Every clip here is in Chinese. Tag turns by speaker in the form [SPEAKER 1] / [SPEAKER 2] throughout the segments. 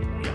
[SPEAKER 1] 模样。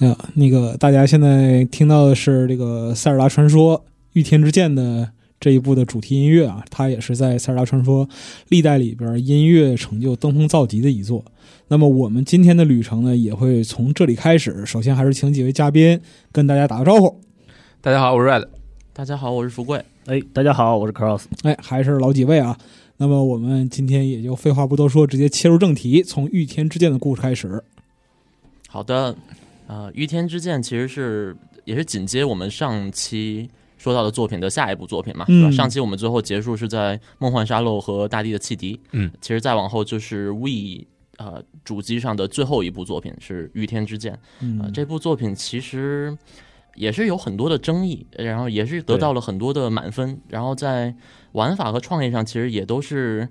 [SPEAKER 2] 哎呀，那个大家现在听到的是这个《塞尔达传说：御天之剑》的这一部的主题音乐啊，它也是在《塞尔达传说》历代里边音乐成就登峰造极的一作。那么我们今天的旅程呢，也会从这里开始。首先还是请几位嘉宾跟大家打个招呼。
[SPEAKER 3] 大家好，我是 Red。
[SPEAKER 4] 大家好，我是福贵。
[SPEAKER 5] 哎，大家好，我是 Cross。
[SPEAKER 2] 哎，还是老几位啊。那么我们今天也就废话不多说，直接切入正题，从《御天之剑》的故事开始。
[SPEAKER 4] 好的，呃，《御天之剑》其实是也是紧接我们上期说到的作品的下一部作品嘛，
[SPEAKER 2] 嗯
[SPEAKER 4] 对吧？上期我们最后结束是在《梦幻沙漏》和《大地的汽笛》，
[SPEAKER 1] 嗯，
[SPEAKER 4] 其实再往后就是 We 呃主机上的最后一部作品是《御天之剑》
[SPEAKER 2] 嗯，
[SPEAKER 4] 啊、呃这部作品其实也是有很多的争议，然后也是得到了很多的满分，然后在玩法和创意上其实也都是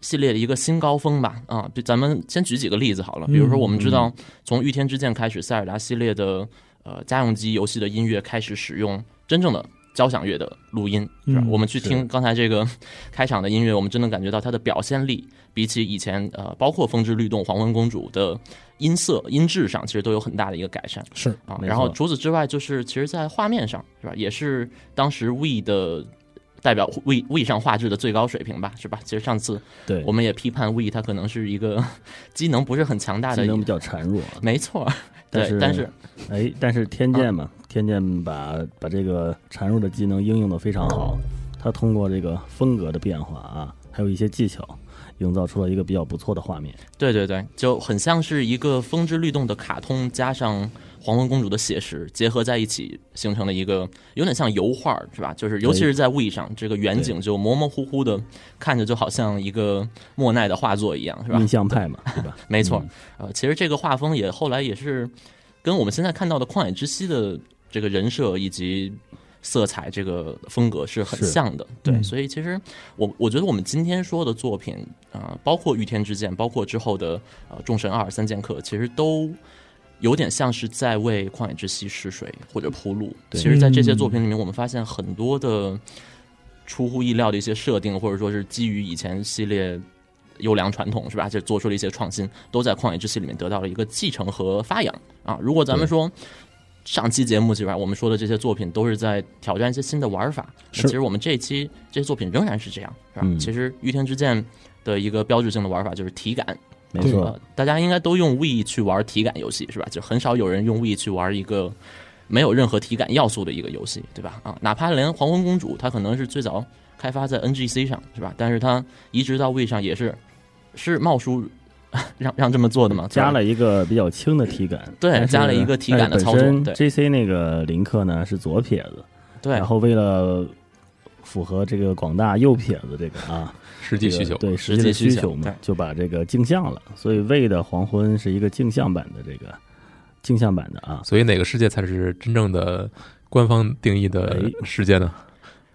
[SPEAKER 4] 系列的一个新高峰吧。啊，就咱们先举几个例子好了，比如说我们知道从《御天之剑》开始，塞尔达系列的呃家用机游戏的音乐开始使用真正的。交响乐的录音，是吧？
[SPEAKER 2] 嗯
[SPEAKER 4] 我们去
[SPEAKER 1] 是
[SPEAKER 4] 听刚才这个 开场的音乐，我们真的感觉到它的表现力比起以前，呃，包括《风之律动》《黄昏公主》的音色、音质上，其实都有很大的一个改善
[SPEAKER 2] 是
[SPEAKER 4] 啊。
[SPEAKER 5] 没错
[SPEAKER 4] 然后除此之外，就是其实，在画面上，是吧，也是当时 We 的代表 We We 上画质的最高水平吧，是吧？其实上次
[SPEAKER 5] 对
[SPEAKER 4] 我，们也批判 We 它可能是一个 机能不是很强大
[SPEAKER 5] 技
[SPEAKER 4] 的，
[SPEAKER 5] 能比较孱弱，
[SPEAKER 4] 没错，
[SPEAKER 5] 但
[SPEAKER 4] 对
[SPEAKER 5] 是，
[SPEAKER 4] 但是
[SPEAKER 5] 哎，但是天剑
[SPEAKER 4] 啊
[SPEAKER 5] 嘛，天剑把把这个孱弱的技能应用的非常好，它通过这个风格的变化啊，还有一些技巧，营造出了一个比较不错的画面。
[SPEAKER 4] 对对对，就很像是一个风之律动的卡通加上黄昏公主的写实结合在一起，形成了一个有点像油画儿是吧？就是尤其是在 We 上，这个远景就模模糊糊的，看着就好像一个莫奈的画作一样，是吧
[SPEAKER 5] 印？象 派嘛，对吧？
[SPEAKER 4] 没错，呃，其实这个画风也后来也是跟我们现在看到的《旷野之息》的这个人设以及色彩这个风格是很
[SPEAKER 5] 是
[SPEAKER 4] 像的，对，
[SPEAKER 2] 嗯
[SPEAKER 4] 所以其实我我觉得我们今天说的作品啊、呃包括《御天之剑》，包括之后的呃《众神二》《三剑客》，其实都。有点像是在为《旷野之息》试水或者铺路。
[SPEAKER 5] 对
[SPEAKER 4] 其实，在这些
[SPEAKER 2] 嗯
[SPEAKER 4] 作品里面，我们发现很多的出乎意料的一些设定，或者说是基于以前系列优良传统，是吧？就做出了一些创新，都在《旷野之息》里面得到了一个继承和发扬啊。如果咱们说上期节目之外，我们说的这些作品都是在挑战一些新的玩法，
[SPEAKER 2] 是
[SPEAKER 4] 那其实我们这一期这些作品仍然是这样，是吧？
[SPEAKER 5] 嗯
[SPEAKER 4] 其实《御天之剑》的一个标志性的玩法就是体感，
[SPEAKER 5] 没
[SPEAKER 2] 对
[SPEAKER 5] 错，
[SPEAKER 4] 呃，大家应该都用 We 去玩体感游戏是吧？就很少有人用 We 去玩一个没有任何体感要素的一个游戏，对吧？啊，哪怕连《黄昏公主》，它可能是最早开发在 NGC 上，是吧？但是它移植到 w 上也是是冒叔 让让这么做的嘛？
[SPEAKER 5] 加了一个比较轻的体感，
[SPEAKER 4] 对
[SPEAKER 5] 但是
[SPEAKER 4] 加了一个体感的操作
[SPEAKER 5] 但是本身
[SPEAKER 4] 对
[SPEAKER 5] JC 那个林克呢是左撇子，
[SPEAKER 4] 对
[SPEAKER 5] 然，后为了符合这个广大右撇子这个啊
[SPEAKER 3] 实际需求
[SPEAKER 5] 这个。对
[SPEAKER 4] 实
[SPEAKER 5] 实际的
[SPEAKER 4] 际需
[SPEAKER 5] 需
[SPEAKER 4] 求
[SPEAKER 5] 求嘛
[SPEAKER 4] 对，
[SPEAKER 5] 就把这个镜像了。所以魏的黄昏是一个镜像版的这个镜像版的啊，
[SPEAKER 3] 所以哪个世界才是真正的官方定义的
[SPEAKER 5] 哎
[SPEAKER 3] 世界呢？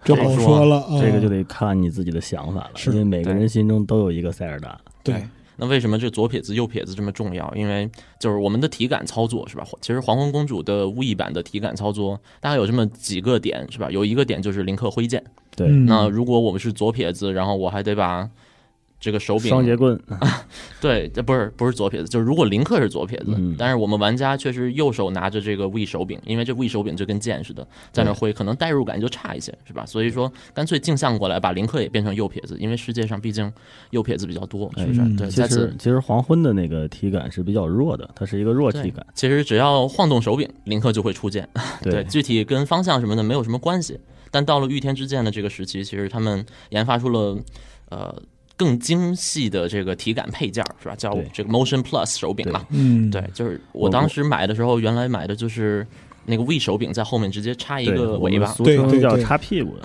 [SPEAKER 2] 这好说了啊，
[SPEAKER 5] 这个就得看你自己的想法了，
[SPEAKER 2] 是
[SPEAKER 5] 因为每个
[SPEAKER 4] 对
[SPEAKER 5] 人心中都有一个塞尔达。
[SPEAKER 2] 对，
[SPEAKER 4] 那为什么这左撇子右撇子这么重要？因为就是我们的体感操作是吧？其实《黄昏公主》的巫艺版的体感操作大概有这么几个点是吧？有一个点就是林克挥剑，
[SPEAKER 5] 对
[SPEAKER 2] 嗯
[SPEAKER 4] 那如果我们是左撇子，然后我还得把这个手柄
[SPEAKER 5] 双节棍，
[SPEAKER 4] 对，这不是不是左撇子，就是如果林克是左撇子，
[SPEAKER 5] 嗯
[SPEAKER 4] 但是我们玩家却是右手拿着这个 V 手柄，因为这 V 手柄就跟剑似的，在那挥，可能代入感就差一些，是吧？所以说干脆镜像过来，把林克也变成右撇子，因为世界上毕竟右撇子比较多，是不是？
[SPEAKER 2] 嗯
[SPEAKER 4] 对，
[SPEAKER 5] 其
[SPEAKER 4] 在
[SPEAKER 5] 实
[SPEAKER 4] 此
[SPEAKER 5] 其实黄昏的那个体感是比较弱的，它是一个弱体
[SPEAKER 4] 对
[SPEAKER 5] 感。，
[SPEAKER 4] 其实只要晃动手柄，林克就会出剑。对，
[SPEAKER 5] 对，
[SPEAKER 4] 具体跟方向什么的没有什么关系。但到了御天之剑的这个时期，其实他们研发出了呃更精细的这个体感配件儿，是吧？叫
[SPEAKER 5] 对
[SPEAKER 4] 这个 Motion Plus 手柄嘛。
[SPEAKER 2] 嗯，
[SPEAKER 4] 对，就是我当时买的时候，原来买的就是那个 V 手柄，在后面直接插一
[SPEAKER 5] 对
[SPEAKER 4] 个
[SPEAKER 5] 我
[SPEAKER 4] 尾
[SPEAKER 5] 们
[SPEAKER 4] 巴。
[SPEAKER 5] 俗
[SPEAKER 2] 对
[SPEAKER 5] 称
[SPEAKER 2] 对
[SPEAKER 5] 叫
[SPEAKER 2] 对
[SPEAKER 5] 插 屁股，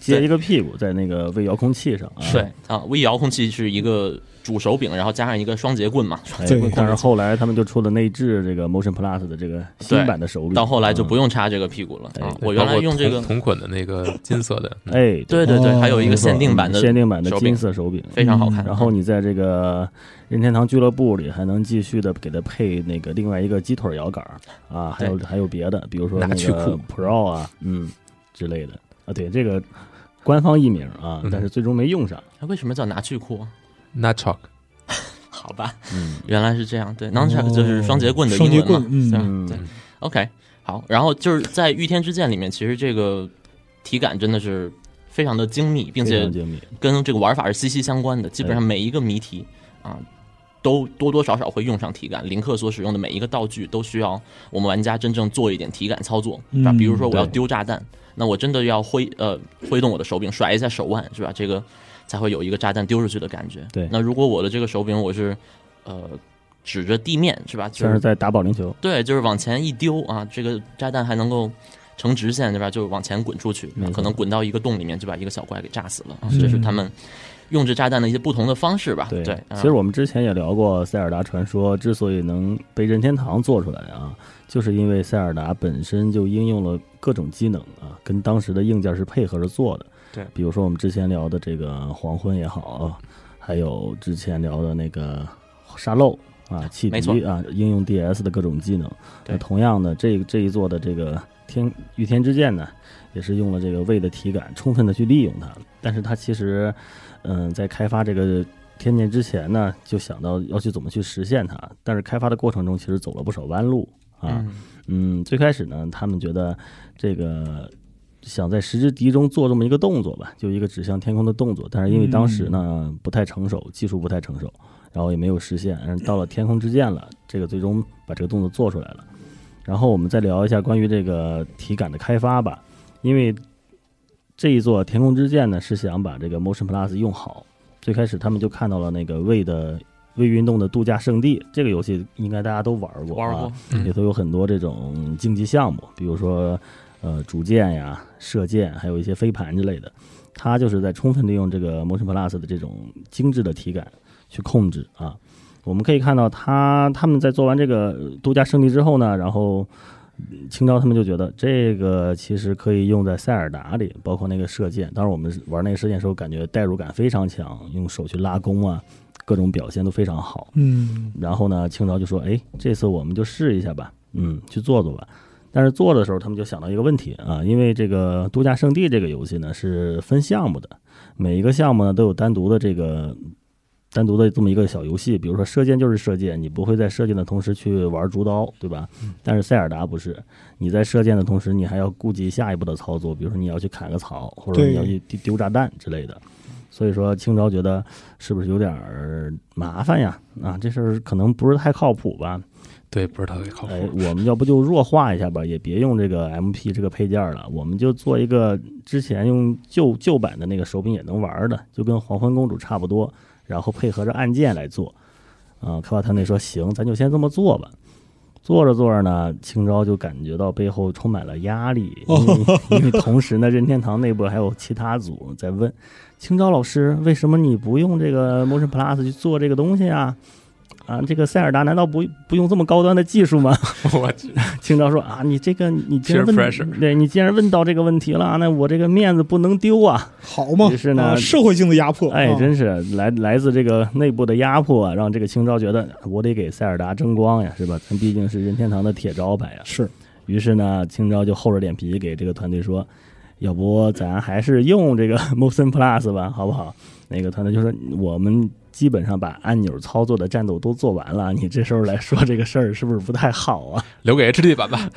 [SPEAKER 5] 接一个屁股在那个为遥控器上啊。
[SPEAKER 4] 对啊，V 遥控器是一个主手柄，然后加上一个双节棍嘛。
[SPEAKER 5] 哎
[SPEAKER 2] 对
[SPEAKER 5] 但是后来他们就出了内置这个 Motion Plus 的这个新版的手嗯哎柄，啊
[SPEAKER 4] 到后来就不
[SPEAKER 5] 用。
[SPEAKER 4] 用插这个屁股了。啊，
[SPEAKER 3] 对
[SPEAKER 4] 我原
[SPEAKER 3] 包
[SPEAKER 4] 来
[SPEAKER 3] 括
[SPEAKER 4] 用这
[SPEAKER 3] 同
[SPEAKER 4] 个，
[SPEAKER 3] 同捆的那个金色 的，嗯，
[SPEAKER 5] 哎，
[SPEAKER 4] 对对对，
[SPEAKER 2] 哦
[SPEAKER 4] 还有一
[SPEAKER 5] 没
[SPEAKER 4] 个
[SPEAKER 5] 错嗯
[SPEAKER 4] 限定版的，
[SPEAKER 5] 限定版的
[SPEAKER 4] 手柄
[SPEAKER 5] 金色手柄，
[SPEAKER 4] 非常好看。啊
[SPEAKER 5] 然后你在这个任天堂俱乐部里还能继续的给它配那个另外一个鸡腿摇杆儿啊，还有还有别的，比如说
[SPEAKER 3] 拿
[SPEAKER 5] 那
[SPEAKER 3] 去
[SPEAKER 5] 个
[SPEAKER 3] 库
[SPEAKER 5] Pro 啊，嗯之类的啊。对，这个官方译名啊
[SPEAKER 3] 嗯，
[SPEAKER 5] 但是最终没用上。
[SPEAKER 4] 哎它为什么叫拿去库啊？
[SPEAKER 3] n a c h o
[SPEAKER 4] 好吧，
[SPEAKER 5] 嗯
[SPEAKER 4] 原来是这样，对 n o n c h a k 就是双节棍的
[SPEAKER 2] 双
[SPEAKER 4] 英
[SPEAKER 2] 节
[SPEAKER 4] 文
[SPEAKER 2] 棍
[SPEAKER 4] 嘛，，
[SPEAKER 2] 嗯，
[SPEAKER 5] 嗯
[SPEAKER 4] 对，OK，好，然后就是在《御天之剑》里面，其实这个体感真的是非常的精密，并
[SPEAKER 5] 非
[SPEAKER 4] 且
[SPEAKER 5] 常精密。
[SPEAKER 4] 跟这个玩法是息息相关的。基本上
[SPEAKER 5] 哎
[SPEAKER 4] 每一个谜题啊，都多多少少会用上体感。林克所使用的每一个道具都需要我们玩家真正做一点体感操作，是吧？
[SPEAKER 2] 嗯
[SPEAKER 4] 比如说我要
[SPEAKER 5] 对
[SPEAKER 4] 丢炸弹，那我真的要挥呃挥动我的手柄，甩一下手腕，是吧？这个才会有一个炸弹丢出去的感觉。
[SPEAKER 5] 对
[SPEAKER 4] 那如果我的这个手柄我是呃指着地面，是吧？就
[SPEAKER 5] 像
[SPEAKER 4] 是
[SPEAKER 5] 是在打保龄球，
[SPEAKER 4] 对，就是往前一丢啊，这个炸弹还能够成直线，对吧？就往前滚出去
[SPEAKER 5] 没，错嗯
[SPEAKER 4] 可能滚到一个洞里面就把一个小怪给炸死了。啊
[SPEAKER 2] 是
[SPEAKER 4] 这是他们用这炸弹的一些不同的方式吧？对，啊
[SPEAKER 5] 其实我们之前也聊过，《塞尔达传说》之所以能被任天堂做出来啊，就是因为塞尔达本身就应用了各种机能啊，跟当时的硬件是配合着做的。
[SPEAKER 4] 对
[SPEAKER 5] 比如说我们之前聊的这个黄昏也好啊，还有之前聊的那个沙漏啊、汽
[SPEAKER 4] 没错
[SPEAKER 5] 笛啊，应用 DS 的各种技能。
[SPEAKER 4] 对
[SPEAKER 5] 那同样的，这这一座的这个天御天之剑呢，也是用了这个胃的体感，充分的去利用它。但是它其实，嗯、在开发这个天剑之前呢，就想到要去怎么去实现它。但是开发的过程中，其实走了不少弯路啊。
[SPEAKER 4] 嗯
[SPEAKER 5] 嗯最开始呢，他们觉得这个想在十之敌中做这么一个动作吧，就一个指向天空的动作。但是因为当时
[SPEAKER 4] 嗯
[SPEAKER 5] 呢不太成熟，技术不太成熟，然后也没有实现。嗯，到了天空之剑了，这个最终把这个动作做出来了。然后我们再聊一下关于这个体感的开发吧，因为这一座天空之剑呢是想把这个 Motion Plus 用好。最开始他们就看到了那个魏的魏运动的度假胜地，这个游戏应该大家都玩过、啊，
[SPEAKER 4] 玩过，
[SPEAKER 5] 里头有很多这种竞技项目，比如说呃竹箭呀、射箭，还有一些飞盘之类的。它就是在充分利用这个 Motion Plus 的这种精致的体感去控制啊。我们可以看到他他们在做完这个呃度假胜地之后呢，然后嗯青招他们就觉得这个其实可以用在塞尔达里，包括那个射箭。当时我们玩那个射箭的时候，感觉代入感非常强，用手去拉弓啊，各种表现都非常好。
[SPEAKER 2] 嗯，
[SPEAKER 5] 然后呢，清朝就说：“哎，这次我们就试一下吧，嗯，去做做吧。”但是做的时候，他们就想到一个问题啊，因为这个度假胜地这个游戏呢是分项目的，每一个项目呢都有单独的这个单独的这么一个小游戏，比如说射箭就是射箭，你不会在射箭的同时去玩竹刀，对吧？但是塞尔达不是，你在射箭的同时，你还要顾及下一步的操作，比如说你要去砍个草，或者
[SPEAKER 2] 对
[SPEAKER 5] 你要去丢丢炸弹之类的。所以说清朝觉得是不是有点儿麻烦呀？啊，这事儿可能不是太靠谱吧？
[SPEAKER 3] 对，不是特别靠谱。
[SPEAKER 5] 哎，我们要不就弱化一下吧，也别用这个 MP 这个配件了，我们就做一个之前用旧旧版的那个手柄也能玩的，就跟黄昏公主差不多，然后配合着按键来做。啊、科瓦特内说行，咱就先这么做吧。做着做着呢，清昭就感觉到背后充满了压 力，因为因为同时呢，任天堂内部还有其他组在问清昭老师，为什么你不用这个 Motion Plus 去做这个东西啊？啊，这个塞尔达难道不不用这么高端的技术吗？
[SPEAKER 4] 哎
[SPEAKER 3] 我去，
[SPEAKER 5] 清朝说啊，你这个你既然
[SPEAKER 3] Peer
[SPEAKER 5] 问
[SPEAKER 3] pressure
[SPEAKER 5] 对你既然问到这个问题了，那我这个面子不能丢啊！
[SPEAKER 2] 好嘛，
[SPEAKER 5] 于是呢
[SPEAKER 2] 啊社会性的压迫，
[SPEAKER 5] 哎，
[SPEAKER 2] 啊
[SPEAKER 5] 真是来来自这个内部的压迫啊，让这个清朝觉得我得给塞尔达争光呀，是吧？咱毕竟是任天堂的铁招牌呀。啊
[SPEAKER 2] 是
[SPEAKER 5] 于是呢，清朝就厚着脸皮给这个团队说，要不咱还是用这个 Motion Plus 吧，好不好？那个团队就说我们。基本上把按钮操作的战斗都做完了，你这时候来说这个事儿是不是不太好啊？
[SPEAKER 3] 留给 HD 版吧。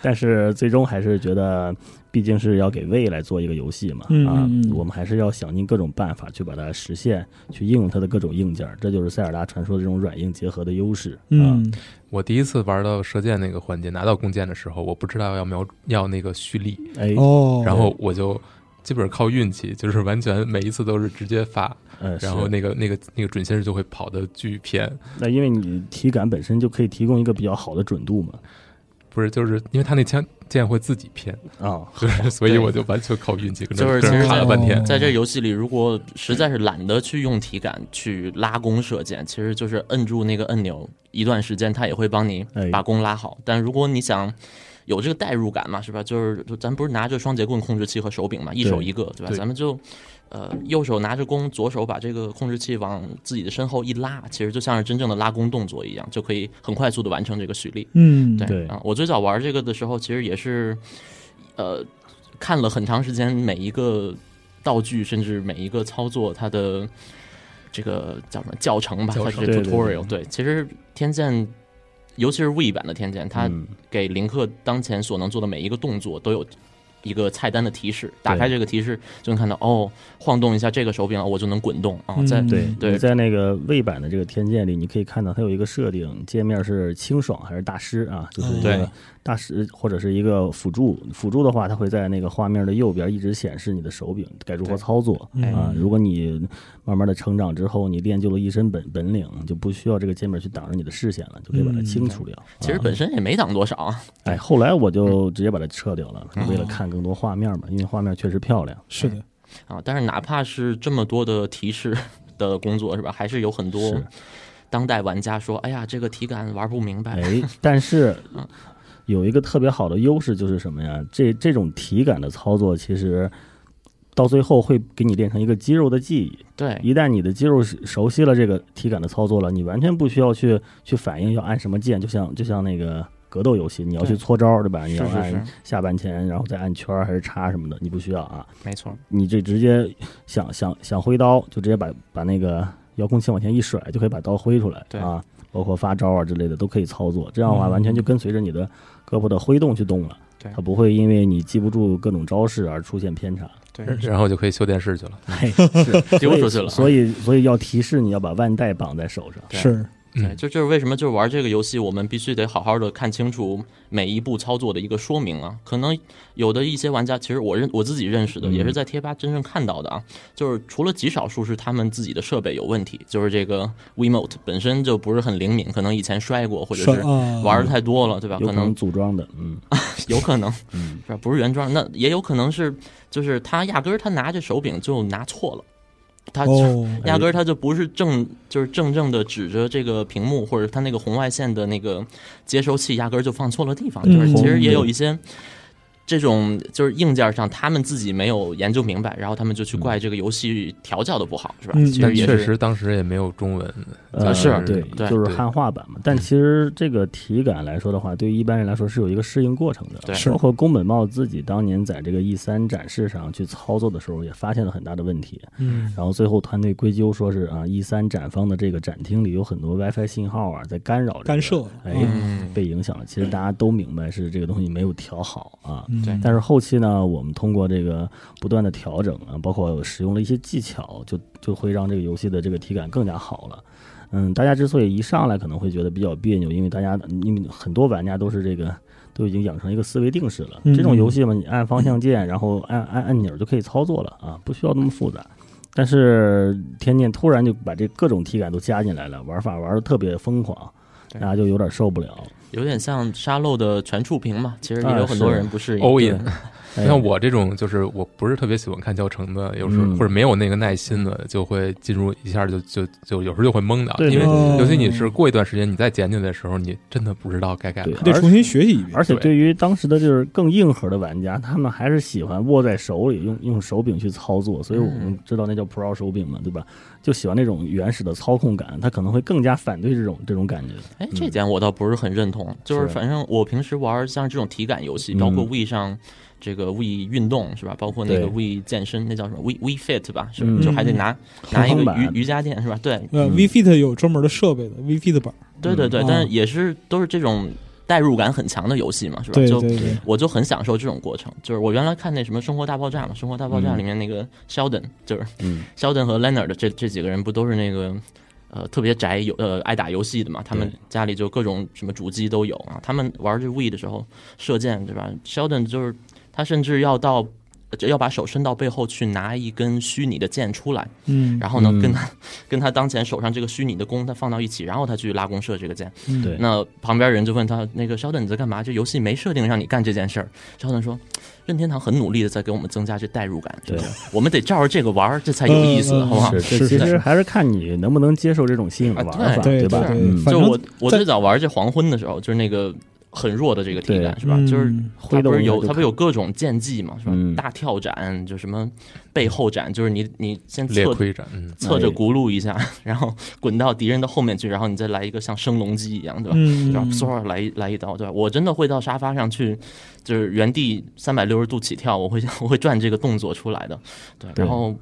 [SPEAKER 5] 但是最终还是觉得，毕竟是要给未来做一个游戏嘛，
[SPEAKER 2] 嗯
[SPEAKER 5] 啊
[SPEAKER 2] 嗯嗯，
[SPEAKER 5] 我们还是要想尽各种办法去把它实现，去应用它的各种硬件儿，这就是塞尔达传说这种软硬结合的优势。啊，
[SPEAKER 2] 嗯，
[SPEAKER 3] 我第一次玩到射箭那个环节，拿到弓箭的时候，我不知道要瞄要那个蓄力，
[SPEAKER 5] 哎，
[SPEAKER 2] 哦，
[SPEAKER 3] 然后我就基本上靠运气，就是完全每一次都是直接发，
[SPEAKER 5] 呃，是
[SPEAKER 3] 然后那个那个那个准心儿就会跑的巨偏，
[SPEAKER 5] 那因为你体感本身就可以提供一个比较好的准度嘛，
[SPEAKER 3] 不是就是因为他那枪箭会自己偏，
[SPEAKER 5] 啊，
[SPEAKER 3] 就是所以我就完全靠运气跟着
[SPEAKER 4] 就是
[SPEAKER 3] 跟
[SPEAKER 4] 其
[SPEAKER 3] 着
[SPEAKER 4] 实
[SPEAKER 3] 卡了
[SPEAKER 4] 在
[SPEAKER 3] 半天
[SPEAKER 2] 哦。
[SPEAKER 4] 在这游戏里，如果实在是懒得去用体感去拉弓射箭，其实就是摁住那个按钮一段时间，它也会帮你
[SPEAKER 5] 哎
[SPEAKER 4] 把弓拉好。但如果你想有这个代入感嘛，是吧？就是就咱不是拿着双节棍控制器和手柄嘛，一手一个，对吧？
[SPEAKER 3] 对
[SPEAKER 4] 咱们就呃右手拿着弓，左手把这个控制器往自己的身后一拉，其实就像是真正的拉弓动作一样，就可以很快速的完成这个蓄力。
[SPEAKER 2] 嗯，
[SPEAKER 4] 对
[SPEAKER 5] 对
[SPEAKER 4] 啊，我最早玩这个的时候，其实也是，呃，看了很长时间每一个道具，甚至每一个操作它的这个叫什么教程吧，
[SPEAKER 3] 教
[SPEAKER 4] 它
[SPEAKER 3] 程
[SPEAKER 4] 这
[SPEAKER 5] 对
[SPEAKER 4] tutorial。对，其实天剑，尤其是 V 版的天剑，它
[SPEAKER 5] 嗯
[SPEAKER 4] 给林克当前所能做的每一个动作都有。一个菜单的提示，打开这个提示就能看到哦，晃动一下这个手柄，我就能滚动啊。
[SPEAKER 2] 嗯
[SPEAKER 4] 在
[SPEAKER 5] 对
[SPEAKER 4] 对
[SPEAKER 5] 你在那个魏版的这个天剑里，你可以看到它有一个设定，界面是清爽还是大师啊？就是一
[SPEAKER 4] 对
[SPEAKER 5] 个大师或者是一个辅助，辅助的话，它会在那个画面的右边一直显示你的手柄该如何
[SPEAKER 4] 对哎
[SPEAKER 5] 操作
[SPEAKER 2] 嗯
[SPEAKER 5] 啊。如果你慢慢的成长之后，你练就了一身本本领，就不需要这个界面去挡着你的视线了，就可以把它
[SPEAKER 2] 嗯
[SPEAKER 5] 清除掉。
[SPEAKER 4] 其实
[SPEAKER 5] 啊
[SPEAKER 4] 本身也没挡多少啊。
[SPEAKER 5] 哎，后来我就直接把它撤掉了，
[SPEAKER 4] 嗯
[SPEAKER 5] 为了看更多画面嘛，因为画面确实漂亮。
[SPEAKER 2] 是的，
[SPEAKER 4] 啊，但是哪怕是这么多的提示的工作是吧，还是有很多
[SPEAKER 5] 是
[SPEAKER 4] 当代玩家说，哎呀，这个体感玩不明白。
[SPEAKER 5] 哎，但是
[SPEAKER 4] 嗯
[SPEAKER 5] 有一个特别好的优势就是什么呀？这这种体感的操作，其实到最后会给你练成一个肌肉的记忆。
[SPEAKER 4] 对，
[SPEAKER 5] 一旦你的肌肉熟熟悉了这个体感的操作了，你完全不需要去去反应要按什么键，就像就像那个格斗游戏，你要
[SPEAKER 4] 对
[SPEAKER 5] 去搓招，对吧？你要
[SPEAKER 4] 是是
[SPEAKER 5] 按
[SPEAKER 4] 是，
[SPEAKER 5] 下半前，然后再按圈儿还是叉什么的，你不需要啊。
[SPEAKER 4] 没错，
[SPEAKER 5] 你这直接想想想挥刀，就直接把把那个遥控器往前一甩，就可以把刀挥出来
[SPEAKER 4] 对
[SPEAKER 5] 啊，包括发招啊之类的都可以操作。这样的话，
[SPEAKER 2] 嗯
[SPEAKER 5] 完全就跟随着你的胳膊的挥动去动了，
[SPEAKER 4] 对
[SPEAKER 5] 它不会因为你记不住各种招式而出现偏差。
[SPEAKER 4] 对
[SPEAKER 3] 然后就可以修电视去了。
[SPEAKER 5] 嘿是
[SPEAKER 4] 丢出去了
[SPEAKER 5] 所以所以所以要提示你要把腕带绑在手上。
[SPEAKER 4] 哎对
[SPEAKER 2] 是，
[SPEAKER 4] 对，这就是为什么就是玩这个游戏，我们必须得好好的看清楚每一步操作的一个说明啊。可能有的一些玩家，其实我认我自己认识的，
[SPEAKER 5] 嗯
[SPEAKER 4] 也是在贴吧真正看到的啊。就是除了极少数是他们自己的设备有问题，就是这个 WeMote 本身就不是很灵敏，可能以前摔过或者
[SPEAKER 2] 是
[SPEAKER 4] 是
[SPEAKER 2] 啊，
[SPEAKER 4] 玩的太多了，对吧？
[SPEAKER 5] 哦有
[SPEAKER 4] 可
[SPEAKER 5] 可
[SPEAKER 4] 能
[SPEAKER 5] 能组装的，嗯，
[SPEAKER 4] 有可能，
[SPEAKER 5] 嗯
[SPEAKER 4] 是吧？不是原装，那也有可能是，就是他压根儿他拿这手柄就拿错了，他就、
[SPEAKER 2] 哦，
[SPEAKER 4] 压根儿他就不是正，就是正正的指着这个屏幕或者他那个红外线的那个接收器，压根儿就放错了地方。
[SPEAKER 2] 嗯
[SPEAKER 4] 就是其实也有一些这种就是硬件上他们自己没有研究明白，然后他们就去怪这个游戏调教的不好，是吧？
[SPEAKER 2] 嗯
[SPEAKER 4] 其
[SPEAKER 3] 但
[SPEAKER 4] 实也
[SPEAKER 3] 确
[SPEAKER 4] 是
[SPEAKER 3] 实当时也没有中文，
[SPEAKER 5] 呃，
[SPEAKER 4] 啊是
[SPEAKER 5] 对，
[SPEAKER 4] 对
[SPEAKER 5] 就是
[SPEAKER 3] 对
[SPEAKER 5] 汉化版嘛。但其实这个体感来说的话，对于一般人来说是有一个适应过程的。
[SPEAKER 4] 对
[SPEAKER 2] 是
[SPEAKER 5] 包括宫本茂自己当年在这个 E 三展示上去操作的时候，也发现了很大的问题。
[SPEAKER 2] 嗯，
[SPEAKER 5] 然后最后团队归咎说是啊，E 三展方的这个展厅里有很多 WiFi 信号啊，在干扰、这个、
[SPEAKER 2] 干涉，
[SPEAKER 5] 哎
[SPEAKER 2] 嗯
[SPEAKER 4] 嗯
[SPEAKER 5] 被影响了。其实大家都明白是这个东西没有调好啊，
[SPEAKER 2] 嗯
[SPEAKER 4] 对
[SPEAKER 5] 但是后期呢，我们通过这个不断的调整啊，包括使用了一些技巧，就就会让这个游戏的这个体感更加好了。嗯，大家之所以一上来可能会觉得比较别扭，因为大家因为很多玩家都是这个都已经养成一个思维定式了。
[SPEAKER 2] 嗯
[SPEAKER 5] 这种游戏嘛，你按方向键，然后按按按钮就可以操作了啊，不需要那么复杂。但是天剑突然就把这各种体感都加进来了，玩法玩的特别疯狂，
[SPEAKER 4] 对
[SPEAKER 5] 大家就有点受不了。
[SPEAKER 4] 有点像沙漏的全触屏嘛，其实也
[SPEAKER 5] 啊
[SPEAKER 4] 有很多
[SPEAKER 5] 是
[SPEAKER 4] 人不适应。
[SPEAKER 3] 欧
[SPEAKER 5] 对
[SPEAKER 3] 耶！
[SPEAKER 5] 哎
[SPEAKER 3] 像我这种，就是我不是特别喜欢看教程的，有时候
[SPEAKER 5] 嗯
[SPEAKER 3] 或者没有那个耐心的，就会进入一下就就就有时候就会懵的，
[SPEAKER 5] 对
[SPEAKER 3] 因
[SPEAKER 5] 对
[SPEAKER 3] 为
[SPEAKER 2] 哦
[SPEAKER 5] 对嗯
[SPEAKER 3] 尤其你是过一段时间你再捡起来的时候，你真的不知道该干嘛。
[SPEAKER 5] 哎对
[SPEAKER 2] 你得重新学习一遍。
[SPEAKER 5] 而且
[SPEAKER 3] 对
[SPEAKER 5] 对于当时的就是更硬核的玩家，他们还是喜欢握在手里，用用手柄去操作，所以我
[SPEAKER 4] 嗯
[SPEAKER 5] 们知道那叫 Pro 手柄嘛，对吧？就喜欢那种原始的操控感，他可能会更加反对这种这种感觉。
[SPEAKER 4] 哎，这点我倒不是很认同。就是
[SPEAKER 5] 嗯是
[SPEAKER 4] 反正我平时玩像这种体感游戏，
[SPEAKER 5] 嗯
[SPEAKER 4] 包括 We 上这个 We 运动是吧？包括那个
[SPEAKER 5] 对
[SPEAKER 4] We 健身，那叫什么 We We Fit 吧？是
[SPEAKER 5] 嗯
[SPEAKER 4] 吧？就还得拿拿一
[SPEAKER 5] 衡
[SPEAKER 4] 个
[SPEAKER 5] 版
[SPEAKER 4] 瑜瑜伽垫是吧？对
[SPEAKER 2] 呃
[SPEAKER 5] 嗯
[SPEAKER 2] ，V Fit 有专门的设备的，V Fit 板儿，
[SPEAKER 4] 对对对
[SPEAKER 2] 嗯，
[SPEAKER 4] 但是也是都是这种代入感很强的游戏嘛，是吧？
[SPEAKER 2] 对
[SPEAKER 4] 就
[SPEAKER 2] 对对，
[SPEAKER 4] 我就很享受这种过程。就是我原来看那什么《生活大爆炸》嘛，《生活大爆炸》
[SPEAKER 5] 嗯
[SPEAKER 4] 里面那个 Sheldon，就是
[SPEAKER 5] 嗯
[SPEAKER 4] Sheldon 和 Leonard 这这几个人不都是那个呃特别宅游呃爱打游戏的嘛？他们
[SPEAKER 5] 对
[SPEAKER 4] 家里就各种什么主机都有啊。他们玩这 We 的时候射箭对吧？Sheldon 就是他甚至要到。就要把手伸到背后去拿一根虚拟的箭出来，
[SPEAKER 2] 嗯，
[SPEAKER 4] 然后呢，
[SPEAKER 5] 嗯
[SPEAKER 4] 跟他跟他当前手上这个虚拟的弓，他放到一起，然后他去拉弓射这个箭。
[SPEAKER 2] 嗯
[SPEAKER 5] 对
[SPEAKER 4] 那旁边人就问他：“那个肖顿你在干嘛？这游戏没设定让你干这件事儿。”肖顿说：“任天堂很努力的在给我们增加这代入感，
[SPEAKER 5] 对
[SPEAKER 4] 吧我们得照着这个玩儿，这才有意思，
[SPEAKER 2] 嗯嗯
[SPEAKER 4] 好不好
[SPEAKER 2] 是？”
[SPEAKER 5] 这其实还是看你能不能接受这种新颖的
[SPEAKER 4] 啊
[SPEAKER 5] 玩法，
[SPEAKER 2] 对
[SPEAKER 5] 吧？
[SPEAKER 2] 对对
[SPEAKER 5] 嗯，
[SPEAKER 2] 反
[SPEAKER 4] 就
[SPEAKER 2] 正
[SPEAKER 4] 我我
[SPEAKER 2] 在
[SPEAKER 4] 最早玩这黄昏的时候，就是那个很弱的这个体感
[SPEAKER 5] 对
[SPEAKER 4] 是吧？
[SPEAKER 2] 嗯
[SPEAKER 4] 就是它
[SPEAKER 5] 挥动
[SPEAKER 4] 不
[SPEAKER 5] 一下
[SPEAKER 4] 是有它
[SPEAKER 5] 就
[SPEAKER 4] 不
[SPEAKER 5] 看
[SPEAKER 4] 是有各种剑技嘛是吧？
[SPEAKER 5] 嗯
[SPEAKER 4] 大跳斩就什么背后斩，就是你你先
[SPEAKER 3] 裂
[SPEAKER 4] 侧
[SPEAKER 3] 盔斩，嗯，
[SPEAKER 4] 侧着轱辘一下， 然后滚到敌人的后面去，然后你再来一个像升龙击一样，对吧？
[SPEAKER 2] 嗯，
[SPEAKER 4] 对吧？嗖儿来一来一刀，对吧？我真的会到沙发上去，就是原地三百六十度起跳，我会 我会转这个动作出来的，对。
[SPEAKER 5] 对
[SPEAKER 4] 然后，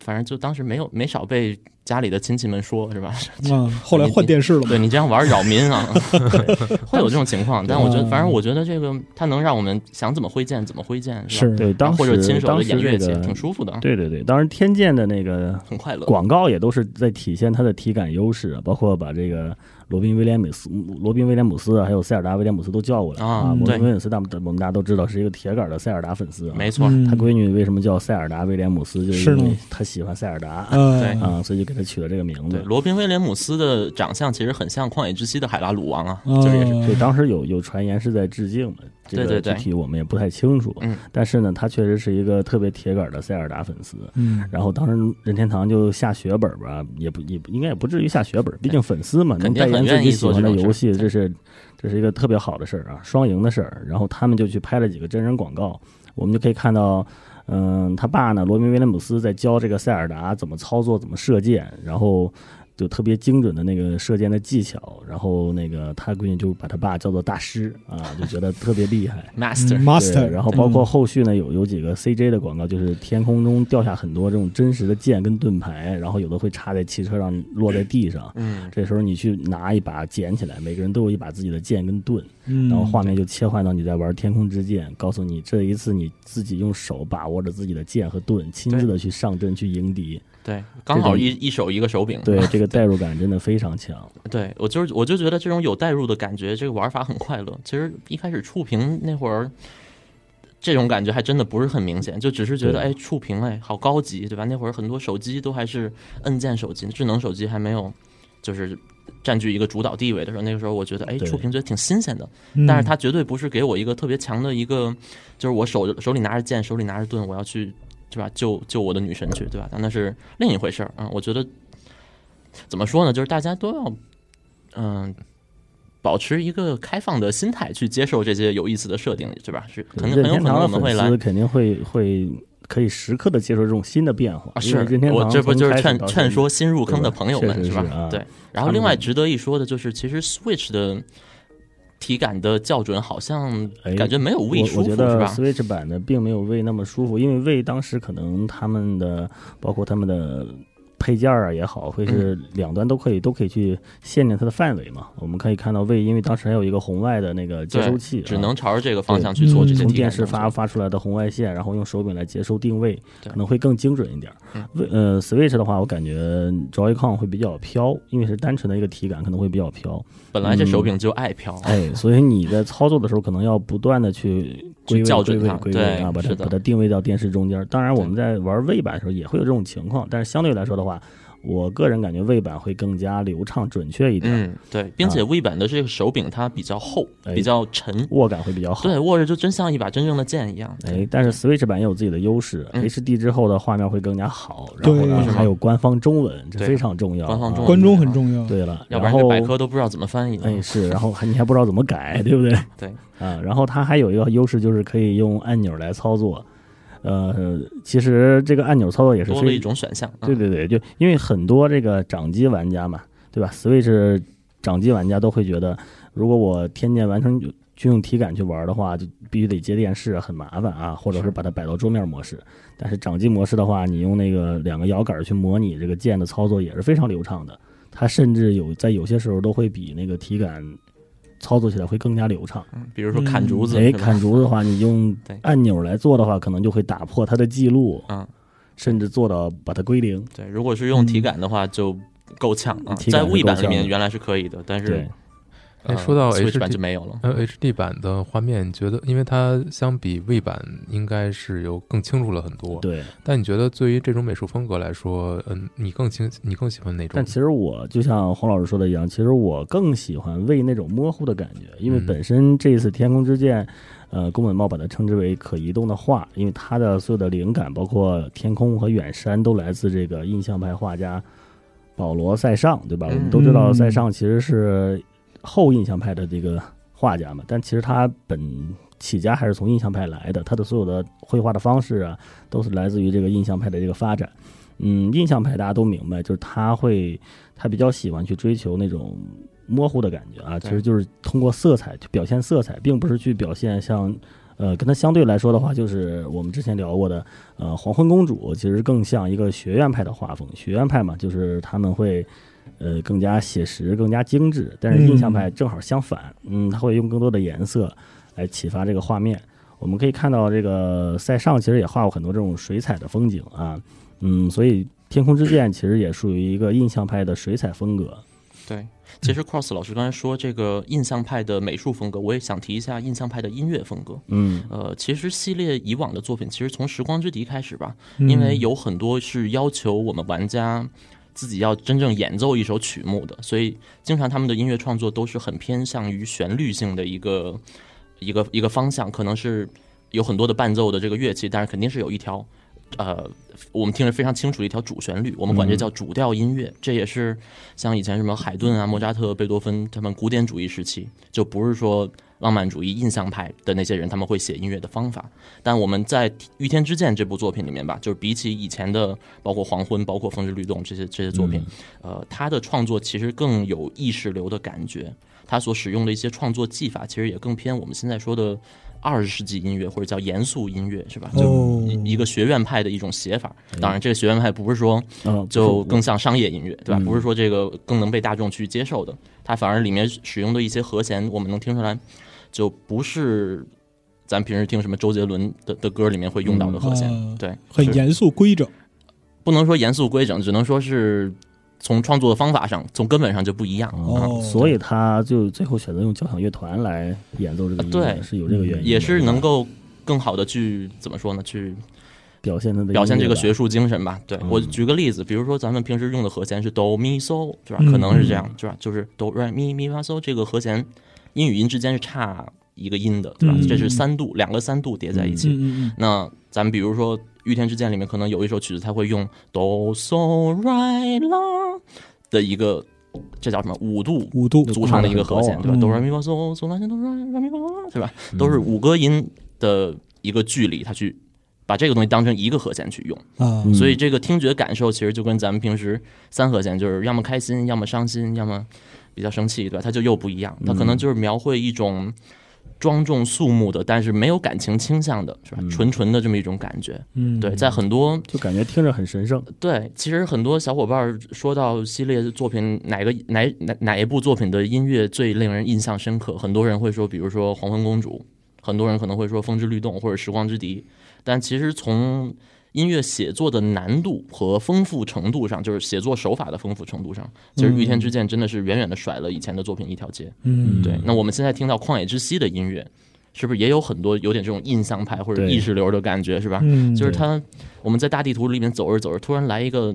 [SPEAKER 4] 反正就当时没有没少被家里的亲戚们说，是吧？
[SPEAKER 2] 嗯，后来换电视了嘛，
[SPEAKER 4] 对你这样玩扰民 啊，对会有这种情况。但我觉得，反正我觉得这个它能让我们想怎么挥剑怎么挥剑， 是吧
[SPEAKER 2] 是，
[SPEAKER 5] 对，
[SPEAKER 4] 然
[SPEAKER 5] 当
[SPEAKER 4] 后
[SPEAKER 5] 时
[SPEAKER 4] 或者亲手
[SPEAKER 5] 当
[SPEAKER 4] 的
[SPEAKER 5] 时
[SPEAKER 4] 演乐
[SPEAKER 5] 这
[SPEAKER 4] 器，
[SPEAKER 5] 个
[SPEAKER 4] 挺舒服的，
[SPEAKER 5] 对对对，当时天剑的那个
[SPEAKER 4] 很快乐。
[SPEAKER 5] 广告也都是在体现它的体感优势啊，包括把这个罗宾威廉姆斯、罗宾威廉姆斯啊还有塞尔达威廉姆斯都叫过来
[SPEAKER 4] 啊
[SPEAKER 5] 罗
[SPEAKER 4] 对
[SPEAKER 5] 宾威廉姆斯大我们大家都知道是一个铁杆的塞尔达粉丝啊，
[SPEAKER 4] 没错，
[SPEAKER 2] 嗯，
[SPEAKER 5] 他闺女为什么叫塞尔达威廉姆斯，就是
[SPEAKER 2] 是
[SPEAKER 5] 因
[SPEAKER 2] 呢
[SPEAKER 5] 为她喜欢塞尔达啊，
[SPEAKER 2] 呃，
[SPEAKER 5] 所以就给她取了这个名
[SPEAKER 4] 嗯对，
[SPEAKER 5] 字。
[SPEAKER 4] 罗宾威廉姆斯的长相其实很像《旷野之息》的海拉鲁王啊，
[SPEAKER 2] 呃
[SPEAKER 4] 就是也是
[SPEAKER 5] 对，当时有有传言是在致敬嘛，这个
[SPEAKER 4] 对对
[SPEAKER 5] 具
[SPEAKER 4] 对
[SPEAKER 5] 体我们也不太清楚。
[SPEAKER 4] 嗯
[SPEAKER 5] 但是呢，他确实是一个特别铁杆的塞尔达粉丝。
[SPEAKER 2] 嗯，
[SPEAKER 5] 然后当时任天堂就下血本吧，也不也不应该也不至于下血本，毕竟粉丝嘛，能
[SPEAKER 4] 肯定
[SPEAKER 5] 代
[SPEAKER 4] 很
[SPEAKER 5] 言自
[SPEAKER 4] 愿
[SPEAKER 5] 己
[SPEAKER 4] 意
[SPEAKER 5] 喜
[SPEAKER 4] 做
[SPEAKER 5] 欢
[SPEAKER 4] 这
[SPEAKER 5] 的
[SPEAKER 4] 种事
[SPEAKER 5] 游
[SPEAKER 4] 儿
[SPEAKER 5] 戏，这是这是一个特别好的事儿啊，双赢的事儿。然后他们就去拍了几个真人广告，我们就可以看到，嗯，他爸呢，罗宾威廉姆斯在教这个塞尔达怎么操作、怎么射箭，然后。就特别精准的那个射箭的技巧，然后那个他闺女就把他爸叫做大师啊，就觉得特别厉害。
[SPEAKER 4] Master，嗯
[SPEAKER 5] 对，
[SPEAKER 2] master，
[SPEAKER 5] 然后包括后续呢，有有几个 CJ 的广告，就是天空中掉下很多这种真实的剑跟盾牌，然后有的会插在汽车上落在地上。
[SPEAKER 4] 嗯，
[SPEAKER 5] 这时候你去拿一把捡起来，每个人都有一把自己的剑跟盾，
[SPEAKER 2] 嗯，
[SPEAKER 5] 然后画面就切换到你在玩天空之剑，告诉你这一次你自己用手把握着自己的剑和盾，亲自的去上阵去迎敌。
[SPEAKER 4] 对，刚好一一手一个手柄，
[SPEAKER 5] 对，这个代入感真的非常强。
[SPEAKER 4] 对我就是我就觉得这种有代入的感觉，这个玩法很快乐。其实一开始触屏那会儿，这种感觉还真的不是很明显，就只是觉得
[SPEAKER 5] 对
[SPEAKER 4] 哎触屏哎好高级，对吧？那会儿很多手机都还是按键手机，智能手机还没有就是占据一个主导地位的时候，那个时候我觉得哎
[SPEAKER 5] 对
[SPEAKER 4] 触屏觉得挺新鲜的，
[SPEAKER 2] 嗯，
[SPEAKER 4] 但是它绝对不是给我一个特别强的一个，就是我手手里拿着剑，手里拿着盾，我要去，对吧？救救我的女神去，对吧？但那是另一回事儿啊、嗯我觉得怎么说呢，就是大家都要，嗯、保持一个开放的心态去接受这些有意思的设定，对吧？是肯定
[SPEAKER 5] 任
[SPEAKER 4] 很有
[SPEAKER 5] 天
[SPEAKER 4] 可能
[SPEAKER 5] 堂
[SPEAKER 4] 我
[SPEAKER 5] 的
[SPEAKER 4] 们会
[SPEAKER 5] 粉
[SPEAKER 4] 来
[SPEAKER 5] 丝。肯定会会。可以时刻的接受这种新的变化
[SPEAKER 4] 啊，
[SPEAKER 5] 因为
[SPEAKER 4] 是
[SPEAKER 5] 任天
[SPEAKER 4] 我
[SPEAKER 5] 堂
[SPEAKER 4] 这不
[SPEAKER 5] 从
[SPEAKER 4] 就是
[SPEAKER 5] 开始
[SPEAKER 4] 劝
[SPEAKER 5] 到现
[SPEAKER 4] 劝
[SPEAKER 5] 在
[SPEAKER 4] 说新入
[SPEAKER 5] 对
[SPEAKER 4] 坑的
[SPEAKER 5] 吧
[SPEAKER 4] 朋友
[SPEAKER 5] 确
[SPEAKER 4] 们
[SPEAKER 5] 实
[SPEAKER 4] 是吧
[SPEAKER 5] 是啊？
[SPEAKER 4] 对。然后
[SPEAKER 5] 他们
[SPEAKER 4] 另外值得一说的就是，其实 Switch 的体感的校准好像
[SPEAKER 5] 哎
[SPEAKER 4] 感觉没有 Wii
[SPEAKER 5] 我
[SPEAKER 4] 舒
[SPEAKER 5] 我
[SPEAKER 4] 服
[SPEAKER 5] 觉
[SPEAKER 4] 是吧
[SPEAKER 5] 得？Switch 版的并没有胃那么舒服，因为胃当时可能他们的包括他们的。配件儿啊也好，会是
[SPEAKER 4] 嗯
[SPEAKER 5] 两端都可以都可以去限定它的范围嘛。我们可以看到魏，因为当时还有一个红外的那个接收器啊，嗯
[SPEAKER 4] 只能朝着这个方向去做这些体感
[SPEAKER 5] 从
[SPEAKER 4] 动作。
[SPEAKER 5] 电视发发出来的红外线，然后用手柄来接收定位，
[SPEAKER 4] 对
[SPEAKER 5] 可能会更精准一点
[SPEAKER 4] 嗯。
[SPEAKER 5] 为呃，Switch 的话，我感觉 Joy-Con 会比较飘，因为是单纯的一个体感，可能会比较飘。
[SPEAKER 4] 本来这手柄就爱飘，
[SPEAKER 5] 嗯哎，所以你在操作的时候，可能要不断的去
[SPEAKER 4] 去
[SPEAKER 5] 归位、
[SPEAKER 4] 校
[SPEAKER 5] 归
[SPEAKER 4] 准
[SPEAKER 5] 位
[SPEAKER 4] 它、
[SPEAKER 5] 归位
[SPEAKER 4] 对
[SPEAKER 5] 啊，把它
[SPEAKER 4] 是的
[SPEAKER 5] 把它定位到电视中间。当然，我们在玩位版的时候也会有这种情况，但是相对来说的话，我个人感觉位版会更加流畅、准确一点，
[SPEAKER 4] 嗯，对，并且 V 版的这个手柄它比较厚，
[SPEAKER 5] 啊哎
[SPEAKER 4] 比较沉，
[SPEAKER 5] 握感会比较好。
[SPEAKER 4] 对，握着就真像一把真正的剑一样。
[SPEAKER 5] 哎，但是 Switch 版也有自己的优势、
[SPEAKER 4] 嗯
[SPEAKER 5] h d 之后的画面会更加好，然后
[SPEAKER 2] 对
[SPEAKER 5] 呢
[SPEAKER 2] 是吗
[SPEAKER 5] 还有官方中文，这
[SPEAKER 4] 对
[SPEAKER 5] 非常重要。
[SPEAKER 4] 官方中文
[SPEAKER 5] 啊
[SPEAKER 2] 关中很重要。
[SPEAKER 5] 对了，
[SPEAKER 4] 要不然
[SPEAKER 5] 后
[SPEAKER 4] 这百科都不知道怎么翻译了。
[SPEAKER 5] 哎，是，然后还你还不知道怎么改，对不对？
[SPEAKER 4] 对
[SPEAKER 5] 啊，然后它还有一个优势就是可以用按钮来操作。呃，其实这个按钮操作也是
[SPEAKER 4] 多了
[SPEAKER 5] 非
[SPEAKER 4] 一种选项。
[SPEAKER 5] 对
[SPEAKER 4] 嗯
[SPEAKER 5] 对对，就因为很多这个掌机玩家嘛，对吧？Switch 掌机玩家都会觉得，如果我天天完全就用体感去玩的话，就必须得接电视，很麻烦啊，或者是把它摆到桌面模式。但是掌机模式的话，你用那个两个摇杆去模拟这个键的操作也是非常流畅的，它甚至有在有些时候都会比那个体感操作起来会更加流畅。
[SPEAKER 4] 嗯，比如说砍竹子，
[SPEAKER 5] 哎，
[SPEAKER 4] 是吧
[SPEAKER 5] 砍竹子的话，你用
[SPEAKER 4] 对
[SPEAKER 5] 按钮来做的话，可能就会打破它的记录，
[SPEAKER 4] 嗯，
[SPEAKER 5] 甚至做到把它归零。
[SPEAKER 4] 对，如果是用体感的话就够呛啊。
[SPEAKER 5] 嗯体
[SPEAKER 4] 在
[SPEAKER 5] 感是
[SPEAKER 4] V
[SPEAKER 5] 够
[SPEAKER 4] 版里
[SPEAKER 5] 呛
[SPEAKER 4] 面
[SPEAKER 5] 的
[SPEAKER 4] 原来是可以的，但
[SPEAKER 5] 对
[SPEAKER 4] 是，
[SPEAKER 3] 哎
[SPEAKER 4] 呃
[SPEAKER 3] 说到
[SPEAKER 4] Switch 版
[SPEAKER 3] HD
[SPEAKER 4] 就没有了。
[SPEAKER 3] 呃，HD 版的画面，觉得因为它相比 V 版应该是有更清楚了很多。
[SPEAKER 5] 对，
[SPEAKER 3] 但你觉得对于这种美术风格来说，嗯，你更清你更喜欢哪种
[SPEAKER 5] 但？其实我就像洪老师说的一样，其实我更喜欢为那种模糊的感觉，因为
[SPEAKER 3] 嗯
[SPEAKER 5] 本身这次《天空之剑》，呃，宫本茂把它称之为可移动的画，因为它的所有的灵感，包括天空和远山，都来自这个印象派画家保罗·塞尚，对吧？
[SPEAKER 4] 嗯
[SPEAKER 5] 我们都知道
[SPEAKER 2] 嗯
[SPEAKER 5] 塞尚其实是后印象派的这个画家嘛，但其实他本起家还是从印象派来的，他的所有的绘画的方式啊，都是来自于这个印象派的这个发展。嗯，印象派大家都明白，就是他会，他比较喜欢去追求那种模糊的感觉啊，其
[SPEAKER 4] 对
[SPEAKER 5] 实就是通过色彩去表现色彩，并不是去表现像，呃，跟他相对来说的话，就是我们之前聊过的，呃，黄昏公主其实更像一个学院派的画风，学院派嘛，就是他们会。呃，更加写实，更加精致，但是印象派正好相反，嗯，他会用更多的颜色来启发这个画面。我们可以看到，这个塞尚其实也画过很多这种水彩的风景啊，嗯，所以《天空之剑》其实也属于一个印象派的水彩风格，
[SPEAKER 4] 对，
[SPEAKER 5] 嗯
[SPEAKER 4] 其实 Cross 老师刚才说这个印象派的美术风格，我也想提一下印象派的音乐风格。
[SPEAKER 5] 嗯，
[SPEAKER 4] 呃，其实系列以往的作品，其实从《时光之笛》开始吧，
[SPEAKER 2] 嗯
[SPEAKER 4] 因为有很多是要求我们玩家自己要真正演奏一首曲目的，所以经常他们的音乐创作都是很偏向于旋律性的一个一个一个方向，可能是有很多的伴奏的这个乐器，但是肯定是有一条。呃，我们听着非常清楚的一条主旋律，我们管这叫主调音乐。这也是像以前什么海顿啊、莫扎特、贝多芬他们古典主义时期，就不是说浪漫主义印象派的那些人他们会写音乐的方法。但我们在《御天之剑》这部作品里面吧，就是比起以前的包括《黄昏》、包括《风之律动》这些这些作品，呃，他的创作其实更有意识流的感觉，他所使用的一些创作技法其实也更偏我们现在说的二十世纪音乐或者叫严肃音乐，是吧？就
[SPEAKER 2] 哦
[SPEAKER 4] 一一个学院派的一种写法。当然，这个学院派不是说
[SPEAKER 5] 呃，
[SPEAKER 4] 就
[SPEAKER 5] 不是
[SPEAKER 4] 更像商业音乐，对吧？
[SPEAKER 5] 嗯
[SPEAKER 4] 不是说这个更能被大众去接受的，它反而里面使用的一些和弦，我们能听出来，就不是咱平时听什么周杰伦的的歌里面会用到的和弦，
[SPEAKER 2] 嗯啊
[SPEAKER 4] 对，
[SPEAKER 2] 很
[SPEAKER 4] 是
[SPEAKER 2] 严肃规整。
[SPEAKER 4] 不能说严肃规整，只能说是从创作的方法上，从根本上就不一样。
[SPEAKER 5] 哦
[SPEAKER 2] 哦
[SPEAKER 5] 所以他就最后选择用交响乐团来演奏这个音乐，
[SPEAKER 4] 啊对
[SPEAKER 5] 是有这个原因的，
[SPEAKER 4] 也是能
[SPEAKER 5] 对吧
[SPEAKER 4] 够更好的去怎么说呢？去
[SPEAKER 5] 表现他的
[SPEAKER 4] 表现
[SPEAKER 5] 音乐
[SPEAKER 4] 这个
[SPEAKER 5] 吧
[SPEAKER 4] 学术精神吧。对我
[SPEAKER 5] 嗯
[SPEAKER 4] 举个例子，比如说咱们平时用的和弦是哆咪嗦，是吧？
[SPEAKER 2] 嗯
[SPEAKER 4] 可能是这样，是吧？就是哆来咪咪发嗦这个和弦，音与音之间是差一个音的，对吧？
[SPEAKER 2] 嗯
[SPEAKER 4] 这是三度，两个三度叠在一起。
[SPEAKER 2] 嗯嗯
[SPEAKER 4] 那咱们比如说《御天之剑》里面可能有一首曲子，它会用哆嗦来啦的一个，这叫什么五度
[SPEAKER 2] 嗯，五度
[SPEAKER 4] 组成的一个和弦，对吧？
[SPEAKER 2] 嗯
[SPEAKER 4] 哆来咪发嗦嗦来哆来咪发嗦，对吧？都是五个音的一个距离，它去把这个东西当成一个和弦去用。
[SPEAKER 2] 啊，
[SPEAKER 5] 嗯
[SPEAKER 4] 所以这个听觉感受其实就跟咱们平时三和弦，就是要么开心，要么伤心，要么比较生气，对吧？它就又不一样，它可能就是描绘一种庄重肃穆的，但是没有感情倾向的，是吧？
[SPEAKER 5] 嗯
[SPEAKER 4] 纯纯的这么一种感觉。
[SPEAKER 2] 嗯，
[SPEAKER 4] 对，在很多
[SPEAKER 5] 就感觉听着很神圣。
[SPEAKER 4] 对，其实很多小伙伴儿说到系列作品哪个哪哪哪一部作品的音乐最令人印象深刻，很多人会说，比如说《黄昏公主》，很多人可能会说《风之律动》或者《时光之笛》，但其实从音乐写作的难度和丰富程度上，就是写作手法的丰富程度上，其实《御天之剑》真的是远远的甩了以前的作品一条街。
[SPEAKER 2] 嗯，
[SPEAKER 4] 对，那我们现在听到《旷野之息》的音乐，是不是也有很多有点这种印象派或者
[SPEAKER 5] 对
[SPEAKER 4] 意识流的感觉，是吧？
[SPEAKER 2] 嗯，
[SPEAKER 4] 就是它，我们在大地图里面走着走着，突然来一个，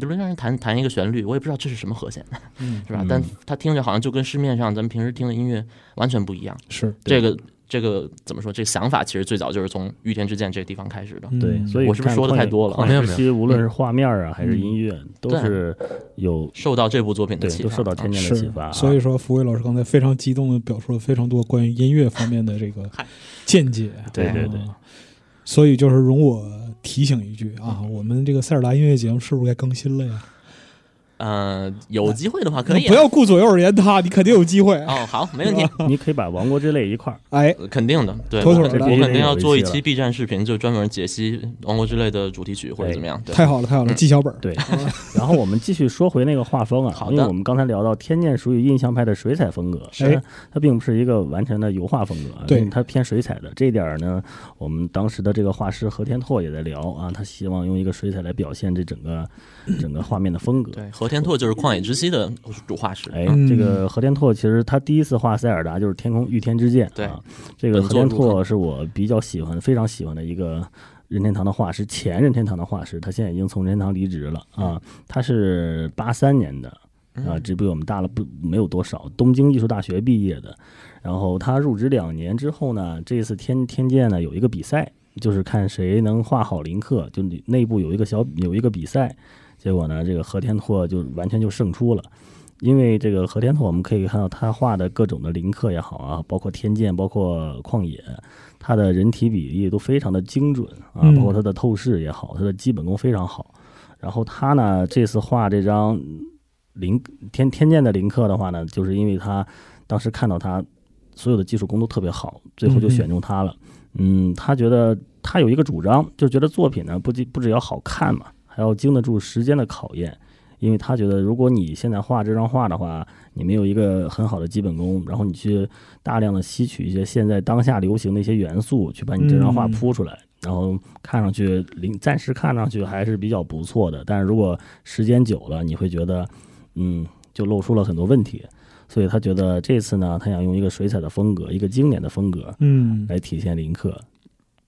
[SPEAKER 4] 突然让人弹弹一个旋律，我也不知道这是什么和弦，
[SPEAKER 2] 嗯
[SPEAKER 4] 是吧
[SPEAKER 5] 嗯？
[SPEAKER 4] 但它听着好像就跟市面上咱们平时听的音乐完全不一样。
[SPEAKER 2] 是
[SPEAKER 4] 这个这个怎么说？这想法其实最早就是从御天之剑这个地方开始的。
[SPEAKER 2] 嗯
[SPEAKER 5] 对，所以
[SPEAKER 4] 嗯我是不是
[SPEAKER 5] 看
[SPEAKER 4] 说的
[SPEAKER 5] 旷野
[SPEAKER 4] 太多了嗯
[SPEAKER 5] 旷
[SPEAKER 3] 没有
[SPEAKER 5] 野
[SPEAKER 3] 没
[SPEAKER 5] 之
[SPEAKER 3] 有
[SPEAKER 5] 息无论是画面啊，还是
[SPEAKER 2] 嗯
[SPEAKER 5] 音乐，都
[SPEAKER 4] 对
[SPEAKER 5] 是有
[SPEAKER 4] 受到这部作品的
[SPEAKER 5] 对，
[SPEAKER 4] 启
[SPEAKER 5] 都
[SPEAKER 4] 发，
[SPEAKER 5] 受到天
[SPEAKER 4] 啊
[SPEAKER 5] 津的启
[SPEAKER 2] 是
[SPEAKER 5] 发啊。，
[SPEAKER 2] 所以说，福卫老师刚才非常激动的表述了非常多关于音乐方面的这个见解。
[SPEAKER 5] 对对对
[SPEAKER 2] 啊所以就是容我提醒一句啊，我们这个塞尔达音乐节目是不是该更新了呀？
[SPEAKER 4] 呃，有机会的话可以
[SPEAKER 2] 嗯
[SPEAKER 4] 啊
[SPEAKER 2] 不要顾左右而言他，你肯定有机会。
[SPEAKER 4] 哦，好，没问题，
[SPEAKER 5] 你可以把王国之泪一块儿，
[SPEAKER 2] 哎，
[SPEAKER 4] 肯定的。对，
[SPEAKER 2] 妥
[SPEAKER 4] 我
[SPEAKER 2] 妥
[SPEAKER 4] 肯
[SPEAKER 2] 的
[SPEAKER 4] 我肯定要做一
[SPEAKER 5] 有一期
[SPEAKER 4] 期 B 站视频，就专门解析《王国之泪》的主题曲
[SPEAKER 5] 哎
[SPEAKER 4] 或者怎么样。对，嗯哎
[SPEAKER 2] 太好了，太好了，记小本儿。
[SPEAKER 5] 对。 然后我们继续说回那个画风啊，
[SPEAKER 4] 好的
[SPEAKER 5] 因为我们刚才聊到天剑属于印象派的水彩风格，
[SPEAKER 2] 哎
[SPEAKER 5] 它它并不是一个完全的油画风格啊，
[SPEAKER 2] 对
[SPEAKER 5] 它偏水彩的。这一点儿呢，我们当时的这个画师何天拓也在聊啊，他希望用一个水彩来表现这整个整个画面的风格。
[SPEAKER 4] 对，和田拓就是旷野之息的主画师。
[SPEAKER 5] 哎
[SPEAKER 2] 嗯，
[SPEAKER 5] 这个和田拓其实他第一次画塞尔达就是《天空御天之剑》
[SPEAKER 4] 对
[SPEAKER 5] 啊，这个
[SPEAKER 4] 本
[SPEAKER 5] 和
[SPEAKER 4] 作
[SPEAKER 5] 田
[SPEAKER 4] 入
[SPEAKER 5] 拓是我比较喜欢、非常喜欢的一个任天堂的画师，前任天堂的画师，他现在已经从任天堂离职了
[SPEAKER 4] 嗯
[SPEAKER 5] 啊。他是八三年的啊，只比我们大了不没有多少，东京艺术大学毕业的。然后他入职两年之后呢，这一次天天剑呢有一个比赛，就是看谁能画好林克，就内内部有一个小有一个比赛，结果呢，这个和田拓就完全就胜出了。因为这个和田拓，我们可以看到他画的各种的林克也好啊，包括天剑，包括旷野，他的人体比例都非常的精准啊，
[SPEAKER 2] 嗯
[SPEAKER 5] 包括他的透视也好，他的基本功非常好。然后他呢，这次画这张林天天剑的林克的话呢，就是因为他当时看到他所有的技术工都特别好，最后就选中他了。嗯，他觉得他有一个主张，就觉得作品呢不仅不只要好看嘛，还要经得住时间的考验。因为他觉得，如果你现在画这张画的话，你没有一个很好的基本功，然后你去大量的吸取一些现在当下流行的一些元素，去把你这张画
[SPEAKER 2] 嗯
[SPEAKER 5] 铺出来，然后看上去临暂时看上去还是比较不错的，但是如果时间久了，你会觉得，嗯，就露出了很多问题。所以他觉得这次呢，他想用一个水彩的风格，一个经典的风格，
[SPEAKER 2] 嗯，
[SPEAKER 5] 来体现林克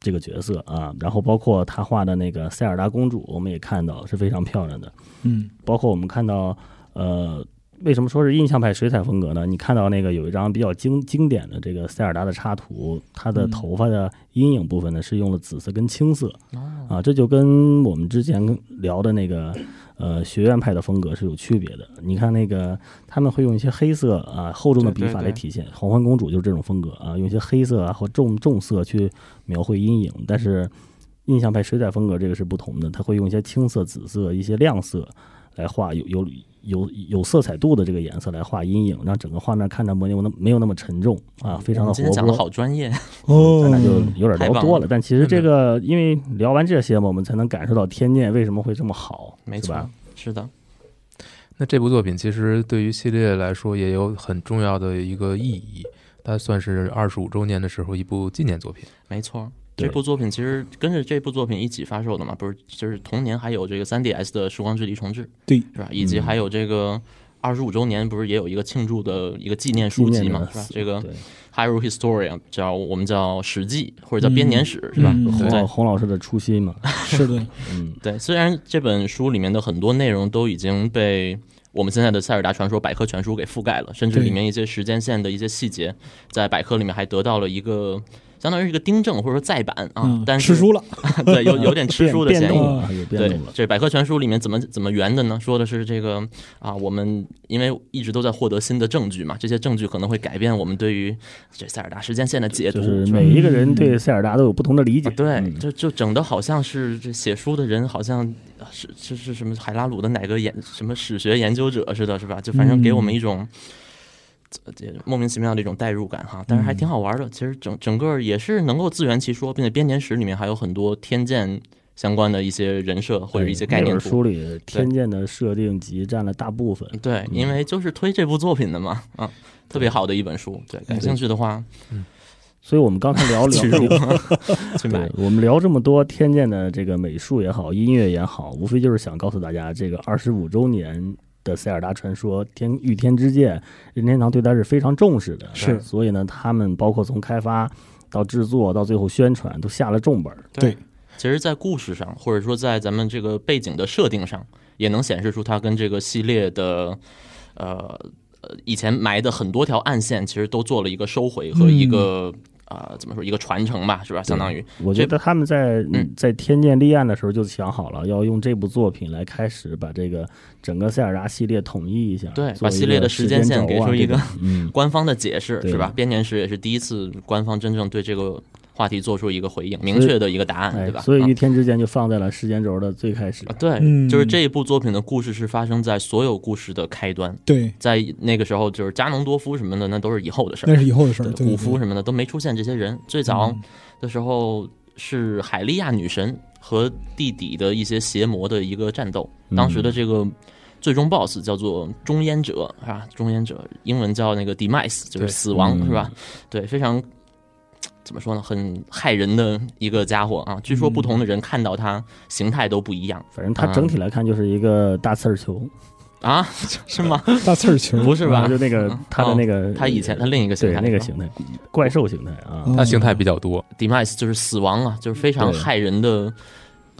[SPEAKER 5] 这个角色啊。然后包括他画的那个塞尔达公主，我们也看到是非常漂亮的。
[SPEAKER 2] 嗯，
[SPEAKER 5] 包括我们看到，呃，为什么说是印象派水彩风格呢？你看到那个有一张比较经经典的这个塞尔达的插图，她的
[SPEAKER 2] 嗯
[SPEAKER 5] 头发的阴影部分呢是用了紫色跟青色
[SPEAKER 4] 哦
[SPEAKER 5] 啊，这就跟我们之前聊的那个呃学院派的风格是有区别的。你看那个他们会用一些黑色啊厚重的笔
[SPEAKER 4] 对对
[SPEAKER 5] 法
[SPEAKER 4] 对
[SPEAKER 5] 来体现，黄昏公主就是这种风格啊，用一些黑色啊和重重色去描绘阴影，但是。印象派水彩风格这个是不同的，它会用一些青色、紫色、一些亮色，来画有有有有色彩度的这个颜色来画阴影，让整个画面看着没有那没有那么沉重啊，非常
[SPEAKER 4] 嗯我
[SPEAKER 5] 的
[SPEAKER 4] 们今天
[SPEAKER 5] 活
[SPEAKER 4] 讲的
[SPEAKER 5] 泼
[SPEAKER 4] 好。嗯专业，
[SPEAKER 2] 哦，
[SPEAKER 5] 咱俩就有点聊多了，但其实这
[SPEAKER 4] 真
[SPEAKER 5] 个因为聊完这些嘛，我们才能感受到天剑为什么会这么好，
[SPEAKER 4] 没
[SPEAKER 5] 是吧
[SPEAKER 4] 错？，是的。
[SPEAKER 3] 那这部作品其实对于系列来说也有很重要的一个意义，它算是二十五周年的时候一部纪念作品。
[SPEAKER 4] 没错，
[SPEAKER 5] 对
[SPEAKER 4] 这部作品其实跟着这部作品一起发售的嘛，不是？就是同年还有这个 3DS 的《时光之笛》重置，
[SPEAKER 2] 对
[SPEAKER 4] 是吧？以
[SPEAKER 5] 嗯
[SPEAKER 4] 及还有这个二十五周年，不是也有一个庆祝的一个纪念书
[SPEAKER 5] 纪
[SPEAKER 4] 籍
[SPEAKER 5] 念
[SPEAKER 4] 嘛
[SPEAKER 5] 的，
[SPEAKER 4] 是吧？这个
[SPEAKER 5] 对
[SPEAKER 4] Hyrule Historia 叫我们叫史记或者叫编年史，是吧？
[SPEAKER 2] 嗯
[SPEAKER 5] 洪
[SPEAKER 4] 对
[SPEAKER 5] 老洪老师的初心嘛，
[SPEAKER 2] 是的，
[SPEAKER 5] 嗯，
[SPEAKER 4] 对，虽然这本书里面的很多内容都已经被我们现在的《塞尔达传说百科全书》给覆盖了，甚至
[SPEAKER 2] 对
[SPEAKER 4] 里面一些时间线的一些细节，在百科里面还得到了一个相当于是一个订正或者说再版啊，
[SPEAKER 2] 嗯，
[SPEAKER 4] 但是
[SPEAKER 2] 吃书了，
[SPEAKER 4] 对，有有点 吃书的
[SPEAKER 5] 变
[SPEAKER 4] 嫌
[SPEAKER 5] 变
[SPEAKER 4] 疑
[SPEAKER 5] 动。了，也变
[SPEAKER 4] 对
[SPEAKER 5] 动了，，
[SPEAKER 4] 这百科全书里面怎么怎么圆的呢？说的是这个啊，我们因为一直都在获得新的证据嘛，这些证据可能会改变我们对于这塞尔达时间线的解读。
[SPEAKER 5] 就是
[SPEAKER 4] 是吧
[SPEAKER 5] 每一个人对塞尔达都有不同的理解
[SPEAKER 4] 啊，对，
[SPEAKER 5] 嗯
[SPEAKER 4] 就就整的好像是这写书的人，好像啊是是是
[SPEAKER 5] 嗯
[SPEAKER 4] 什么海拉鲁的哪个研什么史学研究者似的，是吧？就反正给我们一种这莫名其妙的一种代入感哈，但是还
[SPEAKER 5] 嗯
[SPEAKER 4] 挺好玩的。其实整整个也是能够自圆其说，并且编年史里面还有很多天剑相关的一些人设或者一些概
[SPEAKER 5] 那
[SPEAKER 4] 念
[SPEAKER 5] 本
[SPEAKER 4] 图。
[SPEAKER 5] 书里天剑的设定集占了大部分。
[SPEAKER 4] 对，因为就是推这部作品的嘛，啊，特别好的一本书。对，感兴趣的话
[SPEAKER 5] 所以我们刚才 聊聊
[SPEAKER 4] 去入去买
[SPEAKER 5] 对。，我们聊这么多天剑的这个美术也好，音乐也好，无非就是想告诉大家，这个二十五周年的塞尔达传说《天御天之剑》，任天堂对它是非常重视的。
[SPEAKER 2] 是
[SPEAKER 5] 所以呢，他们包括从开发到制作到最后宣传，都下了重本儿。
[SPEAKER 2] 对，
[SPEAKER 4] 其实，在故事上，或者说在咱们这个背景的设定上，也能显示出它跟这个系列的，呃，呃以前埋的很多条暗线，其实都做了一个收回和一
[SPEAKER 5] 嗯
[SPEAKER 4] 个啊、呃怎么说一个传承吧，是吧？相当于
[SPEAKER 5] 我觉得他们在
[SPEAKER 4] 嗯
[SPEAKER 5] 在《天剑立案》的时候就想好了，要用这部作品来开始把这个整个塞尔达系列统一一下，
[SPEAKER 4] 对把
[SPEAKER 5] 做一
[SPEAKER 4] 系列
[SPEAKER 5] 个
[SPEAKER 4] 的
[SPEAKER 5] 时
[SPEAKER 4] 时间线
[SPEAKER 5] 轴
[SPEAKER 4] 给
[SPEAKER 5] 啊
[SPEAKER 4] 出一
[SPEAKER 5] 这
[SPEAKER 4] 个
[SPEAKER 5] 种嗯，
[SPEAKER 4] 官方的解释，
[SPEAKER 5] 对
[SPEAKER 4] 是吧？编年史也是第一次官方真正对这个话题做出一个回应，明确的一个答案，
[SPEAKER 5] 哎
[SPEAKER 4] 对，吧？
[SPEAKER 5] 所以
[SPEAKER 4] 嗯
[SPEAKER 5] 御天之剑就放在了时间轴的最开始
[SPEAKER 4] 啊，。对，
[SPEAKER 2] 嗯
[SPEAKER 4] 就是这一部作品的故事是发生在所有故事的开端，
[SPEAKER 2] 对，
[SPEAKER 4] 在那个时候，就是加农多夫什么的，那都是以后的事儿
[SPEAKER 2] 那。是以后的事儿。对，
[SPEAKER 4] 古夫
[SPEAKER 2] 对嗯
[SPEAKER 4] 什么的都没出现这些人。最早的时候是海利亚女神和地底的一些邪魔的一个战斗，
[SPEAKER 5] 嗯
[SPEAKER 4] 当时的这个。最终 BOSS 叫做中烟者啊，中烟者英文叫那个 demise，就是
[SPEAKER 3] 对
[SPEAKER 4] 死亡
[SPEAKER 5] 嗯
[SPEAKER 4] 是吧？对，非常怎么说呢，很害人的一个家伙啊。据说不同的人看到
[SPEAKER 2] 嗯
[SPEAKER 4] 他形态都不一样
[SPEAKER 5] 反正它整体来看就是一个大刺儿球，啊
[SPEAKER 4] 啊， 是吗？
[SPEAKER 2] 嗯大刺儿球
[SPEAKER 4] 不是吧
[SPEAKER 5] 就？那个
[SPEAKER 4] 嗯
[SPEAKER 5] 它的那个，
[SPEAKER 4] 他以前他另一个形
[SPEAKER 5] 对
[SPEAKER 4] 态
[SPEAKER 5] 那个
[SPEAKER 4] 是吧
[SPEAKER 5] 形态，怪兽形态啊，
[SPEAKER 2] 嗯
[SPEAKER 3] 它形态比较多，
[SPEAKER 4] demise 就是死亡啊，就是非常
[SPEAKER 5] 对
[SPEAKER 4] 害人的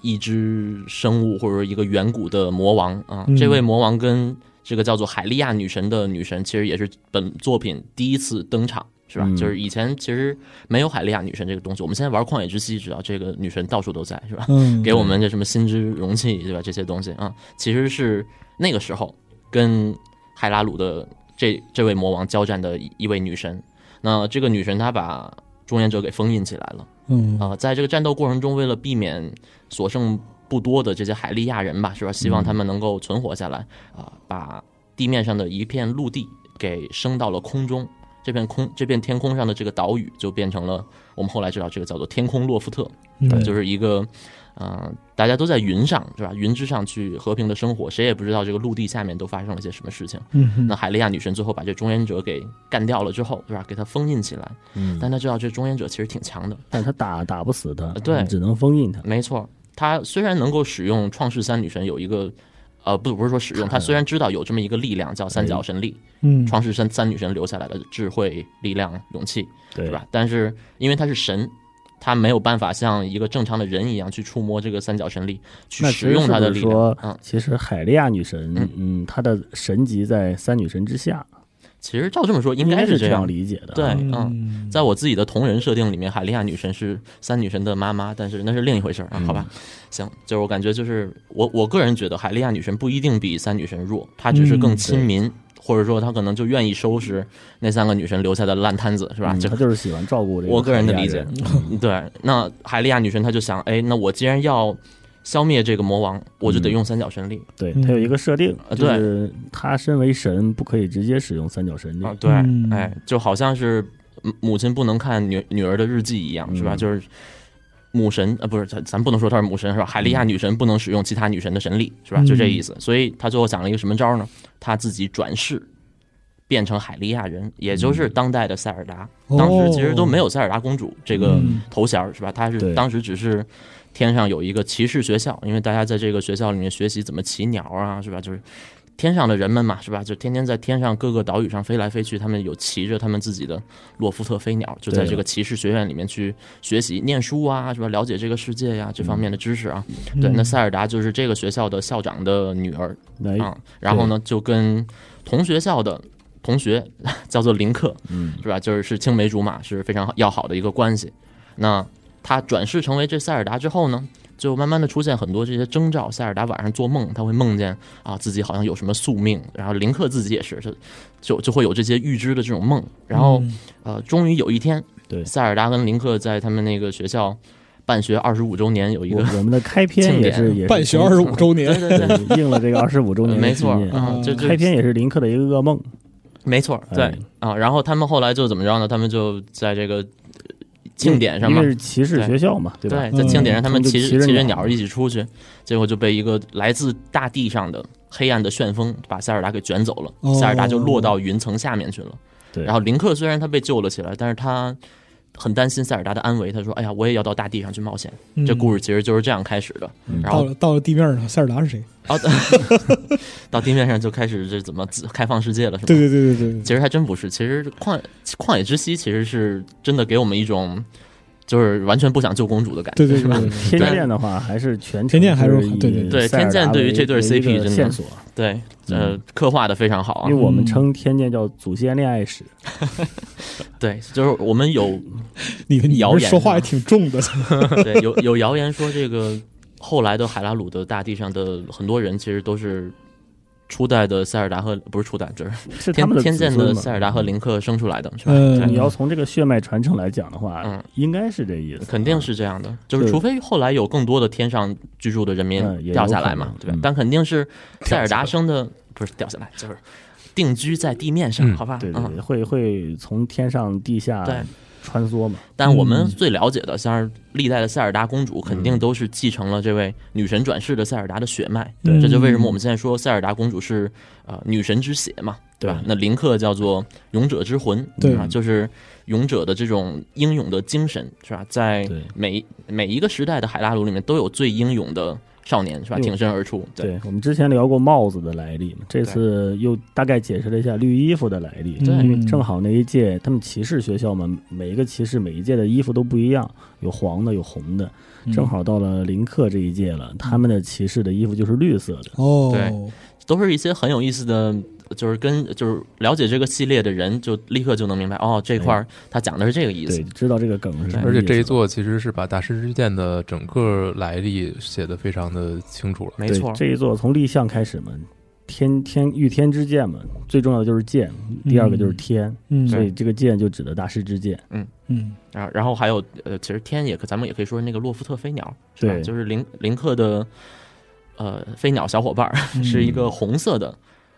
[SPEAKER 4] 一只生物，或者说一个远古的魔王啊。
[SPEAKER 2] 嗯
[SPEAKER 4] 这位魔王跟这个叫做海利亚女神的女神，其实也是本作品第一次登场。是吧？
[SPEAKER 5] 嗯
[SPEAKER 4] 就是以前其实没有海利亚女神这个东西，我们现在玩旷野之息，知道这个女神到处都在，是吧？
[SPEAKER 2] 嗯，
[SPEAKER 4] 给我们这什么心之容器，对吧？这些东西啊、其实是那个时候跟海拉鲁的这这位魔王交战的一一位女神。那这个女神她把中原者给封印起来了。
[SPEAKER 2] 嗯
[SPEAKER 4] 啊、在这个战斗过程中，为了避免所剩不多的这些海利亚人吧，是吧？希望他们能够存活下来啊、把地面上的一片陆地给升到了空中。这片空，这片天空上的这个岛屿就变成了我们后来知道这个叫做天空洛夫特，
[SPEAKER 2] 嗯
[SPEAKER 4] 对，就是一个，呃，大家都在云上，是吧？云之上去和平的生活，谁也不知道这个陆地下面都发生了些什么事情。
[SPEAKER 2] 嗯哼
[SPEAKER 4] 那海利亚女神最后把这中原者给干掉了之后，对吧？给他封印起来，
[SPEAKER 5] 嗯，
[SPEAKER 4] 但他知道这中原者其实挺强的，
[SPEAKER 5] 但它打打不死它，
[SPEAKER 4] 对
[SPEAKER 5] 只能封印它。
[SPEAKER 4] 没错，他虽然能够使用创世三女神有一个，呃，不不是说使用，他虽然知道有这么一个力量叫三角神力，
[SPEAKER 2] 嗯
[SPEAKER 4] 创世三三女神留下来的智慧、力量、勇气，
[SPEAKER 5] 对
[SPEAKER 4] 是？吧？但是因为他是神。他没有办法像一个正常的人一样去触摸这个三角神力，去
[SPEAKER 5] 那其
[SPEAKER 4] 使
[SPEAKER 5] 实
[SPEAKER 4] 用
[SPEAKER 5] 是
[SPEAKER 4] 它
[SPEAKER 5] 不
[SPEAKER 4] 的
[SPEAKER 5] 是
[SPEAKER 4] 力量
[SPEAKER 5] 说。
[SPEAKER 4] 嗯，，
[SPEAKER 5] 其实海利亚女神
[SPEAKER 4] 嗯，
[SPEAKER 5] 嗯，她的神级在三女神之下，
[SPEAKER 4] 其实照这么说，应
[SPEAKER 5] 应
[SPEAKER 4] 该
[SPEAKER 5] 是
[SPEAKER 4] 这
[SPEAKER 5] 这
[SPEAKER 4] 样
[SPEAKER 5] 样。理解的。啊
[SPEAKER 4] 对，嗯，
[SPEAKER 2] 嗯，
[SPEAKER 4] 在我自己的同人设定里面，海利亚女神是三女神的妈妈，但是那是另一回事儿啊，好吧？
[SPEAKER 5] 嗯
[SPEAKER 4] 行，就是我感觉就是我我个人觉得海利亚女神不一定比三女神弱，她只是
[SPEAKER 5] 嗯
[SPEAKER 4] 更亲民，或者说她可能就愿意收拾那三个女神留下的烂摊子，是吧？
[SPEAKER 5] 嗯
[SPEAKER 4] 就
[SPEAKER 5] 她就是喜欢照顾这个。
[SPEAKER 4] 我个人的理解， 对，那海利亚女神她就想，哎，那我既然要消灭这个魔王，我就得
[SPEAKER 5] 嗯
[SPEAKER 4] 用三角神力、
[SPEAKER 5] 对，
[SPEAKER 2] 嗯
[SPEAKER 5] 它有一个设定，
[SPEAKER 4] 啊
[SPEAKER 5] 就
[SPEAKER 4] 对
[SPEAKER 5] 是她身为神，不可以直接使用三角神力。
[SPEAKER 4] 啊，对，
[SPEAKER 2] 嗯
[SPEAKER 4] 哎，就好像是母母亲不能看女女儿的日记一样，是吧？
[SPEAKER 5] 嗯
[SPEAKER 4] 就是母神呃，不是，咱咱不能说她是母神是吧？海利亚女神不能使用其他女神的神力是吧？就这意思。所以她最后想了一个什么招呢？她自己转世。变成海利亚人，也就是当代的塞尔达。
[SPEAKER 2] 哦
[SPEAKER 4] 当时其实都没
[SPEAKER 2] 有
[SPEAKER 4] 有塞尔达公主这个
[SPEAKER 2] 嗯
[SPEAKER 4] 头衔儿，是吧？她
[SPEAKER 5] 对
[SPEAKER 4] 是当时只是天上有一个骑士学校，因为大家在这个学校里面学习怎么骑鸟啊，是吧？就是天上的人们嘛，是吧？就天天在天上各个岛屿上飞来飞去，他们有骑着他们自己的洛夫特飞鸟，就在
[SPEAKER 5] 对
[SPEAKER 4] 这个骑士学院里面去学习、念书啊，是吧？了解这个世界呀、这方
[SPEAKER 5] 嗯
[SPEAKER 4] 面的知识啊。
[SPEAKER 2] 嗯
[SPEAKER 4] 对，那塞尔达就是这个学校的校长的女儿，
[SPEAKER 5] 哎，
[SPEAKER 4] 啊，然后呢就跟同学校的同学 叫做林克，
[SPEAKER 5] 嗯，
[SPEAKER 4] 是吧？就是是青梅竹马，是非常要好的一个关系。那他转世成为这塞尔达之后呢，就慢慢的出现很多这些征兆。塞尔达晚上做梦，他会梦见啊自己好像有什么宿命，然后林克自己也是，就就就会有这些预知的这种梦。然后、
[SPEAKER 2] 嗯
[SPEAKER 4] 呃，终于有一天，
[SPEAKER 5] 嗯对
[SPEAKER 4] 塞尔达跟林克在他们那个学校办学二十五周年有一
[SPEAKER 5] 我
[SPEAKER 4] 个。
[SPEAKER 5] 我们的开篇
[SPEAKER 4] 庆
[SPEAKER 5] 也
[SPEAKER 4] 典
[SPEAKER 5] 是也是
[SPEAKER 2] 办
[SPEAKER 4] 嗯
[SPEAKER 2] 学二十五周年
[SPEAKER 4] 对对对，
[SPEAKER 5] 对应了这个二十五周年的
[SPEAKER 4] 没
[SPEAKER 5] 纪
[SPEAKER 4] 错
[SPEAKER 5] 念。哦
[SPEAKER 4] 啊，
[SPEAKER 2] 嗯
[SPEAKER 4] 就就
[SPEAKER 5] 开篇也是林克的一个噩梦，
[SPEAKER 4] 没错，对、
[SPEAKER 5] 哎
[SPEAKER 4] 啊。然后他们后来就怎么着呢？他们就在这个呃庆典上
[SPEAKER 5] 因
[SPEAKER 4] 嘛
[SPEAKER 5] 为，是骑士学校嘛，对吧？
[SPEAKER 4] 在庆典上
[SPEAKER 5] 嗯
[SPEAKER 4] 他们骑
[SPEAKER 5] 他们就骑着
[SPEAKER 4] 骑着
[SPEAKER 5] 鸟
[SPEAKER 4] 鸟一起出去，结果就被一个来自大地上的黑暗的旋风把塞尔达给卷走了，
[SPEAKER 2] 哦
[SPEAKER 4] 塞尔达就落到云层下面去了。
[SPEAKER 5] 对
[SPEAKER 4] 然后林克虽然他被救了起来，但是他很担心塞尔达的安危，他说：“哎呀，我也要到大地上去冒险。”
[SPEAKER 2] 嗯
[SPEAKER 4] 这故事其实就是这样开始的。
[SPEAKER 5] 嗯
[SPEAKER 4] 然
[SPEAKER 2] 到
[SPEAKER 4] 后
[SPEAKER 2] 了到了地面上，塞尔达是谁？
[SPEAKER 4] 啊， 到地面上就开始这怎么自开放世界了，是吧？
[SPEAKER 2] 对对对对对对，
[SPEAKER 4] 其实还真不是，其实旷旷野之息其实是真的给我们一种就是完全不想救公主的感觉，
[SPEAKER 2] 对对
[SPEAKER 4] 是
[SPEAKER 2] 对
[SPEAKER 4] 吧？
[SPEAKER 2] 对
[SPEAKER 5] 天剑的话，还是全程
[SPEAKER 2] 天剑还是
[SPEAKER 5] 以
[SPEAKER 2] 对对对
[SPEAKER 4] 对
[SPEAKER 5] 塞尔达
[SPEAKER 4] 天剑对于这对
[SPEAKER 5] 为
[SPEAKER 4] CP
[SPEAKER 5] 一
[SPEAKER 4] 真
[SPEAKER 5] 个
[SPEAKER 4] 的
[SPEAKER 5] 线索，
[SPEAKER 4] 对，呃，刻画的非常好啊
[SPEAKER 5] 嗯因为。我
[SPEAKER 2] 嗯
[SPEAKER 5] 们称天剑叫祖先恋爱史，
[SPEAKER 4] 对，就是我们 有
[SPEAKER 2] 你你
[SPEAKER 4] 谣
[SPEAKER 2] 不
[SPEAKER 4] 言
[SPEAKER 2] 是
[SPEAKER 4] 啊
[SPEAKER 2] 说话
[SPEAKER 4] 是
[SPEAKER 2] 也挺
[SPEAKER 4] 吧
[SPEAKER 2] 重的，
[SPEAKER 4] 对有有谣言说这个后来的海拉鲁的大地上的很多人其实都是。初代的塞尔达和不是初代，就是
[SPEAKER 5] 是他
[SPEAKER 4] 天
[SPEAKER 5] 们
[SPEAKER 4] 天
[SPEAKER 5] 子
[SPEAKER 4] 剑
[SPEAKER 5] 孙
[SPEAKER 4] 的
[SPEAKER 5] 嘛
[SPEAKER 4] 塞尔达和林克生出来的，是吧？
[SPEAKER 2] 嗯
[SPEAKER 4] 对
[SPEAKER 5] 你要从这个血脉传承来讲的话，
[SPEAKER 4] 嗯
[SPEAKER 5] 应该是这意思，
[SPEAKER 4] 肯定是这样的，就是
[SPEAKER 5] 对
[SPEAKER 4] 除非后来有更多的天上居住的人民
[SPEAKER 5] 嗯也有
[SPEAKER 4] 掉下来
[SPEAKER 5] 可
[SPEAKER 4] 嘛
[SPEAKER 5] 能，
[SPEAKER 4] 对吧
[SPEAKER 5] 嗯？
[SPEAKER 4] 但肯定是塞
[SPEAKER 1] 掉
[SPEAKER 4] 尔
[SPEAKER 1] 下
[SPEAKER 4] 达
[SPEAKER 1] 来
[SPEAKER 4] 生的，不是掉下来，就是定居在地面上，
[SPEAKER 3] 嗯
[SPEAKER 4] 好吧？
[SPEAKER 5] 啊对对对，
[SPEAKER 4] 嗯，
[SPEAKER 5] 会会从天上地下
[SPEAKER 4] 对
[SPEAKER 5] 穿梭嘛，
[SPEAKER 4] 但我
[SPEAKER 5] 嗯
[SPEAKER 4] 们最了解的，像是历代的塞尔达公主，肯定都是继承了这位女神转世的塞尔达的血脉。
[SPEAKER 2] 对
[SPEAKER 4] 这就为什么我们现在说塞尔达公主是呃女神之血嘛，对吧？那林克叫做勇者之魂，
[SPEAKER 2] 对
[SPEAKER 4] 啊，就是勇者的这种英勇的精神，是吧？在
[SPEAKER 5] 对
[SPEAKER 4] 每每一个时代的海拉鲁里面，都有最英勇的少年，是吧？
[SPEAKER 5] 嗯
[SPEAKER 4] 挺身而出，对
[SPEAKER 5] 对我们之前聊过帽子的来历嘛，这次又大概解释了一下绿衣服的来历。
[SPEAKER 4] 对
[SPEAKER 2] 嗯
[SPEAKER 5] 正好那一届他们骑士学校嘛，每一个骑士每一届的衣服都不一样，有黄的，有红的。
[SPEAKER 2] 嗯
[SPEAKER 4] 嗯
[SPEAKER 5] 正好到了林克这一届了，他们的骑士的衣服就是绿色的。
[SPEAKER 2] 哦，
[SPEAKER 4] 对都是一些很有意思的。就是跟就是了解这个系列的人，就立刻就能明白哦，这块儿他讲的是这个意思
[SPEAKER 5] 哎对，。知道这个梗嗯是什么意思了。
[SPEAKER 3] 而且这一座其实是把大师之剑的整个来历写的非常的清楚了。
[SPEAKER 4] 没
[SPEAKER 5] 对
[SPEAKER 4] 错，
[SPEAKER 5] 这一座从立项开始嘛，天天御天之剑嘛，最重要的就是剑，第二个就是天，
[SPEAKER 2] 嗯，
[SPEAKER 5] 所以这个剑就指的大师 之剑。
[SPEAKER 2] 嗯
[SPEAKER 4] 啊，然后还有呃，其实天也可，咱们也可以说那个洛夫特飞鸟，是吧
[SPEAKER 5] 对
[SPEAKER 4] 就是林林克的呃飞鸟小伙伴儿
[SPEAKER 2] 嗯
[SPEAKER 4] 是一个红色的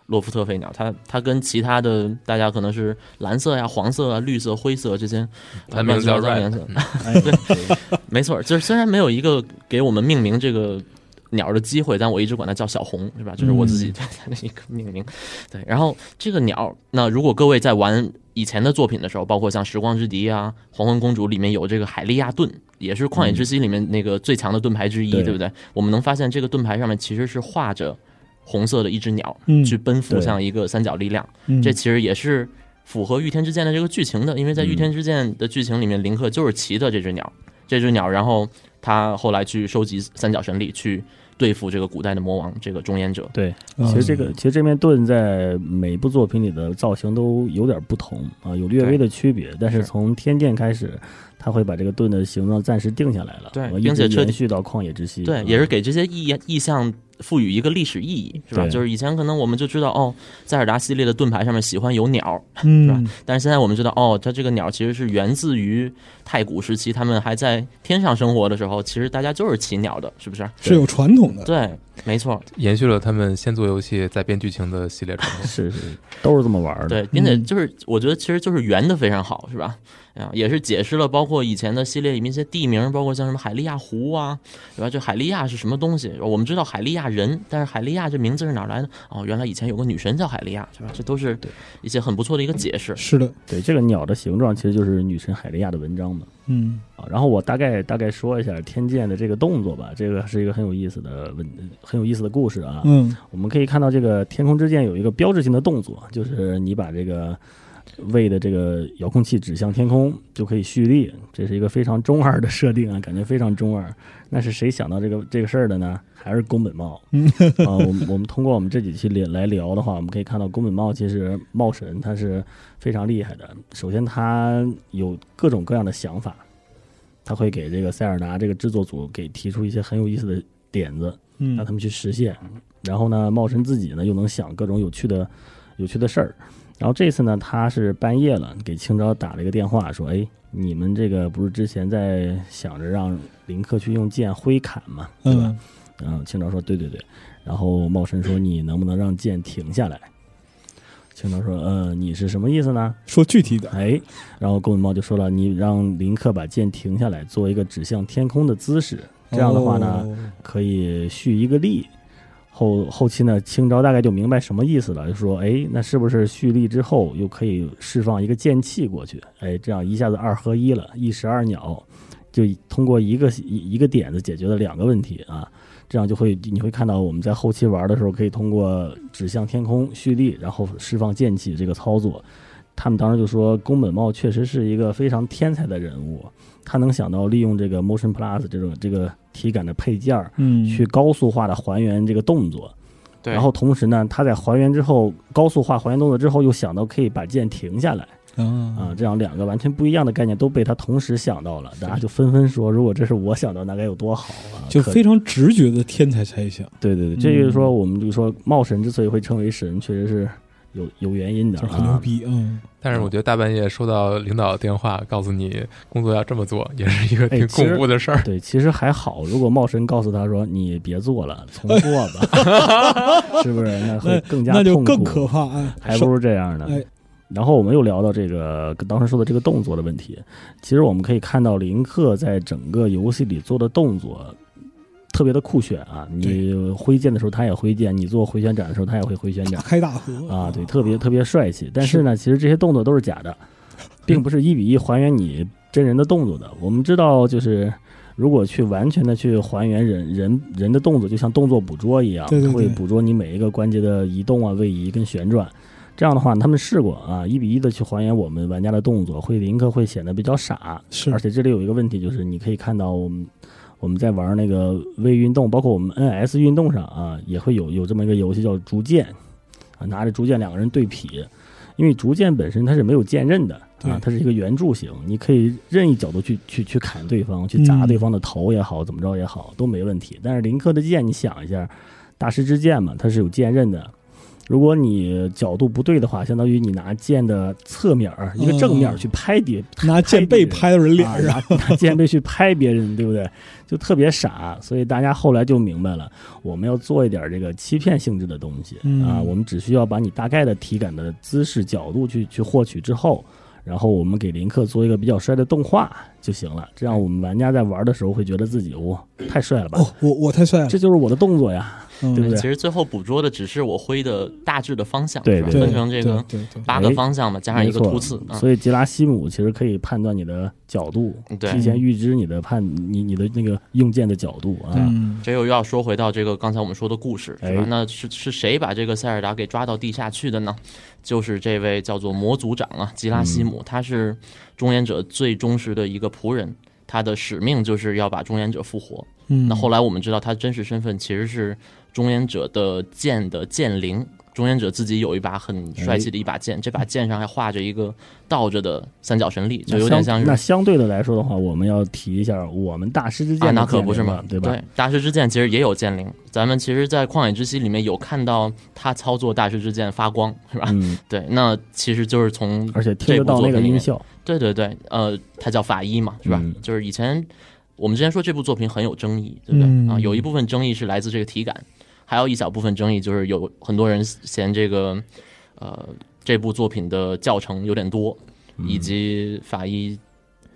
[SPEAKER 4] 洛夫特飞鸟，它它跟其他的大家可能是蓝色呀、黄色啊、绿色、灰色这些
[SPEAKER 3] 它
[SPEAKER 4] 呃
[SPEAKER 3] 名字
[SPEAKER 4] 乱七
[SPEAKER 3] 叫
[SPEAKER 4] 八糟
[SPEAKER 3] Red，
[SPEAKER 4] 颜色，
[SPEAKER 5] 哎，对
[SPEAKER 4] 没错，就是虽然没有一个给我们命名这个鸟的机会，但我一直管它叫小红，是吧？这是我自己对它的一个命
[SPEAKER 5] 嗯
[SPEAKER 4] 名。对，然后这个鸟，那如果各位在玩以前的作品的时候，包括像《时光之笛》啊，《黄昏公主》里面有这个海利亚盾，也是《旷野之息》里面那个最强的盾牌之一，
[SPEAKER 5] 对
[SPEAKER 4] 对不对？我们能发现这个盾牌上面其实是画着红色的一只鸟、
[SPEAKER 2] 嗯
[SPEAKER 4] 去奔赴
[SPEAKER 5] 对
[SPEAKER 4] 向一个三角力量。
[SPEAKER 2] 嗯
[SPEAKER 4] 这其实也是符合《御天之剑》的这个剧情的，因为在《
[SPEAKER 5] 嗯
[SPEAKER 4] 御天之剑》的剧情里面，林克就是骑的这只鸟，这只鸟，然后他后来去收集三角神力，去对付这个古代的魔王这个中间者。
[SPEAKER 5] 对，
[SPEAKER 2] 嗯
[SPEAKER 5] 其实这个，其实这面盾在每部作品里的造型都有点不同啊，有略微的区别。但是
[SPEAKER 4] 是
[SPEAKER 5] 从天剑开始，他会把这个盾的形状暂时定下来了，
[SPEAKER 4] 对
[SPEAKER 5] 啊一
[SPEAKER 4] 并且
[SPEAKER 5] 直
[SPEAKER 4] 彻底
[SPEAKER 5] 延续到旷野之息。
[SPEAKER 4] 对，
[SPEAKER 5] 嗯
[SPEAKER 4] 也是给这些意意象赋予一个历史意义，是吧？
[SPEAKER 5] 对
[SPEAKER 4] 就是以前可能我们就知道，哦，塞尔达系列的盾牌上面喜欢有鸟，是吧
[SPEAKER 2] 嗯
[SPEAKER 4] 但是现在我们知道，哦，它这个鸟其实是源自于太古时期，他们还在天上生活的时候，其实大家就是骑鸟的，是不是？
[SPEAKER 5] 嗯
[SPEAKER 2] 是有传统的，
[SPEAKER 4] 对，没错。
[SPEAKER 3] 延续了他们先做游戏再编剧情的系列传统。
[SPEAKER 5] 是是，都是这么玩的。
[SPEAKER 4] 对，并且
[SPEAKER 2] 嗯
[SPEAKER 4] 就是我觉得其实就是圆的非常好，是吧？啊，也是解释了包括以前的系列里面一些地名，包括像什么海利亚湖啊，对吧？这海利亚是什么东西？我们知道海利亚人，但是海利亚这名字是哪儿来的？哦，原来以前有个女神叫海利亚，是吧？这都是一些很不错的一个解释。
[SPEAKER 2] 是的，
[SPEAKER 5] 对，这个鸟的形状其实就是女神海莉亚的文章嘛。
[SPEAKER 2] 嗯
[SPEAKER 5] 啊，然后我大概大概说一下天剑的这个动作吧，这个是一个很有意思的文，很有意思的故事啊。
[SPEAKER 2] 嗯
[SPEAKER 5] 我们可以看到这个天空之剑有一个标志性的动作，就是你把这个胃的这个遥控器指向天空，就可以蓄力。这是一个非常中二的设定啊，感觉非常中二。那是谁想到这个这个事儿的呢？还是宫本茂
[SPEAKER 2] 嗯
[SPEAKER 5] 啊？我们我们通过我们这几期来来聊的话，我们可以看到宫本茂其实茂神他是非常厉害的。首先，他有各种各样的想法，他会给这个塞尔达这个制作组给提出一些很有意思的点子。
[SPEAKER 2] 嗯
[SPEAKER 5] 让他们去实现。然后呢，茂神自己呢又能想各种有趣的、有趣的事儿。然后这次呢，他是半夜了给青沼打了一个电话，说：“哎，你们这个不是之前在想着让林克去用剑挥砍吗？啊对吧
[SPEAKER 2] 嗯？”
[SPEAKER 5] 然后青沼说：“对对对。”然后茂神说：“你能不能让剑停下来？”青藤说：“呃，你是什么意思呢？”
[SPEAKER 2] 说具体的，
[SPEAKER 5] 哎，然后公文猫就说了：“你让林克把剑停下来，做一个指向天空的姿势，这样的话呢，
[SPEAKER 2] 哦
[SPEAKER 5] 可以蓄一个力。”后后期呢，青昭大概就明白什么意思了，就说：“哎，那是不是蓄力之后又可以释放一个剑气过去？哎，这样一下子二合一了，一石二鸟，就通过一个一一个点子解决了两个问题啊。”这样就会你会看到我们在后期玩的时候，可以通过指向天空蓄力，然后释放剑气这个操作。他们当时就说，宫本茂确实是一个非常天才的人物，他能想到利用这个 Motion Plus 这种这个体感的配件儿
[SPEAKER 2] 嗯，
[SPEAKER 5] 去高速化的还原这个动作。
[SPEAKER 4] 对，
[SPEAKER 5] 然后同时呢，他在还原之后，高速化还原动作之后，又想到可以把剑停下来啊
[SPEAKER 2] 啊，，
[SPEAKER 5] 这样两个完全不一样的概念都被他同时想到了，大家就纷纷说，如果这是我想到，那该有多好啊！
[SPEAKER 2] 就
[SPEAKER 5] 可
[SPEAKER 2] 非常直觉的天才猜想，
[SPEAKER 5] 对对对，这就是说，
[SPEAKER 2] 嗯
[SPEAKER 5] 我们就说冒神之所以会称为神，确实是有有原因的
[SPEAKER 2] 就是很牛
[SPEAKER 5] 啊。
[SPEAKER 2] 逼，嗯，
[SPEAKER 3] 但是我觉得大半夜收到领导电话，告诉你工作要这么做，也是一个
[SPEAKER 5] 哎
[SPEAKER 3] 挺
[SPEAKER 5] 其实
[SPEAKER 3] 恐怖的事儿。
[SPEAKER 5] 对，其实还好，如果冒神告诉他说你别做了，重做吧， 是不是？那会更加
[SPEAKER 2] 那就
[SPEAKER 5] 痛苦
[SPEAKER 2] 更可怕啊，
[SPEAKER 5] 还不如这样呢。
[SPEAKER 2] 哎
[SPEAKER 5] 然后我们又聊到这个当时说的这个动作的问题，其实我们可以看到林克在整个游戏里做的动作。特别的酷炫啊！你挥剑的时候他也挥剑，你做回旋斩的时候他也会回旋斩
[SPEAKER 2] 大，开大合
[SPEAKER 5] 啊，对，特别特别帅气。但是呢，其实这些动作都是假的，并不是一比一还原你真人的动作的。我们知道，就是如果去完全的去还原人人人的动作，就像动作捕捉一样，
[SPEAKER 2] 对对对
[SPEAKER 5] 会捕捉你每一个关节的移动啊、位移跟旋转。这样的话，他们试过啊，一比一的去还原我们玩家的动作，会林克会显得比较傻。
[SPEAKER 2] 是
[SPEAKER 5] 而且这里有一个问题，就是你可以看到我们我们在玩那个微运动，包括我们 NS 运动上啊，也会有有这么一个游戏叫竹剑，啊，拿着竹剑两个人对劈，因为竹剑本身它是没有剑刃的
[SPEAKER 2] 对
[SPEAKER 5] 啊，它是一个圆柱形，你可以任意角度去去去砍对方，去砸
[SPEAKER 2] 嗯
[SPEAKER 5] 对方的头也好，怎么着也好都没问题。但是林克的剑，你想一下，大师之剑嘛，它是有剑刃的。如果你角度不对的话，相当于你拿剑的侧面儿一个正面儿
[SPEAKER 2] 嗯
[SPEAKER 5] 去拍底
[SPEAKER 2] 拿剑背拍到人 脸上，
[SPEAKER 5] 啊，拿拿 剑背去拍别人，对不对？就特别傻，所以大家后来就明白了，我们要做一点这个欺骗性质的东西、
[SPEAKER 2] 嗯
[SPEAKER 5] 啊，我们只需要把你大概的体感的姿势、角度去去获取之后，然后我们给林克做一个比较帅的动画就行了，这样我们玩家在玩的时候会觉得自己哇、太帅了吧，
[SPEAKER 2] 哦，我我太帅了，
[SPEAKER 5] 这就是我的动作呀，
[SPEAKER 2] 嗯
[SPEAKER 5] 对不对
[SPEAKER 4] 其实最后捕捉的只是我挥的大致的方向，
[SPEAKER 5] 对
[SPEAKER 4] 是吧
[SPEAKER 5] 对哎
[SPEAKER 4] 分成这个
[SPEAKER 2] 对对对
[SPEAKER 4] 八个方向嘛，加上一个
[SPEAKER 5] 没错
[SPEAKER 4] 突刺
[SPEAKER 2] 嗯
[SPEAKER 4] 啊，
[SPEAKER 5] 所以吉拉西姆其实可以判断你的角度，
[SPEAKER 4] 对
[SPEAKER 5] 提前预知你的判你你的那个用剑的角度啊。
[SPEAKER 2] 嗯，
[SPEAKER 4] 这又要说回到这个刚才我们说的故事，是吧
[SPEAKER 5] 哎？
[SPEAKER 4] 那是是谁把这个塞尔达给抓到地下去的呢？就是这位叫做魔族长啊，吉拉西姆，
[SPEAKER 5] 嗯
[SPEAKER 4] 他是中原者最忠实的一个仆人，他的使命就是要把中原者复活。
[SPEAKER 2] 嗯，
[SPEAKER 4] 那后来我们知道，他真实身份其实是中原者的剑的剑灵。中原者自己有一把很
[SPEAKER 5] 哎
[SPEAKER 4] 帅气的一把剑，这把剑上还画着一个倒着的三角神力，就有点像
[SPEAKER 5] 那
[SPEAKER 4] 是。
[SPEAKER 5] 相对的来说的话，我们要提一下我们大师之
[SPEAKER 4] 啊，
[SPEAKER 5] 剑的
[SPEAKER 4] 那
[SPEAKER 5] 剑
[SPEAKER 4] 可
[SPEAKER 5] 灵
[SPEAKER 4] 不是
[SPEAKER 5] 嘛
[SPEAKER 4] 吗？，
[SPEAKER 5] 对吧？
[SPEAKER 4] 大师之剑其实也有剑灵，咱们其实，在旷野之息里面有看到他操作大师之剑发光，是吧？
[SPEAKER 5] 嗯，
[SPEAKER 4] 对，那其实就是从
[SPEAKER 5] 而且听得到那个音效，
[SPEAKER 4] 对对对，呃，它叫法医嘛，是吧？
[SPEAKER 5] 嗯
[SPEAKER 4] 就是以前我们之前说这部作品很有争议，对不对？
[SPEAKER 2] 嗯
[SPEAKER 4] 啊，有一部分争议是来自这个体感，还有一小部分争议就是有很多人嫌这个呃这部作品的教程有点多，以
[SPEAKER 5] 嗯
[SPEAKER 4] 及法医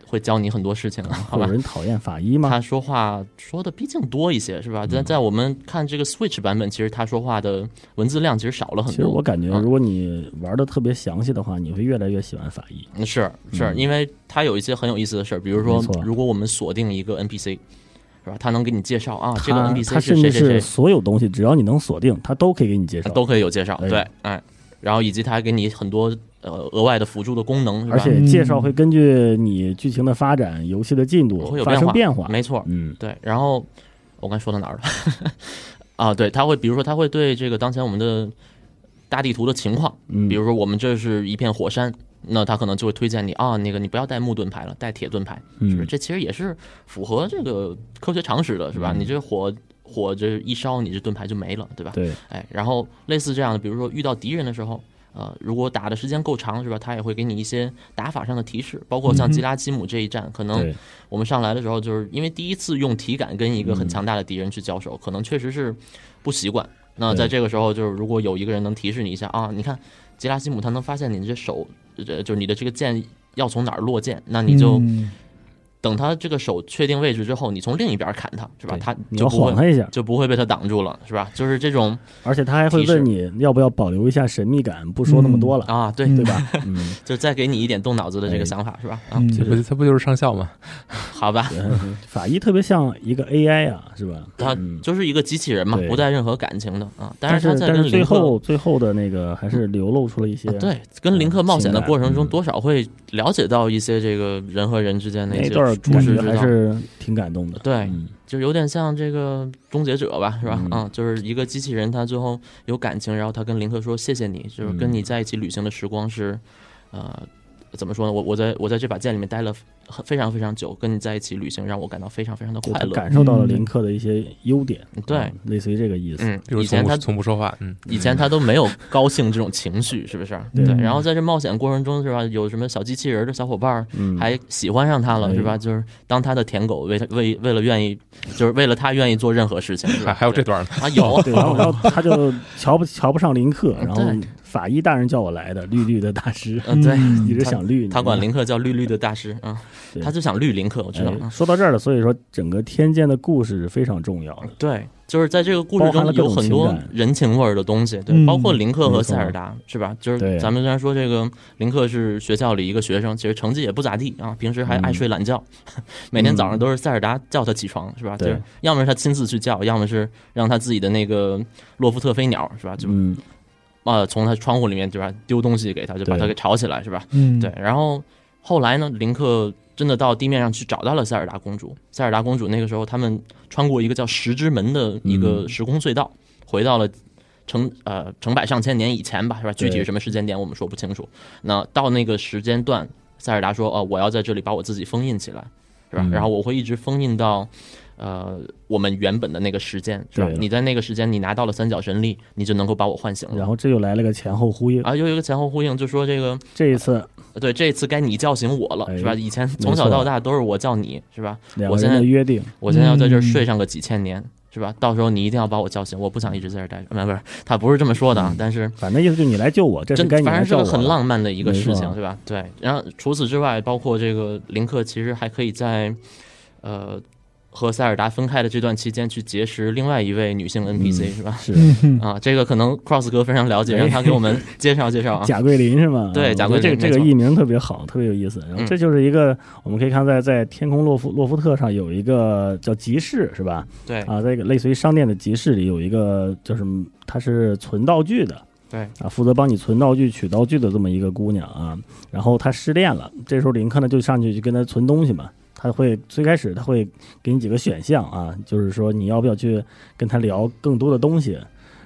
[SPEAKER 4] 会教你很多事情，啊好
[SPEAKER 5] 会
[SPEAKER 4] 吧
[SPEAKER 5] 有？人讨厌法医吗嗯
[SPEAKER 4] 他？说话说的毕竟多一些，是吧？但在我们看这个 Switch 版本，其实他说话的文字量其实少了很
[SPEAKER 5] 其实
[SPEAKER 4] 多。
[SPEAKER 5] 我感觉，
[SPEAKER 4] 啊
[SPEAKER 5] 如果你玩的特别详细的话，你会越来越喜欢法医。
[SPEAKER 4] 嗯是是，因为他有一些很有意思的事儿，比如说
[SPEAKER 5] 没错，
[SPEAKER 4] 如果我们锁定一个 NPC，是吧？他能给你介绍啊，这个
[SPEAKER 5] 他
[SPEAKER 4] NPC
[SPEAKER 5] 他
[SPEAKER 4] 是
[SPEAKER 5] 甚至
[SPEAKER 4] 谁谁
[SPEAKER 5] 是
[SPEAKER 4] 谁，
[SPEAKER 5] 所有东西，只要你能锁定，他都可以给你介绍。
[SPEAKER 4] 都可以有介绍。
[SPEAKER 5] 哎
[SPEAKER 4] 对，哎，然后以及他还给你很多呃额外的辅助的功能，
[SPEAKER 5] 而
[SPEAKER 4] 是吧？嗯
[SPEAKER 5] 且介绍会根据你剧情的发展、游戏的进度
[SPEAKER 4] 会有
[SPEAKER 5] 发生变化。
[SPEAKER 4] 没错，
[SPEAKER 5] 嗯，
[SPEAKER 4] 对，然后我刚才说到哪儿了？ 啊，对，他会，比如说他会对这个当前我们的大地图的情况，
[SPEAKER 5] 嗯
[SPEAKER 4] 比如说我们这是一片火山，那他可能就会推荐你啊，那个你不要带木盾牌了，带铁盾牌，是不是？
[SPEAKER 5] 嗯，
[SPEAKER 4] 这其实也是符合这个科学常识的，是吧？
[SPEAKER 5] 嗯
[SPEAKER 4] 你这火火这一烧，你这盾牌就没了，对吧？
[SPEAKER 5] 对，
[SPEAKER 4] 哎，然后类似这样的，比如说遇到敌人的时候，呃，如果打的时间够长，是吧？他也会给你一些打法上的提示，包括像吉拉基姆这一战，可能
[SPEAKER 5] 嗯对，
[SPEAKER 4] 我们上来的时候，就是因为第一次用体感跟一个很强大的敌人去交手，可能确实是不习惯。那
[SPEAKER 5] 对
[SPEAKER 4] 在这个时候，就是如果有一个人能提示你一下啊，你看杰拉西姆他能发现你这手，呃，就是你的这个箭要从哪儿落箭，那你就
[SPEAKER 2] 嗯
[SPEAKER 4] 等他这个手确定位置之后，你从另一边砍他，是吧？
[SPEAKER 5] 对
[SPEAKER 4] 他
[SPEAKER 5] 你
[SPEAKER 4] 就
[SPEAKER 5] 要
[SPEAKER 4] 不
[SPEAKER 5] 晃
[SPEAKER 4] 会
[SPEAKER 5] 他一下，
[SPEAKER 4] 就不会被他挡住了，是吧？就是这种
[SPEAKER 5] 而且他还会
[SPEAKER 4] 提示
[SPEAKER 5] 问你要不要保留一下神秘感，不说那么多了，
[SPEAKER 4] 啊，对
[SPEAKER 2] 嗯
[SPEAKER 5] 对吧？嗯，
[SPEAKER 4] 就再给你一点动脑子的这
[SPEAKER 5] 哎
[SPEAKER 4] 个想法，是吧？啊，
[SPEAKER 2] 嗯
[SPEAKER 3] 这不它不就是上校吗？
[SPEAKER 4] 好吧，
[SPEAKER 5] 对 法医特别像一个 AI 啊，是吧？
[SPEAKER 4] 他
[SPEAKER 5] 嗯
[SPEAKER 4] 就是一个机器人嘛
[SPEAKER 5] 对，
[SPEAKER 4] 不带任何感情的啊。但
[SPEAKER 5] 但
[SPEAKER 4] 是他在
[SPEAKER 5] 但
[SPEAKER 4] 跟
[SPEAKER 5] 是最
[SPEAKER 4] 林克
[SPEAKER 5] 后最后的那个还是流露出了一些、
[SPEAKER 4] 啊对跟林克冒险的过程
[SPEAKER 5] 嗯
[SPEAKER 4] 中，多少会了解到一些这个人和人之间的一
[SPEAKER 5] 那
[SPEAKER 4] 些
[SPEAKER 5] 段儿
[SPEAKER 4] 故
[SPEAKER 5] 感
[SPEAKER 4] 事
[SPEAKER 5] 觉
[SPEAKER 4] 之
[SPEAKER 5] 还
[SPEAKER 4] 道。
[SPEAKER 5] 是挺感动的。
[SPEAKER 4] 对
[SPEAKER 5] 嗯
[SPEAKER 4] 就有点像这个终结者吧，是吧
[SPEAKER 5] 嗯？
[SPEAKER 4] 啊，就是一个机器人，他最后有感情，然后他跟林克说：“谢谢你，就是跟
[SPEAKER 5] 嗯
[SPEAKER 4] 你在一起旅行的时光是，呃，怎么说呢？我我在我在这把剑里面待了很非常非常久，跟你在一起旅行让我感到非常非常的
[SPEAKER 5] 就
[SPEAKER 4] 快
[SPEAKER 5] 他
[SPEAKER 4] 乐。
[SPEAKER 5] 感受到了林克的一些优点，
[SPEAKER 4] 对
[SPEAKER 5] 嗯类似于这个意”思。
[SPEAKER 4] 嗯，
[SPEAKER 3] 比如
[SPEAKER 4] 以
[SPEAKER 3] 从
[SPEAKER 4] 前
[SPEAKER 3] 不
[SPEAKER 4] 他
[SPEAKER 3] 从不说话，嗯，
[SPEAKER 4] 以前他都没有高兴这种情绪，是不是？
[SPEAKER 5] 对
[SPEAKER 4] 对，然后在这冒险过程中，是吧？有什么小机器人的小伙伴儿
[SPEAKER 5] 嗯，
[SPEAKER 4] 还喜欢上他
[SPEAKER 5] 哎
[SPEAKER 4] 了，是吧？就是当他的舔狗，为他为为了愿意，就是为了他愿意做任何事情，是
[SPEAKER 3] 还
[SPEAKER 4] 吧
[SPEAKER 3] 还有这
[SPEAKER 4] 对
[SPEAKER 3] 段呢，
[SPEAKER 4] 啊有
[SPEAKER 5] 对，然后然后他就瞧不瞧不上林克，然后
[SPEAKER 4] 嗯对
[SPEAKER 5] 法医大人叫我来的，绿绿的大师
[SPEAKER 4] 嗯，对，
[SPEAKER 5] 一直
[SPEAKER 4] 他
[SPEAKER 5] 想绿你。嗯
[SPEAKER 4] 他管林克叫绿绿的大师啊
[SPEAKER 5] 对，
[SPEAKER 4] 他就想绿林克，我知道。
[SPEAKER 5] 哎
[SPEAKER 4] 嗯
[SPEAKER 5] 说到这儿了，所以说整个天剑的故事是非常重要的。
[SPEAKER 4] 对，就是在这个故事
[SPEAKER 5] 包含了
[SPEAKER 4] 中
[SPEAKER 5] 各
[SPEAKER 4] 有
[SPEAKER 5] 种
[SPEAKER 4] 很多
[SPEAKER 5] 情感
[SPEAKER 4] 人情味儿的东西，
[SPEAKER 2] 嗯
[SPEAKER 4] 对，包括林克
[SPEAKER 5] 没
[SPEAKER 4] 和塞
[SPEAKER 5] 错
[SPEAKER 4] 尔达，是吧？就
[SPEAKER 5] 对
[SPEAKER 4] 是咱们虽然说这个林克是学校里一个学生，其实成绩也不咋地啊，平时还
[SPEAKER 5] 嗯
[SPEAKER 4] 爱睡懒觉， 每天早上都是塞尔达叫他起床，是吧？就
[SPEAKER 5] 对
[SPEAKER 4] 是要么是他亲自去叫，要么是让他自己的那个洛夫特飞鸟，是吧？就
[SPEAKER 5] 嗯，
[SPEAKER 4] 啊从他窗户里面对吧丢东西给他，就把
[SPEAKER 5] 对
[SPEAKER 4] 他给吵起来，是吧？
[SPEAKER 2] 嗯
[SPEAKER 4] 对，然后后来呢，林克真的到地面上去找到了塞尔达公主。塞尔达公主那个时候，他们穿过一个叫十之门的一个
[SPEAKER 5] 嗯
[SPEAKER 4] 时空隧道，回到了成呃成百上千年以前吧，是吧？具体
[SPEAKER 5] 对
[SPEAKER 4] 是什么时间点我们说不清楚。那到那个时间段，塞尔达说：“哦、我要在这里把我自己封印起来，是吧？
[SPEAKER 5] 嗯
[SPEAKER 4] 然后我会一直封印到。”呃，我们原本的那个时间是吧
[SPEAKER 5] 对？了
[SPEAKER 4] 你在那个时间，你拿到了三角神力，你就能够把我唤醒了。
[SPEAKER 5] 然后这又来了个前后呼应，
[SPEAKER 4] 嗯啊，又有一个前后呼应，就说这个
[SPEAKER 5] 这一次
[SPEAKER 4] 对，这次该你叫醒我了，
[SPEAKER 5] 哎
[SPEAKER 4] 是吧？以前从
[SPEAKER 5] 没错
[SPEAKER 4] 小到大都是我叫你，是吧？
[SPEAKER 5] 两
[SPEAKER 4] 我
[SPEAKER 5] 个
[SPEAKER 4] 现
[SPEAKER 5] 人
[SPEAKER 4] 在
[SPEAKER 5] 的约定，
[SPEAKER 4] 我现在要在这儿睡上个几千年，是吧？到时候你一定要把我叫醒，我不想一直在这儿待着。啊不是，他不是这么说的，啊
[SPEAKER 5] 嗯，
[SPEAKER 4] 但是
[SPEAKER 5] 反正意思就是你来救我，这次
[SPEAKER 4] 真
[SPEAKER 5] 该你
[SPEAKER 4] 反
[SPEAKER 5] 来
[SPEAKER 4] 正是
[SPEAKER 5] 救
[SPEAKER 4] 个
[SPEAKER 5] 我。
[SPEAKER 4] 很浪漫的一个
[SPEAKER 5] 没
[SPEAKER 4] 事
[SPEAKER 5] 错
[SPEAKER 4] 情，对吧？对。然后除此之外，包括这个林克，其实还可以在，呃，和塞尔达分开的这段期间去结识另外一位女性 NPC，、
[SPEAKER 5] 嗯哎
[SPEAKER 4] 是吧？
[SPEAKER 5] 是
[SPEAKER 2] 嗯哼
[SPEAKER 4] 啊，这个可能 Cross 哥非常了解，让他给我们介绍介绍啊。
[SPEAKER 5] 贾桂林是吗？
[SPEAKER 4] 对
[SPEAKER 5] 嗯
[SPEAKER 4] 贾桂林
[SPEAKER 5] 我觉得这个这
[SPEAKER 4] 没
[SPEAKER 5] 个
[SPEAKER 4] 错
[SPEAKER 5] 艺名特别好，特别有意思。然后
[SPEAKER 4] 嗯
[SPEAKER 5] 这就是一个，我们可以看在在天空洛夫洛夫特上有一个叫集市是吧？
[SPEAKER 4] 对
[SPEAKER 5] 啊，在一个类似于商店的集市里有一个，就是它是存道具的。
[SPEAKER 4] 对
[SPEAKER 5] 啊，负责帮你存道具、取道具的这么一个姑娘啊，然后她失恋了，这时候林克呢就上去去跟她存东西嘛，他会最开始他会给你几个选项啊，就是说你要不要去跟他聊更多的东西，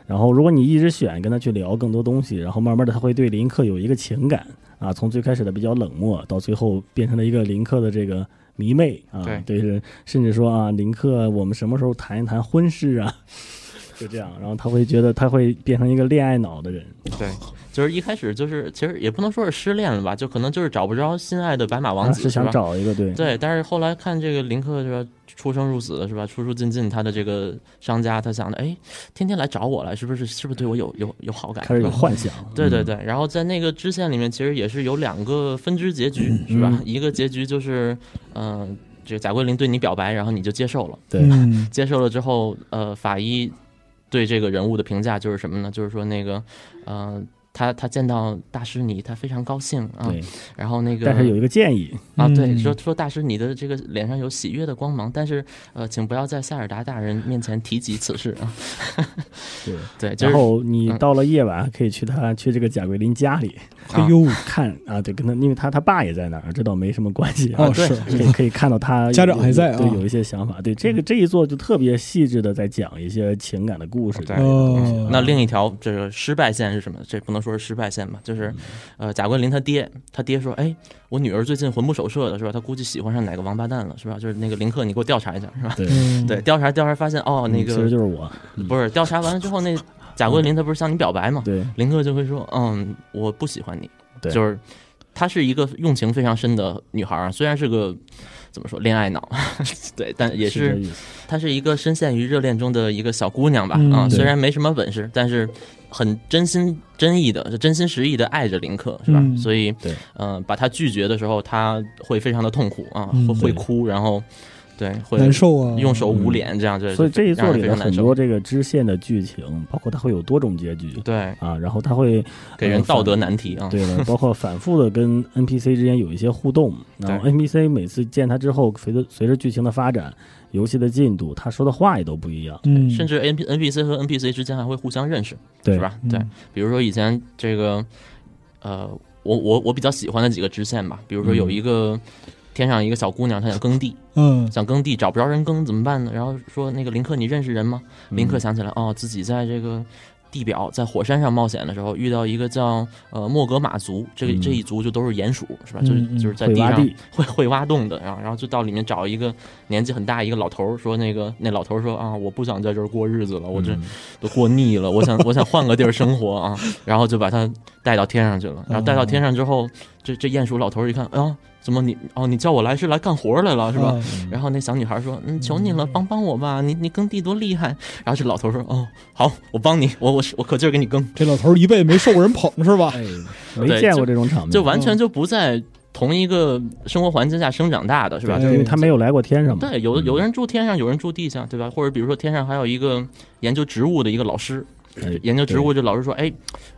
[SPEAKER 5] 然后如果你一直选跟他去聊更多东西，然后慢慢的他会对林克有一个情感啊，从最开始的比较冷漠，到最后变成了一个林克的这个迷妹啊，
[SPEAKER 4] 对
[SPEAKER 5] 对是，甚至说啊，林克，我们什么时候谈一谈婚事啊？ 就这样，然后他会觉得他会变成一个恋爱脑的人，
[SPEAKER 4] 对，就是一开始就是其实也不能说是失恋了吧，就可能就是找不着心爱的白马王
[SPEAKER 5] 他
[SPEAKER 4] 子，
[SPEAKER 5] 啊是想
[SPEAKER 4] 吧？
[SPEAKER 5] 找一个对
[SPEAKER 4] 对，但是后来看这个林克是吧，出生入死是吧，出出进进，他的这个商家，他想的，哎，天天来找我来，是不是是不是对我有有有好感？
[SPEAKER 5] 开始有
[SPEAKER 4] 是吧
[SPEAKER 5] 幻想，
[SPEAKER 4] 对对
[SPEAKER 5] 嗯
[SPEAKER 4] 对，然后在那个支线里面，其实也是有两个分支结局，是
[SPEAKER 5] 嗯
[SPEAKER 4] 吧？一个结局就是，嗯、这个贾桂林对你表白，然后你就接受了。
[SPEAKER 5] 对
[SPEAKER 2] 嗯
[SPEAKER 4] 接受了之后，呃，法医对这个人物的评价就是什么呢？就是说那个，呃，他他见到大师你，他非常高兴啊。
[SPEAKER 5] 对，
[SPEAKER 4] 然后那个，
[SPEAKER 5] 但是有一个建议，
[SPEAKER 4] 啊，对，
[SPEAKER 2] 嗯
[SPEAKER 4] 说说大师你的这个脸上有喜悦的光芒，但是呃，请不要在塞尔达大人面前提及此事啊。
[SPEAKER 5] 对，
[SPEAKER 4] 对，就
[SPEAKER 5] 然
[SPEAKER 4] 是
[SPEAKER 5] 后你
[SPEAKER 4] 嗯
[SPEAKER 5] 到了夜晚可以去他去这个贾桂林家里
[SPEAKER 2] 哎呦
[SPEAKER 5] 看啊，对，跟他因为他他爸也在那儿，这倒没什么关系啊
[SPEAKER 2] 哦
[SPEAKER 4] 对
[SPEAKER 2] 是
[SPEAKER 5] 可以可以看到他
[SPEAKER 2] 家长
[SPEAKER 5] 有
[SPEAKER 2] 还在啊
[SPEAKER 5] 对，有一些想法。对这
[SPEAKER 4] 嗯
[SPEAKER 5] 个这一座就特别细致的在讲一些情感的故事之类的东西啊。
[SPEAKER 2] 哦
[SPEAKER 4] 嗯那另一条这个失败线是什么？这不能说是失败线吧，
[SPEAKER 5] 嗯
[SPEAKER 4] 就是，呃，贾桂林他爹，他爹说，哎，我女儿最近魂不守舍的是吧？她估计喜欢上哪个王八蛋了是吧？就是那个林克，你给我调查一下是吧？
[SPEAKER 5] 对
[SPEAKER 2] 嗯
[SPEAKER 4] 对，调查调查发现哦，那
[SPEAKER 5] 嗯其实
[SPEAKER 4] 个
[SPEAKER 5] 就是我
[SPEAKER 4] 不是调查完了之后，那贾桂林他不是向你表白嘛？
[SPEAKER 5] 对
[SPEAKER 4] 林克就会说，嗯，我不喜欢你，
[SPEAKER 5] 嗯对
[SPEAKER 4] 啊就是她是一个用情非常深的女孩儿，虽然是个怎么说恋爱脑， 对，但也
[SPEAKER 5] 是这
[SPEAKER 4] 是
[SPEAKER 5] 意思
[SPEAKER 4] 她是一个深陷于热恋中的一个小姑娘吧，
[SPEAKER 2] 嗯
[SPEAKER 4] 啊，
[SPEAKER 2] 对
[SPEAKER 4] 虽然没什么本事，但是很真心真意的、真心实意的爱着林克，是吧？
[SPEAKER 2] 嗯
[SPEAKER 4] 所以，
[SPEAKER 5] 对，
[SPEAKER 4] 嗯，把他拒绝的时候，他会非常的痛苦啊，
[SPEAKER 2] 嗯
[SPEAKER 4] 会会
[SPEAKER 5] 对
[SPEAKER 4] 哭，然后，对，会
[SPEAKER 2] 难受啊，
[SPEAKER 4] 用手捂脸，这样就
[SPEAKER 5] 嗯所以这一
[SPEAKER 4] 让
[SPEAKER 5] 作
[SPEAKER 4] 人
[SPEAKER 5] 里
[SPEAKER 4] 非
[SPEAKER 5] 的
[SPEAKER 4] 常难
[SPEAKER 5] 很
[SPEAKER 4] 受
[SPEAKER 5] 多这个支线的剧情，包括它会有多种结局
[SPEAKER 4] 对，
[SPEAKER 5] 啊，然后它会
[SPEAKER 4] 给人道德难题啊，
[SPEAKER 5] 嗯对了，包括反复的跟 NPC 之间有一些 互动，然后 NPC 每次见他之后，随着随着剧情的发展，游戏的进度，他说的话也都不一样，
[SPEAKER 2] 嗯，
[SPEAKER 4] 甚至 N P N P C 和 N P C 之间还会互相认识，
[SPEAKER 5] 对
[SPEAKER 4] 是？吧？
[SPEAKER 2] 嗯
[SPEAKER 4] 对，比如说以前这个，呃，我我我比较喜欢的几个支线吧，比如说
[SPEAKER 5] 嗯
[SPEAKER 4] 有一个天上一个小姑娘，她想耕地，
[SPEAKER 2] 嗯
[SPEAKER 4] 想耕地找不着人耕怎么办呢？然后说那个林克你认识人吗？
[SPEAKER 5] 嗯
[SPEAKER 4] 林克想起来哦，自己在这个。地表在火山上冒险的时候，遇到一个叫呃莫格玛族，这个
[SPEAKER 5] 嗯
[SPEAKER 4] 这一族就都是鼹鼠，是吧？就是
[SPEAKER 2] 嗯嗯
[SPEAKER 4] 就是在
[SPEAKER 5] 会
[SPEAKER 4] 地
[SPEAKER 5] 挖
[SPEAKER 4] 上
[SPEAKER 5] 地，
[SPEAKER 4] 会会挖洞的，然后然后就到里面找一个年纪很大一个老头儿，说那个那老头儿说啊，我不想在这儿过日子了，我
[SPEAKER 5] 嗯
[SPEAKER 4] 这都过腻了，我想我想换个地 儿生活啊，然后就把他带到天上去了，然后带
[SPEAKER 5] 嗯
[SPEAKER 4] 到天上之后，这这鼹鼠老头儿一看，啊，怎么你哦你叫我来是来干活儿来了是吧？
[SPEAKER 2] 啊
[SPEAKER 4] 然后那小女孩说：“嗯，求你了，帮帮我吧！你你耕地多厉害。”然后这老头说：“哦，好，我帮你，我我我可劲儿给你耕。”
[SPEAKER 2] 这老头儿一辈子没受过人捧是吧？
[SPEAKER 5] 哎，没见过这种场面，
[SPEAKER 4] 就完全就不在同一个生活环境下生长大的，是吧？
[SPEAKER 5] 对因为他没有来过天上嘛，
[SPEAKER 4] 对，有的
[SPEAKER 5] 嗯
[SPEAKER 4] 有的人住天上，有人住地下，对吧？或者比如说天上还有一个研究植物的一个老师，
[SPEAKER 5] 哎
[SPEAKER 4] 研究植物这老师说：“哎，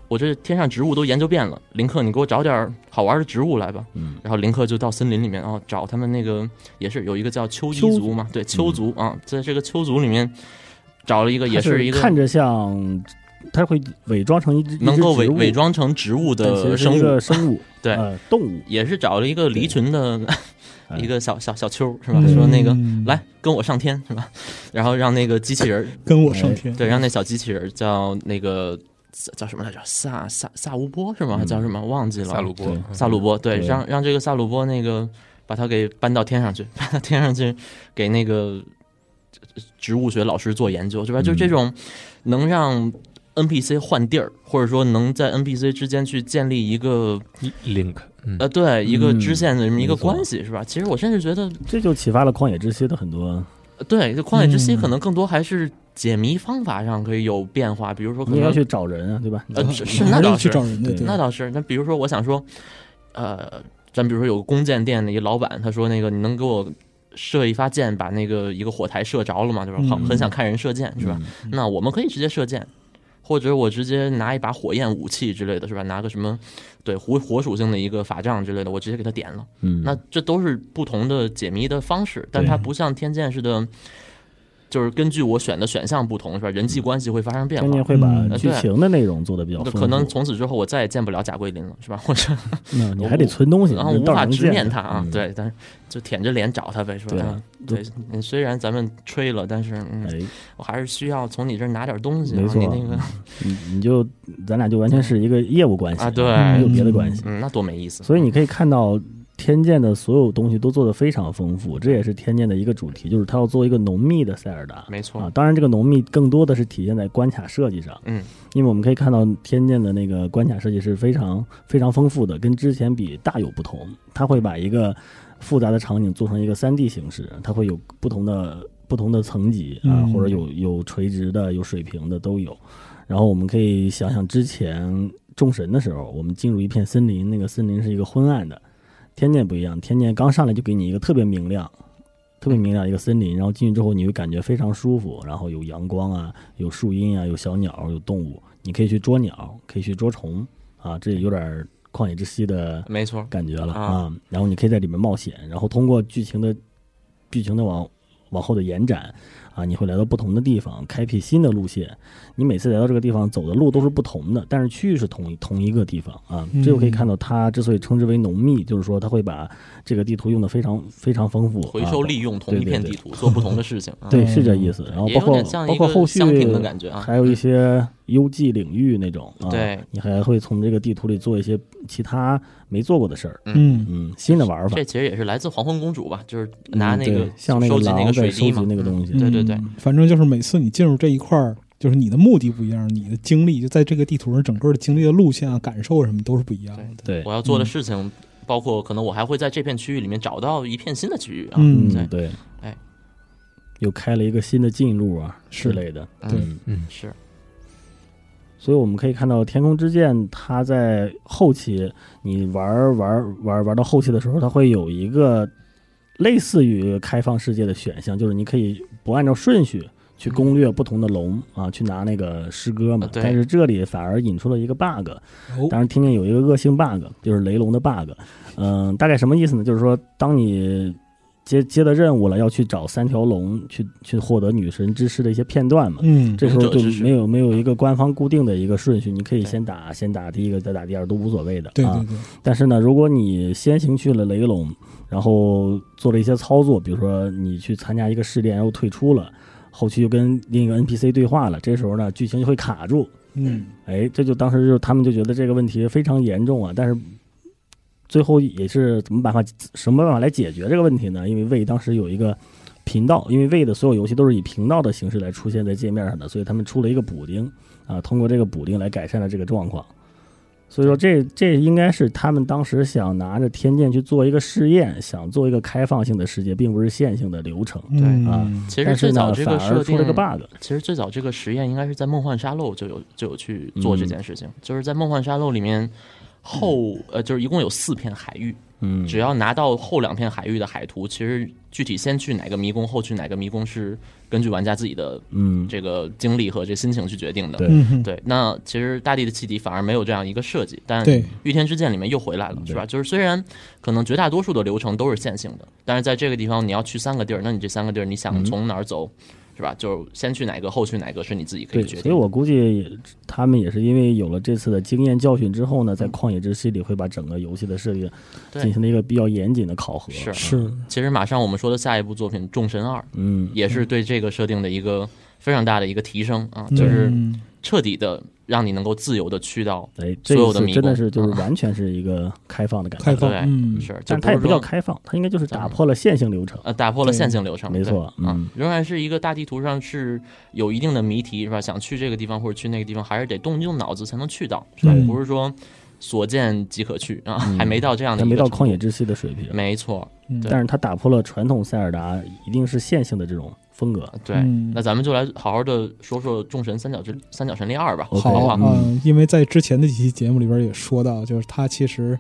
[SPEAKER 4] 我这天上植物都研究遍了，林克，你给我找点儿好玩的植物来吧。”
[SPEAKER 5] 嗯，
[SPEAKER 4] 然后林克就到森林里面，哦，找他们那个也是有一个叫丘吉
[SPEAKER 5] 丘嗯
[SPEAKER 4] 族嘛，对，丘族啊，在这个丘族里面找了一个也
[SPEAKER 5] 它是
[SPEAKER 4] 一个
[SPEAKER 5] 看着像，它会伪装成一只
[SPEAKER 4] 能够伪伪，
[SPEAKER 5] 一
[SPEAKER 4] 装成植物
[SPEAKER 5] 只植物但其
[SPEAKER 4] 的
[SPEAKER 5] 实是
[SPEAKER 4] 生
[SPEAKER 5] 一
[SPEAKER 4] 物，
[SPEAKER 5] 个生物，
[SPEAKER 4] 对
[SPEAKER 5] 呃，动物，
[SPEAKER 4] 也是找了一个离群的
[SPEAKER 5] 哎
[SPEAKER 4] 一个小小小丘是吧？
[SPEAKER 2] 嗯
[SPEAKER 4] 说那个来跟我上天是吧？然后让那个机器人儿，
[SPEAKER 2] 跟我上天，
[SPEAKER 4] 哎对，让那小机器人儿叫那个叫什么来着？萨萨萨乌波是吗？还叫什么？忘记了。
[SPEAKER 3] 萨鲁波
[SPEAKER 5] 对，
[SPEAKER 4] 萨鲁波，对，
[SPEAKER 5] 对
[SPEAKER 4] 让让这个萨鲁波那个把他给搬到天上去， 搬到天上去给那个植物学老师做研究，是吧？
[SPEAKER 5] 嗯
[SPEAKER 4] 就这种能让 NPC 换地儿，或者说能在 NPC 之间去建立一个
[SPEAKER 3] Link，嗯，
[SPEAKER 4] 呃，对一个支线的这么一个
[SPEAKER 5] 没错
[SPEAKER 4] 关系，是吧？其实我甚至觉得，
[SPEAKER 5] 这就启发了《旷野之息》的很多，
[SPEAKER 4] 呃对，就旷野之息
[SPEAKER 2] 嗯
[SPEAKER 4] 可能更多还是解谜方法上可以有变化，比如说可
[SPEAKER 5] 你也要
[SPEAKER 4] 能
[SPEAKER 5] 去找人啊，对吧？
[SPEAKER 4] 呃是是
[SPEAKER 2] 还
[SPEAKER 4] 那倒
[SPEAKER 2] 去
[SPEAKER 4] 是
[SPEAKER 2] 找人家，
[SPEAKER 5] 对
[SPEAKER 2] 对
[SPEAKER 4] 那倒是。那比如说，我想说，呃，咱比如说有个弓箭店的一老板，他说那个你能给我射一发箭，把那个一个火柴射着了吗？对吧？
[SPEAKER 2] 嗯
[SPEAKER 4] 很很想看人射箭，是吧？
[SPEAKER 5] 嗯？
[SPEAKER 4] 那我们可以直接射箭，或者我直接拿一把火焰武器之类的，是吧？拿个什么对火火属性的一个法杖之类的，我直接给他点了。
[SPEAKER 5] 嗯，
[SPEAKER 4] 那这都是不同的解谜的方式，但它不像天剑似的，就是根据我选的选项不同，是吧？人际关系会发生变
[SPEAKER 5] 天
[SPEAKER 4] 化
[SPEAKER 5] 天。会把
[SPEAKER 2] 嗯
[SPEAKER 5] 剧情的内容做的比较
[SPEAKER 4] 那
[SPEAKER 5] 丰富，
[SPEAKER 4] 可能从此之后我再也见不了贾桂林了，是吧？或 者
[SPEAKER 5] 嗯你还得存东西，
[SPEAKER 4] 然后
[SPEAKER 5] 你
[SPEAKER 4] 嗯无
[SPEAKER 5] 到
[SPEAKER 4] 法
[SPEAKER 5] 时候
[SPEAKER 4] 直
[SPEAKER 5] 见
[SPEAKER 4] 面他啊，
[SPEAKER 5] 嗯
[SPEAKER 4] 对，但是就舔着脸找他呗，是吧？
[SPEAKER 5] 对
[SPEAKER 4] 啊对，嗯虽然咱们吹了，但是嗯，
[SPEAKER 5] 哎，
[SPEAKER 4] 我还是需要从你这儿拿点东西啊，
[SPEAKER 5] 没错嗯
[SPEAKER 4] 你那个
[SPEAKER 5] 你你就咱俩就完全是一个业务关系
[SPEAKER 4] 啊，对，
[SPEAKER 5] 没有
[SPEAKER 2] 嗯
[SPEAKER 5] 别的关系。
[SPEAKER 4] 嗯，那多没意思。
[SPEAKER 5] 所以你可以看到天剑的所有东西都做得非常丰富，这也是天剑的一个主题，就是它要做一个浓密的塞尔达。
[SPEAKER 4] 没
[SPEAKER 5] 啊
[SPEAKER 4] 错，，
[SPEAKER 5] 当然，这个浓密更多的是体现在关卡设计上，
[SPEAKER 4] 嗯，
[SPEAKER 5] 因为我们可以看到天剑的那个关卡设计是非常非常丰富的，跟之前比大有不同。它会把一个复杂的场景做成一个三 D 形式，它会有不同的不同的层级啊，
[SPEAKER 2] 嗯
[SPEAKER 5] 或者有有垂直的、有水平的都有。然后我们可以想想之前众神的时候，我们进入一片森林，那个森林是一个昏暗的。天剑不一样，天剑刚上来就给你一个特别明亮、特别明亮一个森林，然后进去之后你会感觉非常舒服，然后有阳光啊，有树荫啊，有小鸟，有动物，你可以去捉鸟，可以去捉虫啊，这有点旷野之息的
[SPEAKER 4] 没错，
[SPEAKER 5] 感觉了
[SPEAKER 4] 啊
[SPEAKER 5] 啊。然后你可以在里面冒险，然后通过剧情的剧情的往往后的延展啊，你会来到不同的地方，开辟新的路线。你每次来到这个地方走的路都是不同的，但是区域是同一同一个地方啊。
[SPEAKER 2] 嗯
[SPEAKER 5] 这就可以看到它之所以称之为浓密，就是说它会把这个地图用的非常非常丰富，
[SPEAKER 4] 回收
[SPEAKER 5] 啊
[SPEAKER 4] 利用同一
[SPEAKER 5] 对对
[SPEAKER 4] 片
[SPEAKER 5] 对
[SPEAKER 4] 地图做不同的 事情，啊
[SPEAKER 5] 对，是这意思。然后
[SPEAKER 4] 也
[SPEAKER 5] 包
[SPEAKER 4] 有
[SPEAKER 5] 括
[SPEAKER 4] 点像
[SPEAKER 5] 包
[SPEAKER 4] 一
[SPEAKER 5] 括后
[SPEAKER 4] 个
[SPEAKER 5] 续
[SPEAKER 4] 商品的感觉啊，
[SPEAKER 5] 还有一些优技领域那种啊，
[SPEAKER 4] 对
[SPEAKER 5] 你还会从这个地图里做一些其他没做过的事儿，
[SPEAKER 2] 嗯
[SPEAKER 5] 嗯，新的玩法
[SPEAKER 4] 这。其实也是来自黄昏公主吧，就是拿
[SPEAKER 5] 嗯
[SPEAKER 4] 那
[SPEAKER 5] 对
[SPEAKER 4] 个
[SPEAKER 5] 像那个
[SPEAKER 4] 收集那
[SPEAKER 5] 狼
[SPEAKER 4] 个
[SPEAKER 5] 在
[SPEAKER 4] 水
[SPEAKER 5] 收
[SPEAKER 4] 滴
[SPEAKER 5] 集
[SPEAKER 4] 嘛，
[SPEAKER 5] 那个东西
[SPEAKER 4] 嗯对对对，
[SPEAKER 2] 嗯反正就是每次你进入这一块儿。就是你的目的不一样，你的经历就在这个地图上，整个的经历的路线啊、感受什么都是不一样的。
[SPEAKER 5] 对
[SPEAKER 4] 我要做
[SPEAKER 2] 嗯
[SPEAKER 4] 的事情包括可能我还会在这片区域里面找到一片新的区域啊，
[SPEAKER 2] 嗯
[SPEAKER 4] 对，
[SPEAKER 5] 对，
[SPEAKER 4] 哎，
[SPEAKER 5] 又开了一个新的近路啊
[SPEAKER 2] 是
[SPEAKER 5] 之类的。
[SPEAKER 4] 嗯
[SPEAKER 2] 对
[SPEAKER 3] 嗯，
[SPEAKER 4] 是，
[SPEAKER 5] 所以我们可以看到，《天空之剑》它在后期，你玩儿玩儿玩儿玩到后期的时候，它会有一个类似于开放世界的选项，就是你可以不按照顺序去攻略不同的龙 啊，去拿那个诗歌嘛
[SPEAKER 4] 啊。对
[SPEAKER 5] 但是这里反而引出了一个 bug，
[SPEAKER 2] 哦，
[SPEAKER 5] 当时听见有一个恶性 bug，就是雷龙的 bug。嗯、大概什么意思呢？就是说，当你接接的任务了，要去找三条龙去去获得女神之诗的一些片段嘛。
[SPEAKER 2] 嗯
[SPEAKER 5] 这时候
[SPEAKER 4] 勇者
[SPEAKER 5] 就
[SPEAKER 4] 之诗
[SPEAKER 5] 没有没有一个官方固定的一个顺序，你可以
[SPEAKER 4] 对
[SPEAKER 5] 先打先打第一个，再打第二都无所谓的
[SPEAKER 2] 对
[SPEAKER 5] 啊
[SPEAKER 2] 对。对，
[SPEAKER 5] 但是呢，如果你先行去了雷龙，然后做了一些操作，比如说你去参加一个试炼，然后退出了，后期又跟另一个 NPC 对话了，这时候呢，剧情就会卡住，
[SPEAKER 2] 嗯
[SPEAKER 5] 哎，这就当时就是他们就觉得这个问题非常严重啊，但是最后也是怎么办法什么办法来解决这个问题呢？因为魏当时有一个频道，因为魏的所有游戏都是以频道的形式来出现在界面上的，所以他们出了一个补丁啊，通过这个补丁来改善了这个状况。所以说这这应该是他们当时想拿着天剑去做一个试验，想做一个开放性的世界，并不是线性的流程。
[SPEAKER 4] 对
[SPEAKER 2] 嗯
[SPEAKER 5] 啊
[SPEAKER 4] 其实
[SPEAKER 5] 但是
[SPEAKER 4] 最早
[SPEAKER 5] 呢，
[SPEAKER 4] 这
[SPEAKER 5] 反
[SPEAKER 4] 个
[SPEAKER 5] 而
[SPEAKER 4] 设
[SPEAKER 5] 出
[SPEAKER 4] 定
[SPEAKER 5] 了个 bug。
[SPEAKER 4] 其实最早这个实验应该是在《梦幻沙漏》就有就有去做
[SPEAKER 5] 嗯
[SPEAKER 4] 这件事情，就是在《梦幻沙漏》里面后呃就是一共有四片海域，
[SPEAKER 5] 嗯，
[SPEAKER 4] 只要拿到后两片海域的海图，其实具体先去哪个迷宫，后去哪个迷宫是根据玩家自己的
[SPEAKER 5] 嗯，
[SPEAKER 4] 这个经历和这心情去决定的。
[SPEAKER 5] 对
[SPEAKER 2] 嗯哼
[SPEAKER 4] 对，那其实大地的汽笛反而没有这样一个设计，但
[SPEAKER 2] 对
[SPEAKER 4] 御天之剑里面又回来了，是吧？就是虽然可能绝大多数的流程都是线性的，但是在这个地方你要去三个地儿，那你这三个地儿你
[SPEAKER 5] 嗯
[SPEAKER 4] 想从哪儿走，是吧？就先去哪个，后去哪个是你自己可
[SPEAKER 5] 对，
[SPEAKER 4] 以决
[SPEAKER 5] 所以
[SPEAKER 4] 定的。
[SPEAKER 5] 我估计也他们也是因为有了这次的经验教训之后呢，在旷野之息里会把整个游戏的设计
[SPEAKER 4] 嗯对
[SPEAKER 5] 进行了一个比较严谨的考核。
[SPEAKER 4] 是
[SPEAKER 2] 是
[SPEAKER 4] 其实马上我们说的下一部作品《众神二》
[SPEAKER 5] 嗯，
[SPEAKER 4] 也是对这个设定的一个非常大的一个提升啊，就是
[SPEAKER 2] 嗯
[SPEAKER 4] 彻底的让你能够自由的去到，
[SPEAKER 5] 哎，这
[SPEAKER 4] 所有
[SPEAKER 5] 一
[SPEAKER 4] 的
[SPEAKER 5] 次
[SPEAKER 4] 迷
[SPEAKER 5] 真的
[SPEAKER 4] 宫
[SPEAKER 5] 是就是
[SPEAKER 4] 嗯
[SPEAKER 5] 完全是一个开放的感
[SPEAKER 2] 开
[SPEAKER 5] 觉，
[SPEAKER 2] 放
[SPEAKER 4] 对
[SPEAKER 2] 嗯
[SPEAKER 4] 是，就
[SPEAKER 5] 但它也
[SPEAKER 4] 不
[SPEAKER 5] 不
[SPEAKER 4] 是说
[SPEAKER 5] 叫开放，它应该就是打
[SPEAKER 4] 咱
[SPEAKER 5] 破了线性流程。
[SPEAKER 4] 呃，打破了
[SPEAKER 2] 对
[SPEAKER 4] 线性流程，
[SPEAKER 5] 没错
[SPEAKER 4] 对啊
[SPEAKER 5] 嗯
[SPEAKER 4] 仍然是一个大地图上是有一定的谜题，是吧？想去这个地方或者去那个地方，还是得动用脑子才能去到，是吧？
[SPEAKER 2] 嗯
[SPEAKER 4] 不是说所见即可去啊，还没到这样的
[SPEAKER 5] 嗯还
[SPEAKER 4] 一
[SPEAKER 5] 没
[SPEAKER 4] 个
[SPEAKER 5] 到
[SPEAKER 4] 程
[SPEAKER 5] 旷野
[SPEAKER 4] 度，
[SPEAKER 5] 之息的水平，
[SPEAKER 4] 没错，
[SPEAKER 2] 嗯
[SPEAKER 4] 对
[SPEAKER 5] 但是它打破了传统塞尔达一定是线性的这种风格。
[SPEAKER 4] 对。
[SPEAKER 2] 嗯
[SPEAKER 4] 那咱们就来好好的说说《众神三角之三角神力二》吧，
[SPEAKER 5] OK，
[SPEAKER 4] 好不
[SPEAKER 2] 好，啊
[SPEAKER 4] 好？
[SPEAKER 5] 嗯
[SPEAKER 2] 因为在之前的几期节目里边也说到，就是他其实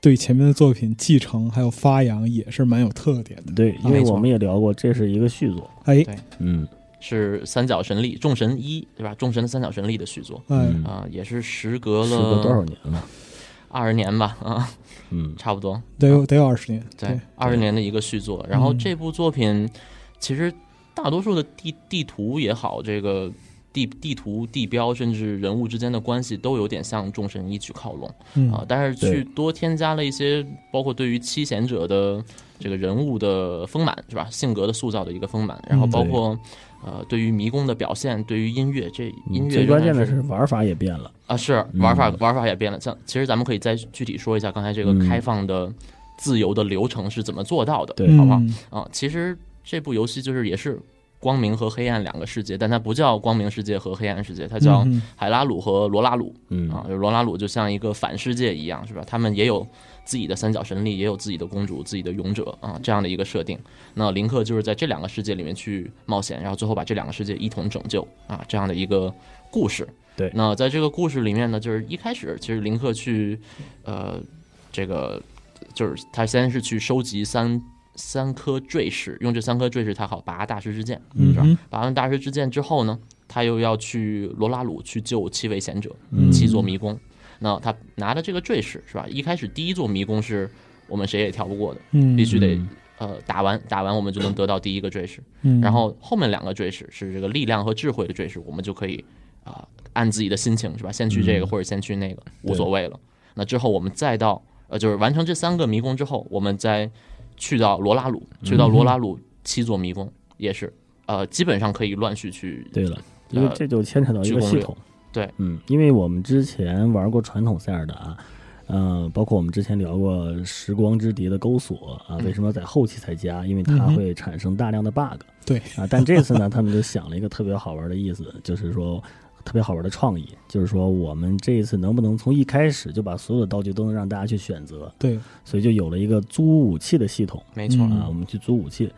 [SPEAKER 2] 对前面的作品继承还有发扬也是蛮有特点的。
[SPEAKER 5] 对，因为
[SPEAKER 4] 没错
[SPEAKER 5] 我们也聊过，这是一个续作。
[SPEAKER 2] 哎，
[SPEAKER 4] 对
[SPEAKER 5] 嗯
[SPEAKER 4] 是三角神力《众神一》，对吧？《众神三角神力》的续作
[SPEAKER 2] 哎，
[SPEAKER 5] 嗯，
[SPEAKER 4] 啊、也是时隔
[SPEAKER 5] 时隔多少
[SPEAKER 4] 了
[SPEAKER 5] 年了？
[SPEAKER 4] 二十年吧，啊，
[SPEAKER 5] 嗯，
[SPEAKER 4] 差不多。
[SPEAKER 2] 得有得有二十年。
[SPEAKER 4] 对，二十年的一个续作。
[SPEAKER 5] 嗯
[SPEAKER 4] 然后这部作品，其实大多数的地地图也好，这个地地图、地标，甚至人物之间的关系，都有点向《众神一》去靠拢
[SPEAKER 2] 嗯
[SPEAKER 4] 啊。但是去
[SPEAKER 5] 对
[SPEAKER 4] 多添加了一些，包括对于七贤者的这个人物的丰满，是吧？性格的塑造的一个丰满，然后
[SPEAKER 2] 嗯
[SPEAKER 4] 包括。呃，对于迷宫的表现，对于音乐，这音
[SPEAKER 5] 嗯
[SPEAKER 4] 乐
[SPEAKER 5] 最
[SPEAKER 4] 仍
[SPEAKER 5] 关
[SPEAKER 4] 然
[SPEAKER 5] 键的是玩法也变了。
[SPEAKER 4] 啊，是
[SPEAKER 5] 嗯
[SPEAKER 4] 玩法玩法也变了。像其实咱们可以再具体说一下刚才这个
[SPEAKER 5] 嗯
[SPEAKER 4] 开放的、自由的流程是怎么做到的，
[SPEAKER 5] 对
[SPEAKER 4] 好不好？
[SPEAKER 2] 嗯
[SPEAKER 4] 啊，其实这部游戏就是也是光明和黑暗两个世界，但它不叫光明世界和黑暗世界，它叫
[SPEAKER 2] 嗯
[SPEAKER 4] 海拉鲁和罗拉鲁
[SPEAKER 5] 嗯
[SPEAKER 4] 啊。就罗拉鲁就像一个反世界一样，是吧？他们也有自己的三角神力，也有自己的公主、自己的勇者啊这样的一个设定。那林克就是在这两个世界里面去冒险，然后最后把这两个世界一同拯救啊这样的一个故事。
[SPEAKER 5] 对
[SPEAKER 4] 那在这个故事里面呢，就是一开始其实林克去，呃，这个就是他先是去收集三三颗坠石，用这三颗坠石他好拔大师之剑，
[SPEAKER 2] 嗯
[SPEAKER 4] 是吧
[SPEAKER 2] 哼？
[SPEAKER 4] 拔完大师之剑之后呢，他又要去罗拉鲁去救七位贤者，
[SPEAKER 5] 嗯
[SPEAKER 4] 七座迷宫。那他拿的这个坠石是吧？一开始第一座迷宫是我们谁也跳不过的，
[SPEAKER 2] 嗯
[SPEAKER 4] 必须得
[SPEAKER 5] 嗯
[SPEAKER 4] 呃打完打完我们就能得到第一个坠石。
[SPEAKER 2] 嗯
[SPEAKER 4] 然后后面两个坠石是这个力量和智慧的坠石，我们就可以啊、按自己的心情是吧，先去这个
[SPEAKER 5] 嗯
[SPEAKER 4] 或者先去那个，无
[SPEAKER 5] 对
[SPEAKER 4] 所谓了。那之后我们再到呃，就是完成这三个迷宫之后，我们再去到罗拉鲁，去到
[SPEAKER 5] 嗯
[SPEAKER 4] 罗拉鲁七座迷宫也是呃，基本上可以乱序去
[SPEAKER 5] 对了，因为
[SPEAKER 4] 呃
[SPEAKER 5] 这就牵扯到一个系统。
[SPEAKER 4] 对，
[SPEAKER 5] 嗯，因为我们之前玩过传统塞尔达，呃，包括我们之前聊过《时光之笛》的钩索啊，
[SPEAKER 4] 嗯
[SPEAKER 5] 为什么在后期才加？因为
[SPEAKER 2] 嗯
[SPEAKER 5] 它
[SPEAKER 2] 哼
[SPEAKER 5] 会产生大量的 bug
[SPEAKER 2] 对
[SPEAKER 5] 啊。但这次呢，他们就想了一个特别好玩的意思，就是说特别好玩的创意，就是说我们这一次能不能从一开始就把所有的道具都能让大家去选择，
[SPEAKER 2] 对，
[SPEAKER 5] 所以就有了一个租武器的系统
[SPEAKER 4] 没错，
[SPEAKER 2] 嗯
[SPEAKER 5] 啊，我们去租武器。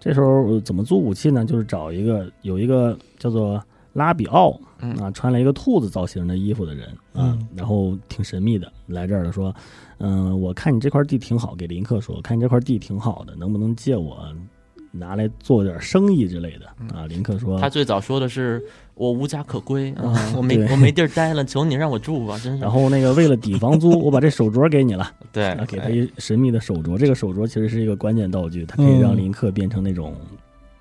[SPEAKER 5] 这时候呃怎么租武器呢？就是找一个有一个叫做拉比奥
[SPEAKER 4] 嗯
[SPEAKER 5] 啊，穿了一个兔子造型的衣服的人啊
[SPEAKER 2] 嗯，
[SPEAKER 5] 然后挺神秘的，来这儿了说，嗯、我看你这块地挺好，给林克说，我看你这块地挺好的，能不能借我拿来做点生意之类的
[SPEAKER 2] 嗯
[SPEAKER 5] 啊？林克说，
[SPEAKER 4] 他最早说的是我无家可归啊，我没
[SPEAKER 5] 嗯对
[SPEAKER 4] 我没地儿待了，求你让我住吧，真是。
[SPEAKER 5] 然后那个为了抵房租，我把这手镯给你 了，
[SPEAKER 4] 对
[SPEAKER 2] 哎
[SPEAKER 4] 哎
[SPEAKER 5] 啊，，给他一神秘的手镯。这个手镯其实是一个关键道具，它可以让
[SPEAKER 2] 嗯
[SPEAKER 5] 林克变成那种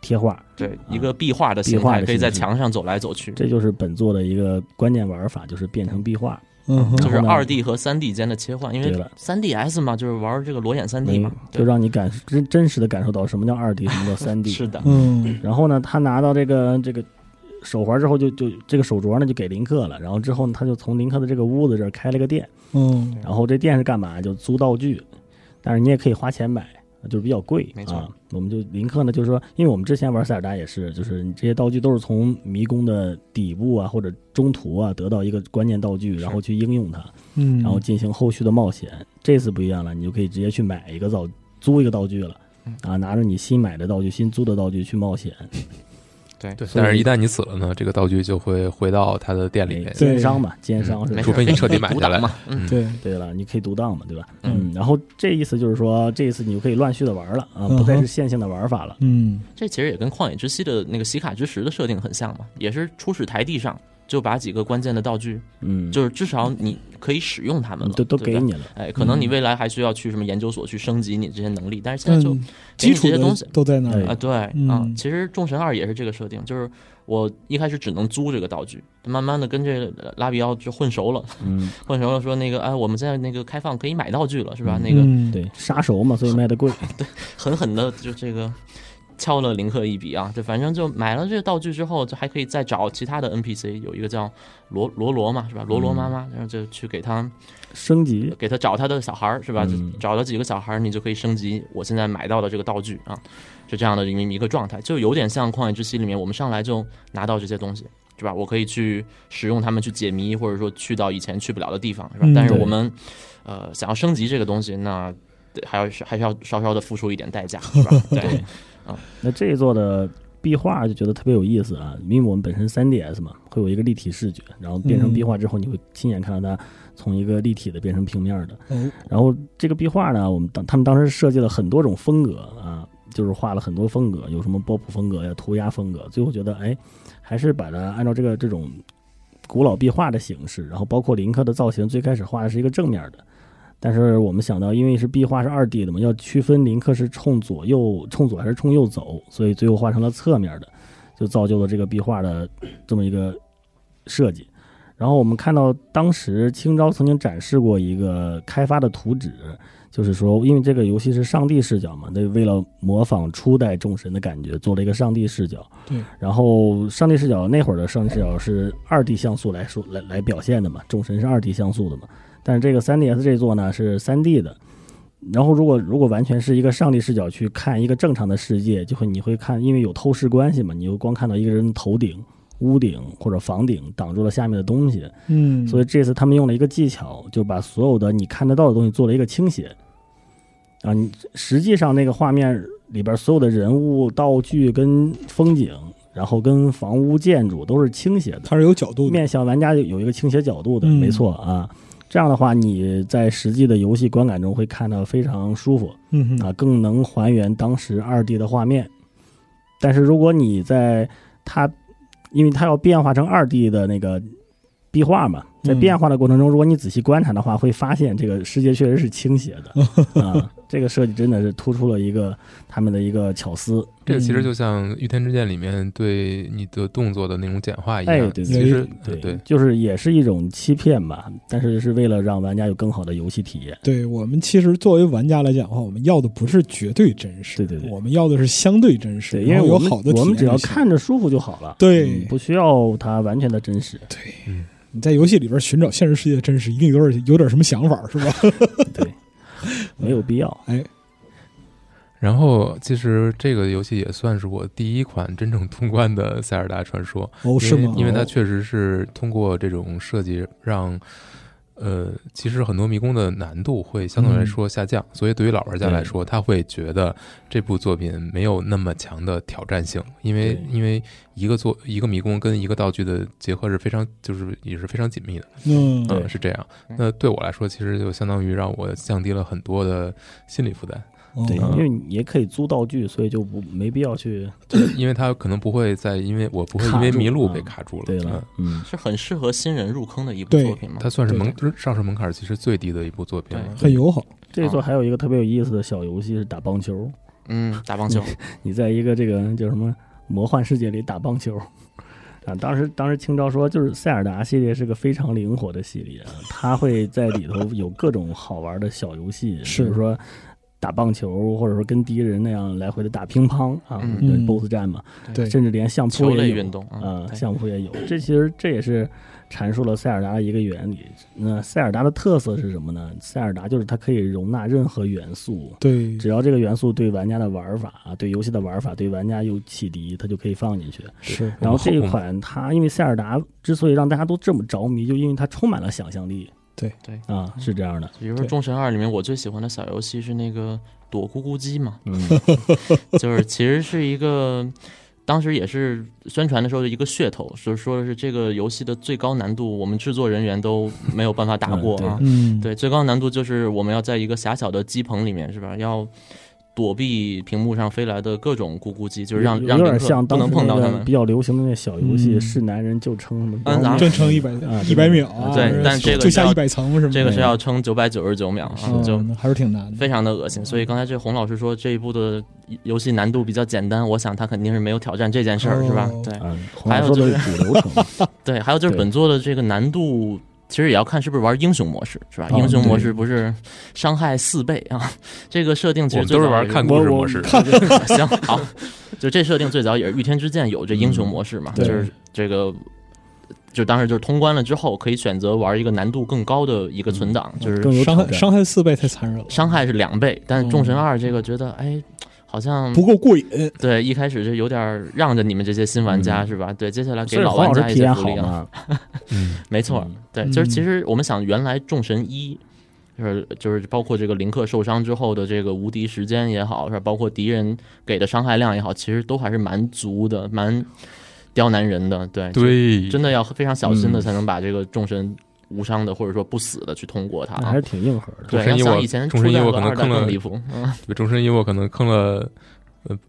[SPEAKER 5] 贴画，
[SPEAKER 4] 对一个壁画的
[SPEAKER 5] 壁
[SPEAKER 4] 形
[SPEAKER 5] 画
[SPEAKER 4] 态，
[SPEAKER 5] 的
[SPEAKER 4] 可以在
[SPEAKER 5] 形式
[SPEAKER 4] 墙上走来走去，
[SPEAKER 5] 这就是本作的一个关键玩法，就是变成壁画。
[SPEAKER 2] 嗯
[SPEAKER 4] 就
[SPEAKER 2] 哼，
[SPEAKER 4] 是
[SPEAKER 5] 然后呢
[SPEAKER 4] 二 D 和三 D 间的切换，因
[SPEAKER 5] 对
[SPEAKER 4] 为
[SPEAKER 5] 了
[SPEAKER 4] 三 DS 嘛，就是玩这个裸眼三 D 嘛
[SPEAKER 5] 嗯，就让你感真真实的感受到什么叫二 D，什么叫三 D。
[SPEAKER 4] 是的，
[SPEAKER 2] 嗯
[SPEAKER 5] 然后呢，他拿到这个这个手环之后就，就这个手镯呢就给林克了。然后之后呢，他就从林克的这个屋子这儿开了个店。
[SPEAKER 2] 嗯
[SPEAKER 5] 然后这店是干嘛？就租道具，但是你也可以花钱买，就是比较贵。
[SPEAKER 4] 没错
[SPEAKER 5] 啊，我们就林克呢，就是说，因为我们之前玩塞尔达也是，就是你这些道具都是从迷宫的底部啊或者中途啊得到一个关键道具，然后去应用它，
[SPEAKER 2] 嗯，
[SPEAKER 5] 然后进行后续的冒险。这次不一样了，你就可以直接去买一个道租一个道具了。
[SPEAKER 4] 嗯
[SPEAKER 5] 啊，拿着你新买的道具、新租的道具去冒险，
[SPEAKER 4] 对
[SPEAKER 3] 对，
[SPEAKER 5] 所以
[SPEAKER 3] 但是一旦你死了呢，这个道具就会回到他的店里面。
[SPEAKER 2] 对
[SPEAKER 5] 哎
[SPEAKER 2] 嗯
[SPEAKER 5] 奸商嘛，奸商是吧
[SPEAKER 4] 没事
[SPEAKER 3] 除非你彻底买
[SPEAKER 4] 独
[SPEAKER 3] 下来
[SPEAKER 4] 挡 嘛，嗯，
[SPEAKER 2] 对，
[SPEAKER 5] 对了，你可以独当嘛，对吧？
[SPEAKER 2] 嗯
[SPEAKER 5] 嗯，然后这意思就是说，这一次你就可以乱序的玩了啊，
[SPEAKER 2] 嗯哼
[SPEAKER 5] 不再是线性的玩法了。
[SPEAKER 2] 嗯
[SPEAKER 4] 这其实也跟旷野之息的那个洗卡之石的设定很像嘛，也是初始台地上就把几个关键的道具，
[SPEAKER 5] 嗯，
[SPEAKER 4] 就是至少你可以使用它们了，
[SPEAKER 5] 都都
[SPEAKER 4] 对
[SPEAKER 5] 给
[SPEAKER 4] 吧。
[SPEAKER 5] 你嗯了。
[SPEAKER 4] 哎，可能你未来还需要去什么研究所去升级你这些能力，但是现在就
[SPEAKER 2] 嗯，基础
[SPEAKER 4] 这些东
[SPEAKER 2] 的
[SPEAKER 4] 西
[SPEAKER 2] 都在那儿，
[SPEAKER 4] 啊，
[SPEAKER 5] 哎
[SPEAKER 4] 对啊
[SPEAKER 2] 嗯，
[SPEAKER 4] 其实《众神二》也是这个设定，就是我一开始只能租这个道具，慢慢的跟这个拉比奥就混熟了，
[SPEAKER 5] 嗯，
[SPEAKER 4] 混熟了说那个哎，我们现在那个开放可以买道具了，是吧？
[SPEAKER 5] 嗯
[SPEAKER 4] 那个
[SPEAKER 2] 嗯，
[SPEAKER 5] 对，杀熟嘛，所以卖的 贵。
[SPEAKER 4] 狠狠的就这个敲了林克一笔啊，就反正就买了这个道具之后，就还可以再找其他的 NPC，有一个叫罗罗罗嘛，是吧？罗罗妈妈，然后就去给他
[SPEAKER 5] 升级，
[SPEAKER 4] 给他找他的小孩儿，是吧？就
[SPEAKER 5] 嗯
[SPEAKER 4] 找到几个小孩儿，你就可以升级我现在买到的这个道具啊，是这样的一个状态，就有点像《旷野之息》里面，我们上来就拿到这些东西，是吧？我可以去使用它们去解谜，或者说去到以前去不了的地方，是吧？
[SPEAKER 2] 嗯
[SPEAKER 4] 但是
[SPEAKER 5] 对
[SPEAKER 4] 我们呃想要升级这个东西，那得还要是还是要稍稍的付出一点代价，是吧？对，
[SPEAKER 5] 那这一座的壁画就觉得特别有意思啊，因为我们本身 3DS 嘛，会有一个立体视觉，然后变成
[SPEAKER 2] 嗯
[SPEAKER 5] 壁画之后，你会亲眼看到它从一个立体的变成平面的。
[SPEAKER 2] 哦，
[SPEAKER 5] 然后这个壁画呢，我们当他们当时设计了很多种风格啊，就是画了很多风格，有什么波普风格呀、涂鸦风格。最后觉得，哎，还是把它按照这个这种古老壁画的形式，然后包括林克的造型，最开始画的是一个正面的。但是我们想到，因为是壁画是二 D 的嘛，要区分林克是冲左右、冲左还是冲右走，所以最后画成了侧面的，就造就了这个壁画的这么一个设计。然后我们看到当时青招曾经展示过一个开发的图纸，就是说，因为这个游戏是上帝视角嘛，那为了模仿初代众神的感觉，做了一个上帝视角。
[SPEAKER 2] 对。
[SPEAKER 5] 然后上帝视角那会儿的上帝视角是二 D 像素来说来来表现的嘛，众神是二 D 像素的嘛，但是这个 3DS 这座呢是 3D 的。然后，如果如果完全是一个上帝视角去看一个正常的世界，就会你会看，因为有透视关系嘛，你就光看到一个人的头顶、屋顶或者房顶挡住了下面的东西，
[SPEAKER 2] 嗯，
[SPEAKER 5] 所以这次他们用了一个技巧，就把所有的你看得到的东西做了一个倾斜。啊，你实际上那个画面里边所有的人物、道具跟风景，然后跟房屋建筑都是倾斜的。
[SPEAKER 2] 它是有角度的，
[SPEAKER 5] 面向玩家有有一个倾斜角度的，
[SPEAKER 2] 嗯
[SPEAKER 5] 没错啊。这样的话，你在实际的游戏观感中会看到非常舒服
[SPEAKER 2] 嗯哼，
[SPEAKER 5] 啊，更能还原当时二 D 的画面。但是如果你在它，因为它要变化成二 D 的那个壁画嘛，在
[SPEAKER 2] 嗯
[SPEAKER 5] 变化的过程中，如果你仔细观察的话，会发现这个世界确实是倾斜 的啊。这个设计真的是突出了一个他们的一个巧思，
[SPEAKER 3] 这个其实就像《御天之剑》里面对你的动作的那种简化一样，
[SPEAKER 5] 哎对对
[SPEAKER 3] 其实呃
[SPEAKER 5] 对
[SPEAKER 3] 对对，
[SPEAKER 5] 就是也是一种欺骗吧，但是是为了让玩家有更好的游戏体验。
[SPEAKER 2] 对我们其实作为玩家来讲的话，我们要的不是绝对真实，
[SPEAKER 5] 对对对
[SPEAKER 2] 我们要的是相对真实，
[SPEAKER 5] 对，因为
[SPEAKER 2] 然后有
[SPEAKER 5] 我们
[SPEAKER 2] 好的体验就行
[SPEAKER 5] 我们只要看着舒服就好了，
[SPEAKER 2] 对。
[SPEAKER 5] 嗯不需要它完全的真实
[SPEAKER 2] 对，
[SPEAKER 3] 嗯
[SPEAKER 2] 你在游戏里边寻找现实世界的真实，一定有点有点什么想法，是吧？
[SPEAKER 5] 对，没有必要。
[SPEAKER 2] 哎，
[SPEAKER 3] 然后，其实这个游戏也算是我第一款真正通关的《塞尔达传说》
[SPEAKER 2] 哦，是
[SPEAKER 3] 因为
[SPEAKER 2] 吗？
[SPEAKER 3] 因为它
[SPEAKER 2] 哦
[SPEAKER 3] 确实是通过这种设计让。呃，其实很多迷宫的难度会相对来说下降，所以对于老玩家来说，他会觉得这部作品没有那么强的挑战性，因为
[SPEAKER 4] 对
[SPEAKER 3] 因为一个做一个迷宫跟一个道具的结合是非常就是也是非常紧密的。
[SPEAKER 2] 嗯，
[SPEAKER 3] 嗯，是这样。
[SPEAKER 4] 嗯
[SPEAKER 3] 那对我来说，其实就相当于让我降低了很多的心理负担，
[SPEAKER 2] 哦
[SPEAKER 5] 对，
[SPEAKER 3] 嗯
[SPEAKER 5] 因为你也可以租道具，所以就不没必要去。
[SPEAKER 3] 就是因为它可能不会再因为我不会因为
[SPEAKER 5] 卡住
[SPEAKER 3] 迷路
[SPEAKER 5] 啊
[SPEAKER 3] 被卡住了。
[SPEAKER 5] 对
[SPEAKER 3] 嗯
[SPEAKER 5] 了，嗯，
[SPEAKER 4] 是很适合新人入坑的一部
[SPEAKER 2] 对
[SPEAKER 4] 作品嘛
[SPEAKER 3] 它。算是门上手门槛其实最低的一部作品了。
[SPEAKER 2] 很友好，
[SPEAKER 5] 这一座还有一个特别有意思的小游戏是打棒球，
[SPEAKER 4] 嗯，打棒球，
[SPEAKER 5] 你在一个这个叫什么魔幻世界里打棒球。啊，当时当时清朝说，就是塞尔达系列是个非常灵活的系列，啊它会在里头有各种好玩的小游戏，
[SPEAKER 2] 是
[SPEAKER 5] 比如说打棒球，或者说跟敌人那样来回的打乒乓啊，
[SPEAKER 4] 嗯
[SPEAKER 5] 对
[SPEAKER 2] 嗯
[SPEAKER 5] BOSS 战嘛，
[SPEAKER 2] 对
[SPEAKER 5] 甚至连相扑
[SPEAKER 4] 球类
[SPEAKER 5] 也有
[SPEAKER 4] 运动
[SPEAKER 5] 啊、
[SPEAKER 4] 对
[SPEAKER 5] 相扑也有。这其实这也是阐述了塞尔达的一个原理。那塞尔达的特色是什么呢？塞尔达就是它可以容纳任何元素，
[SPEAKER 2] 对，
[SPEAKER 5] 只要这个元素对玩家的玩法、对游戏的玩法、对玩家有启迪，它就可以放进去。
[SPEAKER 2] 是
[SPEAKER 5] 然后这
[SPEAKER 4] 嗯
[SPEAKER 5] 一
[SPEAKER 3] 我们后
[SPEAKER 5] 款它，因为塞尔达之所以让大家都这么着迷，就因为它充满了想象力。
[SPEAKER 2] 对
[SPEAKER 4] 对
[SPEAKER 5] 啊，是这样的。
[SPEAKER 4] 比如说《众神二》里面，我最喜欢的小游戏是那个躲咕咕鸡嘛，
[SPEAKER 5] 嗯，
[SPEAKER 4] 就是其实是一个，当时也是宣传的时候的一个噱头，就是说是这个游戏的最高难度，我们制作人员都没有办法打过啊。
[SPEAKER 2] 嗯，
[SPEAKER 4] 对，最高难度就是我们要在一个狭小的鸡棚里面，是吧？要躲避屏幕上飞来的各种咕咕鸡，就是让
[SPEAKER 5] 有
[SPEAKER 4] 让
[SPEAKER 5] 有
[SPEAKER 4] 旅
[SPEAKER 5] 点
[SPEAKER 4] 客
[SPEAKER 5] 像
[SPEAKER 4] 不
[SPEAKER 5] 当
[SPEAKER 4] 能
[SPEAKER 5] 时
[SPEAKER 4] 碰到
[SPEAKER 5] 那
[SPEAKER 4] 他
[SPEAKER 5] 个
[SPEAKER 4] 们
[SPEAKER 5] 比。较流行的那小游戏，
[SPEAKER 2] 嗯
[SPEAKER 5] 是男人就称什么
[SPEAKER 4] 嗯咱们
[SPEAKER 2] 正称一百
[SPEAKER 5] 啊
[SPEAKER 2] 一百
[SPEAKER 5] 对
[SPEAKER 2] 秒
[SPEAKER 5] 啊
[SPEAKER 2] 啊，
[SPEAKER 4] 对
[SPEAKER 2] 是
[SPEAKER 4] 但这个
[SPEAKER 2] 就下
[SPEAKER 4] 要
[SPEAKER 2] 一百层是吗？
[SPEAKER 4] 这个是要撑九百九十九秒啊，
[SPEAKER 2] 嗯
[SPEAKER 4] 就
[SPEAKER 2] 那还是挺难的，
[SPEAKER 4] 非常的恶心。所以刚才这洪老师说这一部的游戏难度比较简单，我想他肯定是没有挑战这件事儿，是吧
[SPEAKER 2] 哦？
[SPEAKER 4] 对
[SPEAKER 5] 啊，红
[SPEAKER 4] 还有
[SPEAKER 5] 说
[SPEAKER 4] 就
[SPEAKER 5] 的是主流 程度，
[SPEAKER 4] 对，还有就是
[SPEAKER 5] 对
[SPEAKER 4] 本作的这个难度。其实也要看是不是玩英雄模式，是吧？
[SPEAKER 5] 哦
[SPEAKER 4] 英雄模式不是伤害四倍啊？ 这个设定其
[SPEAKER 3] 我
[SPEAKER 4] 实
[SPEAKER 3] 们
[SPEAKER 4] 最
[SPEAKER 3] 都
[SPEAKER 4] 早
[SPEAKER 3] 是玩看
[SPEAKER 5] 我
[SPEAKER 3] 故事
[SPEAKER 5] 我
[SPEAKER 3] 模式，
[SPEAKER 4] 行好，就这设定最早也是《御天之剑》有这英
[SPEAKER 5] 嗯
[SPEAKER 4] 雄模式嘛，
[SPEAKER 2] 对
[SPEAKER 4] 就是这个，就当时就是通关了之后可以选择玩一个难度更高的一个存档，就是
[SPEAKER 5] 嗯更有
[SPEAKER 2] 伤
[SPEAKER 5] 挑
[SPEAKER 2] 害
[SPEAKER 5] 战。
[SPEAKER 2] 伤害四倍太残忍了，
[SPEAKER 4] 伤害是两倍，但是《众神
[SPEAKER 2] 嗯
[SPEAKER 4] 二》这个觉得哎，好像
[SPEAKER 2] 不够过瘾，
[SPEAKER 4] 对一开始就有点让着你们这些新玩家是吧？对，接下来给
[SPEAKER 5] 嗯所以
[SPEAKER 4] 老
[SPEAKER 5] 黄
[SPEAKER 4] 玩
[SPEAKER 5] 老师
[SPEAKER 4] 家一
[SPEAKER 5] 体
[SPEAKER 4] 些
[SPEAKER 5] 验
[SPEAKER 4] 福
[SPEAKER 5] 好
[SPEAKER 4] 利啊。
[SPEAKER 5] 嘛？
[SPEAKER 3] 嗯，
[SPEAKER 4] 没错
[SPEAKER 5] 嗯，
[SPEAKER 4] 对，
[SPEAKER 2] 嗯
[SPEAKER 4] 就是其实我们想，原来众神一。就是就是包括这个林克受伤之后的这个无敌时间也好，是吧？包括敌人给的伤害量也好，其实都还是蛮足的，蛮刁难人的。对，
[SPEAKER 3] 对，
[SPEAKER 4] 真的要非常小心的
[SPEAKER 5] 嗯
[SPEAKER 4] 才能把这个众神无伤的或者说不死的去通过它
[SPEAKER 5] 那还
[SPEAKER 4] 啊
[SPEAKER 5] 是。挺硬核的。
[SPEAKER 4] 对，
[SPEAKER 3] 众神一
[SPEAKER 4] 要
[SPEAKER 3] 我
[SPEAKER 4] 像以前
[SPEAKER 3] 众
[SPEAKER 4] 初
[SPEAKER 3] 神一
[SPEAKER 4] 代
[SPEAKER 3] 我
[SPEAKER 4] 和
[SPEAKER 3] 可能
[SPEAKER 4] 二代
[SPEAKER 3] 坑了
[SPEAKER 4] 更离谱，嗯，
[SPEAKER 3] 对终身一我可能坑了呃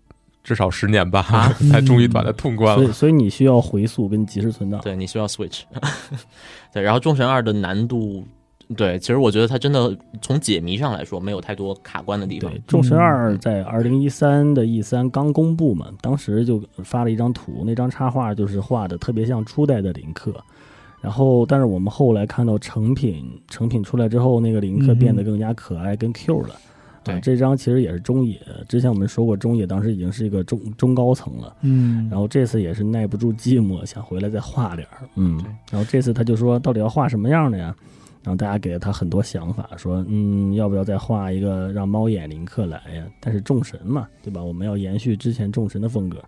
[SPEAKER 3] 至少十年吧， 才终于把它通关
[SPEAKER 5] 所以，
[SPEAKER 3] 了。
[SPEAKER 5] 所以你需要回溯跟及时存档。
[SPEAKER 4] 嗯对你需要 Switch。对，然后众神二的难度，对，其实我觉得它真的从解谜上来说没有太多卡关的地方
[SPEAKER 5] 对，。众神二在二零一三的 E 三刚公布嘛，当时就发了一张图，那张插画就是画的特别像初代的林克。然后，但是我们后来看到成品，成品出来之后，那个林克
[SPEAKER 2] 嗯
[SPEAKER 5] 变得更加可爱跟 Q 了。
[SPEAKER 4] 对
[SPEAKER 5] 啊，这张其实也是中野，之前我们说过，中野当时已经是一个中中高层了。
[SPEAKER 2] 嗯，
[SPEAKER 5] 然后这次也是耐不住寂寞，想回来再画点儿，嗯
[SPEAKER 4] 对。
[SPEAKER 5] 然后这次他就说，到底要画什么样的呀？然后大家给了他很多想法，说，嗯，要不要再画一个让猫眼林克来呀？但是众神嘛，对吧？我们要延续之前众神的风格，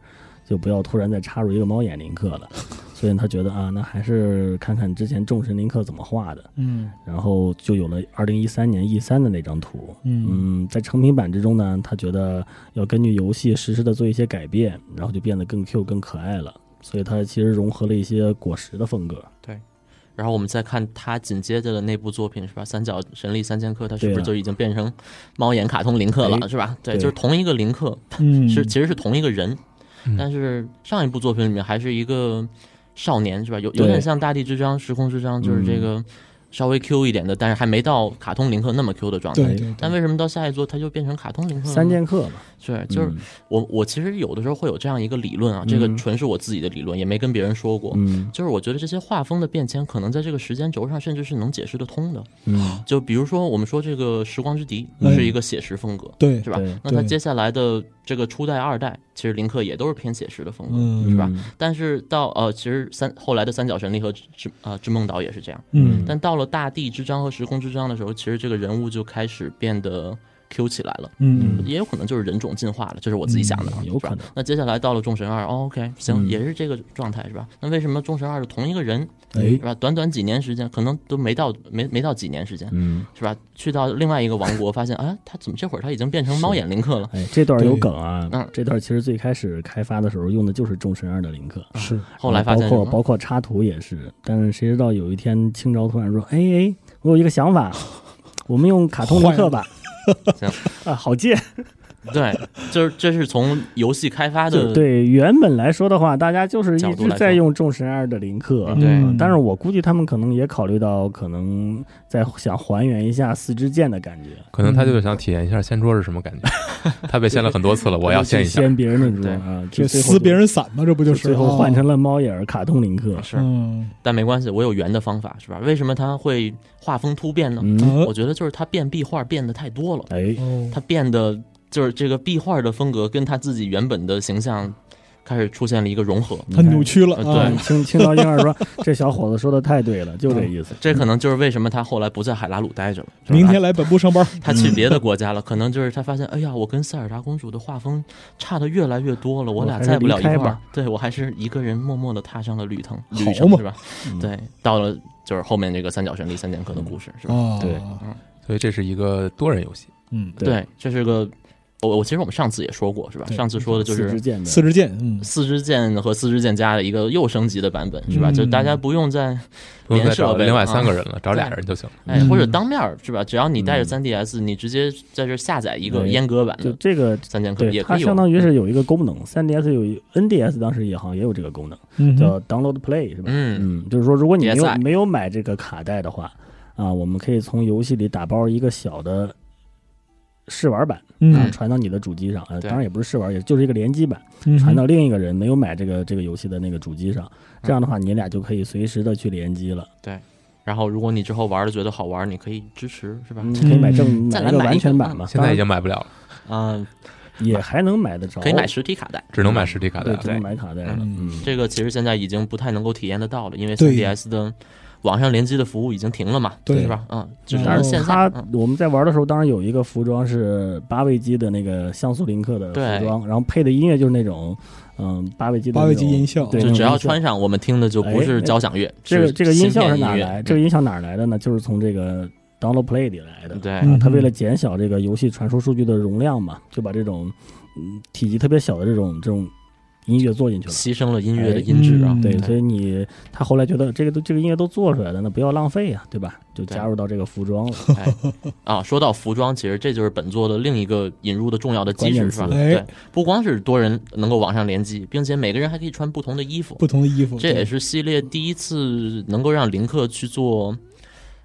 [SPEAKER 5] 就不要突然再插入一个猫眼林克了。所以他觉得啊，那还是看看之前众神林克怎么画的。
[SPEAKER 2] 嗯
[SPEAKER 5] 然后就有了二零一三年 E 三的那张图，
[SPEAKER 2] 嗯
[SPEAKER 5] 嗯，在成品版之中呢，他觉得要根据游戏实时的做一些改变，然后就变得更 Q 更可爱了。所以它其实融合了一些果实的风格，
[SPEAKER 4] 然后我们再看他紧接着的那部作品是吧？《三角神力三剑客》，他是不
[SPEAKER 5] 对
[SPEAKER 4] 是
[SPEAKER 5] 啊
[SPEAKER 4] 就已经变成猫眼卡通林克了，
[SPEAKER 5] 哎
[SPEAKER 4] 是吧？对，
[SPEAKER 5] 对
[SPEAKER 4] 就是同一个林克，
[SPEAKER 2] 嗯，
[SPEAKER 4] 是其实是同一个人，
[SPEAKER 3] 嗯
[SPEAKER 4] 但是上一部作品里面还是一个少年，是吧？有有
[SPEAKER 5] 对嗯
[SPEAKER 4] 点像《大地之章》《时空之章》，就是这个稍微 Q 一点的，但是还没到卡通林克那么 Q 的状态。
[SPEAKER 2] 对对
[SPEAKER 4] 但
[SPEAKER 2] 对，
[SPEAKER 4] 为什么到下一座他就变成卡通林克了呢？
[SPEAKER 5] 三剑客嘛，
[SPEAKER 4] 是嗯就是
[SPEAKER 5] 嗯
[SPEAKER 4] 我我其实有的时候会有这样一个理论啊，这个纯是我自己的理论，也没跟别人说过。
[SPEAKER 5] 嗯
[SPEAKER 4] 就是我觉得这些画风的变迁，可能在这个时间轴上甚至是能解释得通的。
[SPEAKER 5] 嗯，
[SPEAKER 4] 就比如说，我们说这个《时光之笛
[SPEAKER 2] 嗯》
[SPEAKER 4] 是一个写实风格，
[SPEAKER 2] 对
[SPEAKER 4] 是吧
[SPEAKER 5] 对？
[SPEAKER 4] 那他
[SPEAKER 2] 对
[SPEAKER 4] 接下来的这个初代、二代，其实林克也都是偏写实的风格。
[SPEAKER 2] 嗯
[SPEAKER 4] 是吧
[SPEAKER 5] 嗯？
[SPEAKER 4] 但是到呃，其实三后来的三角神力和之呃之梦岛也是这样。
[SPEAKER 2] 嗯
[SPEAKER 4] 但到了大地之章和时空之章的时候，其实这个人物就开始变得 Q 起来了。
[SPEAKER 2] 嗯
[SPEAKER 4] 也有可能就是人种进化了，这是我自己想的啊，
[SPEAKER 5] 嗯有
[SPEAKER 4] 是吧
[SPEAKER 5] 可能
[SPEAKER 4] 那接下来到了众神二、哦、，OK，行，
[SPEAKER 5] 嗯
[SPEAKER 4] 也是这个状态是吧？那为什么众神二是同一个人
[SPEAKER 5] 哎
[SPEAKER 4] 是，吧？短短几年时间，可能都没到没没到几年时间
[SPEAKER 5] 嗯，
[SPEAKER 4] 是吧？去到另外一个王国，发现啊，他怎么这会儿他已经变成猫眼林克了？
[SPEAKER 5] 哎，这段有梗啊
[SPEAKER 4] 对嗯！
[SPEAKER 5] 这段其实最开始开发的时候用的就是《众神二》的林克，
[SPEAKER 2] 是
[SPEAKER 4] 啊后来发
[SPEAKER 5] 啊包
[SPEAKER 4] 现
[SPEAKER 5] 括
[SPEAKER 4] 什么
[SPEAKER 5] 包括插图也是，但是谁知道有一天清朝突然说：“哎哎，我有一个想法，我们用卡通林克吧。”
[SPEAKER 4] 行
[SPEAKER 5] 啊，好借。
[SPEAKER 4] 对，就是这是从游戏开发
[SPEAKER 5] 对
[SPEAKER 4] 的
[SPEAKER 5] 对，原本来说的话，大家就是
[SPEAKER 4] 角
[SPEAKER 5] 一
[SPEAKER 4] 度
[SPEAKER 5] 直
[SPEAKER 4] 来
[SPEAKER 5] 在
[SPEAKER 4] 说
[SPEAKER 5] 用《众神二》的林克，啊
[SPEAKER 4] 对
[SPEAKER 2] 嗯
[SPEAKER 5] 但是我估计他们可能也考虑到，可能在想还原一下四支箭的感觉。
[SPEAKER 3] 可能他就是想体验一下掀桌是什么感觉。 他被掀了很多次了，我要掀一下。
[SPEAKER 5] 掀别人的桌
[SPEAKER 4] 对
[SPEAKER 5] 啊，
[SPEAKER 2] 这
[SPEAKER 5] 就最后
[SPEAKER 2] 撕
[SPEAKER 5] 就
[SPEAKER 2] 别人伞嘛，这不就是
[SPEAKER 5] 最后换
[SPEAKER 2] 啊
[SPEAKER 5] 成了猫眼儿卡通林克。
[SPEAKER 4] 是，
[SPEAKER 2] 嗯
[SPEAKER 4] 但没关系，我有圆的方法是吧？为什么他会画风突变呢？
[SPEAKER 5] 嗯，
[SPEAKER 4] 我觉得就是他变壁画变得太多了，
[SPEAKER 5] 哎，
[SPEAKER 2] 哦
[SPEAKER 4] 他变得就是这个壁画的风格跟他自己原本的形象开始出现了一个融合。
[SPEAKER 5] 你
[SPEAKER 2] 他
[SPEAKER 5] 看
[SPEAKER 2] 扭曲了
[SPEAKER 4] 呃
[SPEAKER 2] 啊
[SPEAKER 4] 对，嗯
[SPEAKER 5] 青青岛婴儿说：“这小伙子说的太对了，就这意思。
[SPEAKER 4] 这可能就是为什么他后来不在海拉鲁待着了。是吧
[SPEAKER 2] 明天来本部上班，
[SPEAKER 4] 他
[SPEAKER 5] 嗯
[SPEAKER 4] 去别的国家了，可能就是他发现，哎呀，我跟塞尔达公主的画风差的越来越多了，我俩
[SPEAKER 5] 还是
[SPEAKER 4] 在不了一块
[SPEAKER 5] 离开
[SPEAKER 4] 儿
[SPEAKER 5] 吧。
[SPEAKER 4] 对我还是一个人默默的踏上了旅程，
[SPEAKER 2] 好
[SPEAKER 4] 旅程
[SPEAKER 2] 嘛
[SPEAKER 4] 是吧？
[SPEAKER 5] 嗯
[SPEAKER 4] 对，到了就是后面这个三角旋律三剑客的故事是
[SPEAKER 5] 哦
[SPEAKER 4] 吧？
[SPEAKER 2] 啊，
[SPEAKER 5] 对
[SPEAKER 3] 所以这是一个多人游戏。
[SPEAKER 2] 嗯，
[SPEAKER 5] 对
[SPEAKER 4] 对，这是个我我其实我们上次也说过是吧？
[SPEAKER 2] 对
[SPEAKER 4] 上次说的就
[SPEAKER 5] 四
[SPEAKER 4] 是
[SPEAKER 5] 支箭的
[SPEAKER 2] 四支箭，嗯，
[SPEAKER 4] 四支箭和四支箭加的一个又升级的版本是吧？
[SPEAKER 2] 嗯
[SPEAKER 4] 就大家不用再
[SPEAKER 3] 不用再
[SPEAKER 4] 连设
[SPEAKER 3] 找
[SPEAKER 4] 备
[SPEAKER 3] 另外
[SPEAKER 4] 啊
[SPEAKER 3] 三个人了，找俩人就行了。
[SPEAKER 4] 哎
[SPEAKER 2] 嗯
[SPEAKER 4] 或者当面儿是吧？只要你带着
[SPEAKER 5] 嗯
[SPEAKER 4] 3DS，你直接在这下载一个
[SPEAKER 5] 哎
[SPEAKER 4] 阉割版
[SPEAKER 5] 就
[SPEAKER 4] 的
[SPEAKER 5] 这个，
[SPEAKER 4] 三剑客
[SPEAKER 5] 对
[SPEAKER 4] 也可
[SPEAKER 5] 它
[SPEAKER 4] 以玩，
[SPEAKER 5] 相当于是有一个功能。3DS 有一 NDS 当时也好像也有这个功能，
[SPEAKER 2] 嗯哼
[SPEAKER 5] 叫 Download Play 是吧？
[SPEAKER 4] 嗯
[SPEAKER 5] 嗯，就是说如果你没
[SPEAKER 4] 别
[SPEAKER 5] 有
[SPEAKER 4] 在
[SPEAKER 5] 没有买这个卡带的话，啊，我们可以从游戏里打包一个小的试玩版，啊，
[SPEAKER 2] 嗯
[SPEAKER 5] 传到你的主机上。呃，
[SPEAKER 4] 对
[SPEAKER 5] 当然也不是试玩，也就是一个联机版。
[SPEAKER 2] 嗯，
[SPEAKER 5] 传到另一个人没有买这个这个游戏的那个主机
[SPEAKER 4] 嗯
[SPEAKER 5] 上，这样的话你俩就可以随时的去联机了，
[SPEAKER 4] 然后，如果你之后玩的觉得好玩，你可以支持，是吧？
[SPEAKER 5] 你嗯可以买正
[SPEAKER 4] 再来
[SPEAKER 5] 买一个
[SPEAKER 4] 买一
[SPEAKER 5] 完全
[SPEAKER 4] 个
[SPEAKER 5] 版
[SPEAKER 4] 嗯
[SPEAKER 5] 嘛，
[SPEAKER 3] 现在已经买不了了，
[SPEAKER 5] 嗯
[SPEAKER 4] 啊，
[SPEAKER 5] 当然也还能买得着，
[SPEAKER 4] 呃可以买实体卡带。
[SPEAKER 3] 只能买实体卡带啊
[SPEAKER 5] 对，
[SPEAKER 3] 了。
[SPEAKER 5] 只能买卡带了，
[SPEAKER 2] 嗯
[SPEAKER 5] 嗯，
[SPEAKER 4] 这个其实现在已经不太能够体验得到了，因为
[SPEAKER 2] 对
[SPEAKER 4] 3DS 的网上联机的服务已经停了嘛，
[SPEAKER 2] 对
[SPEAKER 4] 是吧？嗯，只
[SPEAKER 2] 然
[SPEAKER 5] 但
[SPEAKER 4] 是
[SPEAKER 2] 后
[SPEAKER 5] 是
[SPEAKER 4] 现在
[SPEAKER 5] 它
[SPEAKER 4] 嗯
[SPEAKER 5] 我们在玩的时候，当然有一个服装是八位机的那个像素林克的
[SPEAKER 4] 对
[SPEAKER 5] 服装，然后配的音乐就是那种嗯八位机的
[SPEAKER 2] 八位
[SPEAKER 5] 那
[SPEAKER 2] 级
[SPEAKER 5] 种
[SPEAKER 2] 音效，
[SPEAKER 5] 对
[SPEAKER 4] 就
[SPEAKER 5] 那
[SPEAKER 4] 只
[SPEAKER 5] 种
[SPEAKER 4] 要
[SPEAKER 5] 音效
[SPEAKER 4] 穿上，我们听的就不
[SPEAKER 5] 哎
[SPEAKER 4] 是交响乐，
[SPEAKER 5] 这个
[SPEAKER 4] 是
[SPEAKER 5] 这个音效是
[SPEAKER 4] 芯
[SPEAKER 5] 哪
[SPEAKER 4] 片音乐
[SPEAKER 5] 来？这个音效哪来的呢？就是从这个 Download Play 里来的
[SPEAKER 4] 嗯。对，
[SPEAKER 2] 嗯
[SPEAKER 5] 它为了减小这个游戏传输数据的容量嘛，就把这种嗯体积特别小的这种这种音乐做进去了。
[SPEAKER 4] 牺牲了音乐的音质啊
[SPEAKER 2] 哎嗯。
[SPEAKER 5] 对，所以你他后来觉得这个都这个音乐都做出来了，那不要浪费啊呀、对吧？就
[SPEAKER 4] 对
[SPEAKER 5] 加入到这个服装了。
[SPEAKER 4] 哎啊，说到服装，其实这就是本作的另一个引入的重要的机制，是吧？
[SPEAKER 5] 关
[SPEAKER 2] 键词
[SPEAKER 4] 对，不光是多人能够网上联机，并且每个人还可以穿不同的衣服，
[SPEAKER 2] 不同的衣
[SPEAKER 5] 哦
[SPEAKER 2] 服，
[SPEAKER 4] 这也
[SPEAKER 2] 对
[SPEAKER 4] 是系列第一次能够让林克去做，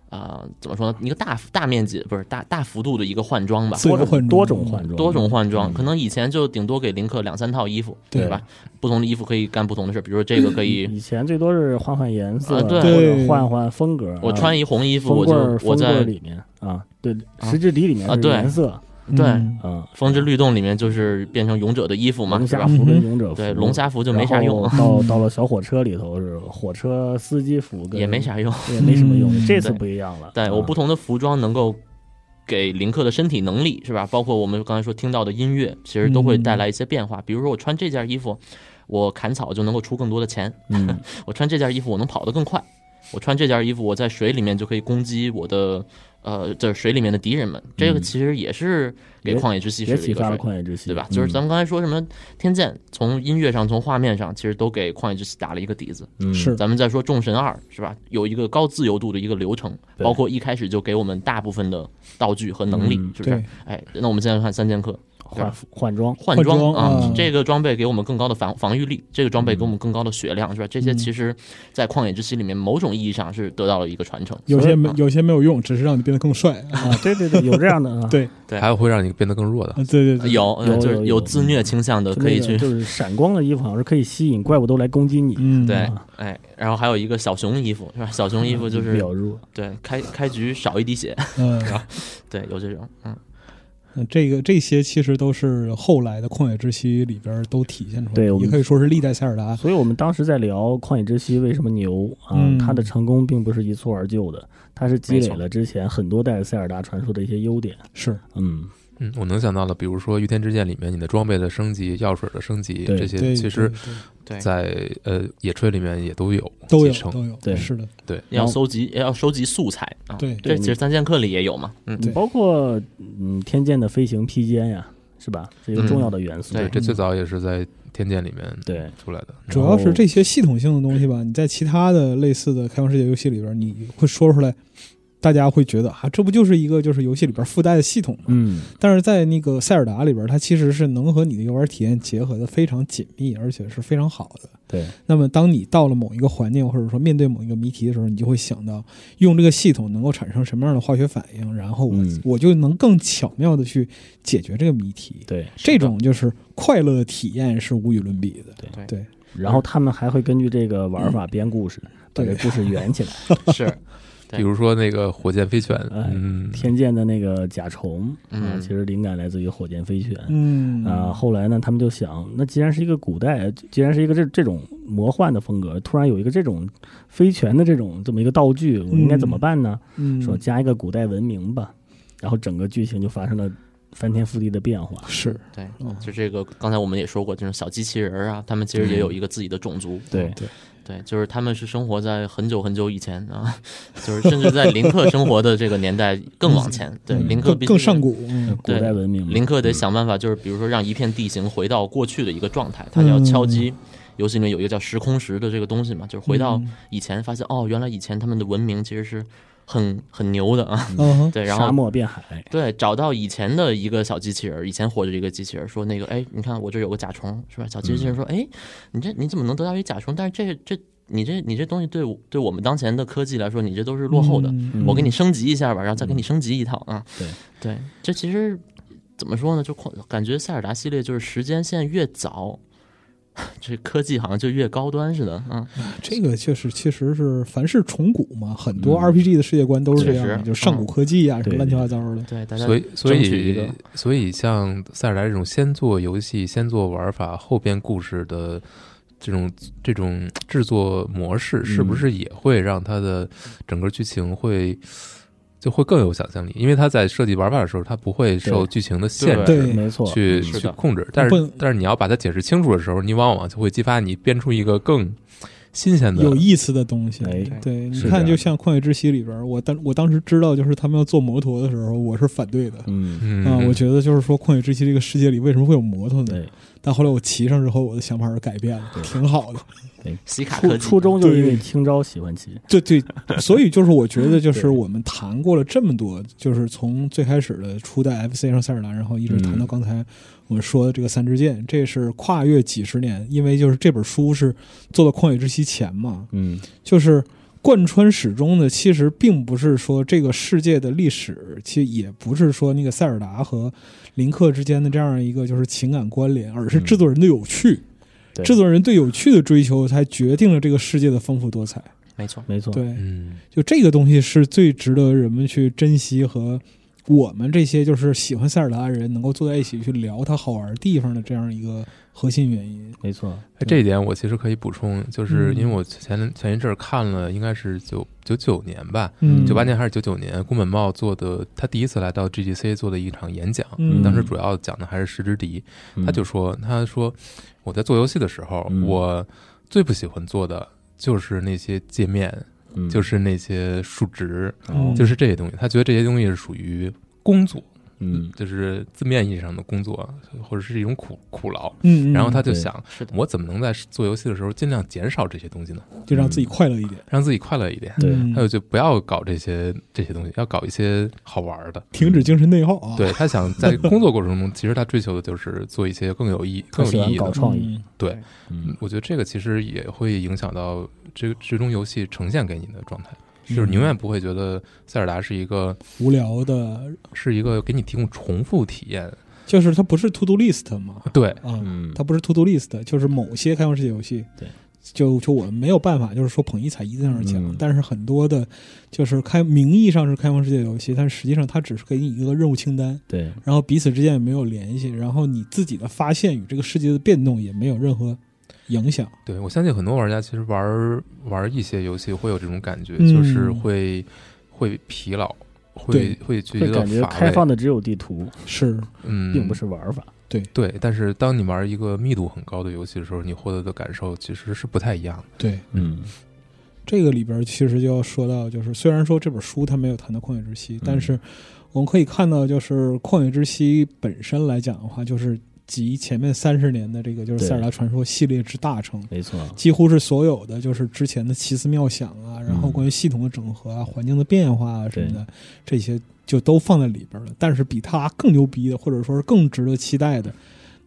[SPEAKER 4] 啊、怎么说呢？一个大大面积不是大大幅度的一个换装吧，
[SPEAKER 2] 自由换
[SPEAKER 5] 多种换装，
[SPEAKER 4] 多种换装，
[SPEAKER 5] 嗯
[SPEAKER 4] 可能以前就顶多给林克两三套衣服，
[SPEAKER 2] 对
[SPEAKER 4] 对吧？不同的衣服可以干不同的事，比如说这个可以，
[SPEAKER 5] 以前最多是换换颜色，
[SPEAKER 4] 啊对
[SPEAKER 5] 或者换换风格。
[SPEAKER 4] 我
[SPEAKER 5] 啊
[SPEAKER 4] 穿一红衣服，
[SPEAKER 5] 风
[SPEAKER 4] 我
[SPEAKER 5] 棍儿，
[SPEAKER 4] 就我
[SPEAKER 5] 风棍儿
[SPEAKER 4] 在
[SPEAKER 5] 里面啊，对，
[SPEAKER 4] 啊
[SPEAKER 5] 石质底里面
[SPEAKER 4] 啊
[SPEAKER 5] 是
[SPEAKER 4] 对
[SPEAKER 5] 颜色
[SPEAKER 4] 对
[SPEAKER 2] 嗯
[SPEAKER 5] 啊，
[SPEAKER 4] 风之律动里面就是变成勇者的衣服嘛，
[SPEAKER 5] 龙
[SPEAKER 4] 是
[SPEAKER 5] 虾
[SPEAKER 4] 吧？
[SPEAKER 5] 服跟
[SPEAKER 2] 嗯哼
[SPEAKER 5] 勇者服，
[SPEAKER 4] 对，龙虾服就没啥用，
[SPEAKER 5] 然后到到了小火车里头是火车司机服跟，
[SPEAKER 4] 也没啥用。
[SPEAKER 5] 也没什么用
[SPEAKER 2] 嗯。
[SPEAKER 5] 这次
[SPEAKER 4] 对
[SPEAKER 5] 不一样了，
[SPEAKER 4] 对，我
[SPEAKER 5] 啊
[SPEAKER 4] 不同的服装能够给林克的身体能力是吧？包括我们刚才说听到的音乐，其实都会带
[SPEAKER 5] 嗯
[SPEAKER 4] 来一些变化。比如说我穿这件衣服，我砍草就能够出更多的钱；
[SPEAKER 5] 嗯，
[SPEAKER 4] 我穿这件衣服，我能跑得更快；我穿这件衣服，我在水里面就可以攻击我的呃，这水里面的敌人们。这个其实也是给
[SPEAKER 5] 嗯也
[SPEAKER 4] 旷野之息
[SPEAKER 5] 也
[SPEAKER 4] 是一
[SPEAKER 5] 启
[SPEAKER 4] 个
[SPEAKER 5] 发了
[SPEAKER 4] 水。
[SPEAKER 5] 旷野之息，嗯
[SPEAKER 4] 对吧？就是咱们刚才说什么天剑，从音乐上，从画面上，其实都给旷野之息打了一个底子。
[SPEAKER 5] 嗯
[SPEAKER 2] 是
[SPEAKER 4] 咱们再说《众神二》是吧？有一个高自由度的一个流程，
[SPEAKER 5] 对
[SPEAKER 4] 包括一开始就给我们大部分的道具和能力，
[SPEAKER 5] 嗯
[SPEAKER 4] 是不是
[SPEAKER 2] 对？，
[SPEAKER 4] 哎，那我们现在看三剑客
[SPEAKER 5] 换服换装，
[SPEAKER 4] 换
[SPEAKER 2] 换装
[SPEAKER 4] 装啊，
[SPEAKER 2] 嗯
[SPEAKER 4] 这个装备给我们更高的防防御力，这个装备给我们更高的血量，是吧？这些
[SPEAKER 2] 嗯
[SPEAKER 4] 其实，在旷野之息里面，某种意义上是得到了一个传承。
[SPEAKER 2] 有些没
[SPEAKER 4] 嗯
[SPEAKER 2] 有些没有用，只是让你变得更 帅，，
[SPEAKER 5] 啊，对对对，有这样的啊
[SPEAKER 2] 对
[SPEAKER 4] 对
[SPEAKER 3] 还有会让你变得更弱的。
[SPEAKER 2] 啊对对对，
[SPEAKER 4] 有呃
[SPEAKER 5] 有
[SPEAKER 4] 就是
[SPEAKER 5] 有
[SPEAKER 4] 有
[SPEAKER 5] 有
[SPEAKER 4] 自虐倾向的，
[SPEAKER 5] 就
[SPEAKER 4] 可以
[SPEAKER 5] 那个
[SPEAKER 4] 去
[SPEAKER 5] 就是闪光的衣服好像是可以吸引怪物都来攻击你，
[SPEAKER 2] 嗯，
[SPEAKER 4] 对
[SPEAKER 5] 啊，
[SPEAKER 4] 哎，然后还有一个小熊衣服是吧？小熊嗯衣服就
[SPEAKER 5] 比
[SPEAKER 4] 是
[SPEAKER 5] 较弱，
[SPEAKER 4] 对开开局少一滴血，
[SPEAKER 2] 嗯，
[SPEAKER 4] 对，有这种嗯。
[SPEAKER 2] 那这个这些其实都是后来的《旷野之息》里边都体现出来
[SPEAKER 5] 对
[SPEAKER 2] 的，
[SPEAKER 5] 我
[SPEAKER 2] 也
[SPEAKER 5] 们
[SPEAKER 2] 可以说是历代塞尔达。
[SPEAKER 5] 所以我们当时在聊《旷野之息》为什么牛啊
[SPEAKER 2] 嗯，
[SPEAKER 5] 它的成功并不是一蹴而就的，它是积
[SPEAKER 4] 没
[SPEAKER 5] 累
[SPEAKER 4] 错
[SPEAKER 5] 了之前很多代塞尔达传说的一些优点，
[SPEAKER 2] 是，
[SPEAKER 5] 嗯，
[SPEAKER 3] 嗯，我能想到了，比如说《御天之剑》里面你的装备的升级、药水的升级，
[SPEAKER 5] 对
[SPEAKER 3] 这些
[SPEAKER 2] 对，
[SPEAKER 3] 其实
[SPEAKER 2] 对对
[SPEAKER 4] 对，
[SPEAKER 3] 在呃野炊里面也都有
[SPEAKER 2] 都
[SPEAKER 3] 集
[SPEAKER 2] 有
[SPEAKER 3] 成。
[SPEAKER 2] 都有，
[SPEAKER 5] 对
[SPEAKER 2] 是的，
[SPEAKER 3] 对，
[SPEAKER 4] 要搜集要收集素材啊。，
[SPEAKER 2] 对
[SPEAKER 5] 对
[SPEAKER 4] 这其实三剑客里也有 嘛。嗯，
[SPEAKER 2] 对
[SPEAKER 5] 包括嗯天剑的飞行披肩呀，是吧？是一个重要的元
[SPEAKER 4] 嗯
[SPEAKER 5] 素。
[SPEAKER 4] 对
[SPEAKER 3] 这最早也是在《天剑》里面
[SPEAKER 5] 对
[SPEAKER 3] 出来的。
[SPEAKER 2] 主要是这些系统性的东西吧，你在其他的类似的开放世界游戏里边，你会说出来，大家会觉得啊，这不就是一个就是游戏里边附带的系统吗？
[SPEAKER 5] 嗯，
[SPEAKER 2] 但是在那个塞尔达里边，它其实是能和你的游玩体验结合的非常紧密，而且是非常好的。
[SPEAKER 5] 对，
[SPEAKER 2] 那么，当你到了某一个环境，或者说面对某一个谜题的时候，你就会想到用这个系统能够产生什么样的化学反应，然后我、
[SPEAKER 5] 嗯
[SPEAKER 2] 我就能更巧妙的去解决这个谜题。
[SPEAKER 5] 对。
[SPEAKER 2] 这种就是快乐体验是无与伦比的。
[SPEAKER 5] 对
[SPEAKER 2] 对
[SPEAKER 5] 然后他们还会根据这个玩法编故事，把
[SPEAKER 2] 对
[SPEAKER 5] 这故事圆起来。
[SPEAKER 4] 是，对
[SPEAKER 3] 比如说那个火箭飞拳，
[SPEAKER 5] 哎
[SPEAKER 3] 嗯，
[SPEAKER 5] 天剑的那个甲虫啊，
[SPEAKER 4] 嗯
[SPEAKER 5] 其实灵感来自于火箭飞拳。
[SPEAKER 2] 嗯
[SPEAKER 5] 啊，后来呢，他们就想，那既然是一个古代，既然是一个这这种魔幻的风格，突然有一个这种飞拳的这种这么一个道具，我应该怎么办呢？
[SPEAKER 2] 嗯，
[SPEAKER 5] 说加一个古代文明吧，然后整个剧情就发生了翻天覆地的变化。
[SPEAKER 2] 是
[SPEAKER 4] 对
[SPEAKER 2] 哦，
[SPEAKER 4] 就这个刚才我们也说过，这种小机器人儿啊，他们其实也有一个自己的种族。
[SPEAKER 5] 对
[SPEAKER 2] 对
[SPEAKER 4] 对，就是他们是生活在很久很久以前啊， 就是甚至在林克生活的这个年代更往
[SPEAKER 5] 嗯
[SPEAKER 4] 前。对，林克
[SPEAKER 2] 更
[SPEAKER 4] 必须
[SPEAKER 2] 更上古。嗯
[SPEAKER 5] 古代文明嘛，
[SPEAKER 4] 林克得想办法，就是比如说让一片地形回到过去的一个状态，他要敲击。
[SPEAKER 5] 嗯
[SPEAKER 4] 游戏里面有一个叫时空石的这个东西嘛，就是回到
[SPEAKER 2] 嗯
[SPEAKER 4] 以前，发现哦，原来以前他们的文明其实是很很牛的啊。
[SPEAKER 2] 嗯哼，
[SPEAKER 4] 对，然后
[SPEAKER 5] 沙漠变海，
[SPEAKER 4] 对，找到以前的一个小机器人儿，以前活着的一个机器人儿，说那个，哎，你看我这有个甲虫，是吧？小机器
[SPEAKER 5] 嗯
[SPEAKER 4] 人说，哎，你这你怎么能得到一甲虫？但是这这你这你这东西对我对我们当前的科技来说，你这都是落后的。
[SPEAKER 2] 嗯
[SPEAKER 4] 我给你升级一下吧，然后再给你升级一套啊。
[SPEAKER 5] 嗯对
[SPEAKER 4] 对，这其实怎么说呢？就扩感觉塞尔达系列就是时间线越早， 这科技好像就越高端似的啊。
[SPEAKER 2] 这个确实确实是，凡是重古嘛，很多
[SPEAKER 5] 嗯
[SPEAKER 2] RPG 的世界观都是这样
[SPEAKER 4] 确
[SPEAKER 2] 的，
[SPEAKER 4] 实
[SPEAKER 2] 就上古科技啊，什么
[SPEAKER 5] 对
[SPEAKER 2] 乱七八糟的。
[SPEAKER 4] 嗯对，大家
[SPEAKER 3] 所以所
[SPEAKER 4] 争取一个
[SPEAKER 3] 以所以像塞尔达这种先做游戏、先做玩法、后边故事的这种这种制作模式，是不是也会让它的整个剧情会？就会更有想象力，因为它在设计玩法的时候，它不会受
[SPEAKER 5] 对
[SPEAKER 3] 剧情的限制
[SPEAKER 2] 对
[SPEAKER 5] 没错，
[SPEAKER 3] 去
[SPEAKER 4] 是的
[SPEAKER 3] 去控制。但
[SPEAKER 2] 不
[SPEAKER 3] 是
[SPEAKER 2] 能
[SPEAKER 3] 但是你要把它解释清楚的时候，你往往就会激发你编出一个更新鲜的
[SPEAKER 2] 有意思的东西，
[SPEAKER 5] 哎
[SPEAKER 2] 对，你
[SPEAKER 3] 是
[SPEAKER 2] 看，
[SPEAKER 3] 的
[SPEAKER 2] 就像《旷野之息》里边，我当我当时知道就是他们要做摩托的时候，我是反对的
[SPEAKER 5] 嗯，
[SPEAKER 3] 嗯
[SPEAKER 2] 啊，我觉得就是说《旷野之息》这个世界里为什么会有摩托呢？
[SPEAKER 5] 对，
[SPEAKER 2] 但后来我骑上之后，我的想法是改变了，挺好的。
[SPEAKER 4] 西卡科技
[SPEAKER 5] 初初中就因为
[SPEAKER 2] 对
[SPEAKER 5] 青招喜欢骑，
[SPEAKER 2] 对对，所以就是我觉得，就是
[SPEAKER 5] 对
[SPEAKER 2] 我们谈过了这么多，就是从最开始的初代 FC 上塞尔达，然后一直谈到
[SPEAKER 5] 嗯
[SPEAKER 2] 刚才我们说的这个三支箭，这是跨越几十年，因为就是这本书是做到旷野之息前嘛，
[SPEAKER 5] 嗯，
[SPEAKER 2] 就是贯穿始终的，其实并不是说这个世界的历史，其实也不是说那个塞尔达和林克之间的这样一个就是情感关联，而是制作人的有趣，
[SPEAKER 5] 嗯对
[SPEAKER 2] 制作人对有趣的追求，才决定了这个世界的丰富多彩。
[SPEAKER 4] 没错，
[SPEAKER 5] 没错，
[SPEAKER 2] 对，
[SPEAKER 3] 嗯
[SPEAKER 2] 就这个东西是最值得人们去珍惜和我们这些就是喜欢塞尔达的人能够坐在一起去聊它好玩的地方的这样一个核心原因。
[SPEAKER 5] 没错，
[SPEAKER 3] 哎，这一点我其实可以补充，就是因为
[SPEAKER 2] 嗯
[SPEAKER 3] 我前前一阵儿看了，应该是九九九年吧，
[SPEAKER 2] 嗯，
[SPEAKER 3] 九八年还是九九年，宫本茂做的，他第一次来到 GDC 做的一场演讲，
[SPEAKER 2] 嗯，
[SPEAKER 3] 当时主要讲的还是石之笛，他就说，他说我在做游戏的时候，
[SPEAKER 5] 嗯
[SPEAKER 3] 我最不喜欢做的就是那些界面，
[SPEAKER 5] 嗯
[SPEAKER 3] 就是那些数值，
[SPEAKER 5] 哦
[SPEAKER 2] 嗯
[SPEAKER 3] 就是这些东西，他觉得这些东西是属于工作，
[SPEAKER 5] 嗯，
[SPEAKER 3] 就是字面意义上的工作，或者是一种苦苦劳。
[SPEAKER 2] 嗯，嗯，
[SPEAKER 3] 然后他就
[SPEAKER 5] 对
[SPEAKER 3] 想
[SPEAKER 4] 是，的
[SPEAKER 3] 我怎么能在做游戏的时候尽量减少这些东西呢？
[SPEAKER 2] 就让自己快乐一点。
[SPEAKER 3] 让自己快乐一点。
[SPEAKER 5] 对
[SPEAKER 2] 嗯
[SPEAKER 3] 还有就不要搞这些这些东西，要搞一些好玩儿的。
[SPEAKER 2] 停止精神内耗啊。
[SPEAKER 5] 哦
[SPEAKER 3] 对他想在工作过程中，其实他追求的就是做一些更有意、
[SPEAKER 5] 他
[SPEAKER 3] 更
[SPEAKER 5] 喜
[SPEAKER 3] 有
[SPEAKER 5] 欢
[SPEAKER 3] 意义
[SPEAKER 5] 搞
[SPEAKER 3] 的。
[SPEAKER 5] 创意，
[SPEAKER 2] 嗯
[SPEAKER 3] 对，
[SPEAKER 5] 嗯
[SPEAKER 3] 我觉得这个其实也会影响到这最终游戏呈现给你的状态，
[SPEAKER 5] 嗯
[SPEAKER 3] 就是你永远不会觉得塞尔达是一个
[SPEAKER 2] 嗯无聊的，
[SPEAKER 3] 是一个给你提供重复体 验。
[SPEAKER 2] 就是它不是 to do list 嘛，
[SPEAKER 3] 对，
[SPEAKER 2] 啊、
[SPEAKER 5] 嗯，
[SPEAKER 2] 它不是 to do list，就是某些开放世界游戏，
[SPEAKER 5] 对，
[SPEAKER 2] 就就我们没有办法，就是说捧一踩一在那儿讲，
[SPEAKER 5] 嗯
[SPEAKER 2] 但是很多的，就是开名义上是开放世界游戏，但实际上它只是给你一个任务清单，
[SPEAKER 5] 对，
[SPEAKER 2] 然后彼此之间也没有联系，然后你自己的发现与这个世界的变动也没有任何影响，
[SPEAKER 3] 对，我相信很多玩家其实玩儿玩儿一些游戏会有这种感觉，
[SPEAKER 2] 嗯
[SPEAKER 3] 就是会会疲劳。会
[SPEAKER 2] 对
[SPEAKER 3] 会去
[SPEAKER 5] 会
[SPEAKER 3] 觉得
[SPEAKER 5] 感觉
[SPEAKER 3] 乏
[SPEAKER 5] 开
[SPEAKER 3] 味，
[SPEAKER 5] 放的只有地图，
[SPEAKER 2] 是
[SPEAKER 3] 嗯，
[SPEAKER 5] 并不是玩法。
[SPEAKER 3] 对。但是当你玩一个密度很高的游戏的时候，你获得的感受其实是不太一样的。
[SPEAKER 2] 对
[SPEAKER 5] 嗯
[SPEAKER 2] 这个里边其实就要说到，就是虽然说这本书它没有谈到旷野之
[SPEAKER 5] 嗯
[SPEAKER 2] 息，但是我们可以看到，就是旷野之息本身来讲的话，就是集前面三十年的这个就是
[SPEAKER 5] 对
[SPEAKER 2] 塞尔达传说系列之大成。
[SPEAKER 5] 没错，
[SPEAKER 2] 几乎是所有的，就是之前的奇思妙想啊，然后
[SPEAKER 5] 嗯
[SPEAKER 2] 关于系统的整合啊、环境的变化啊什么的，这些就都放在里边了。但是比它更牛逼的，或者说是更值得期待的，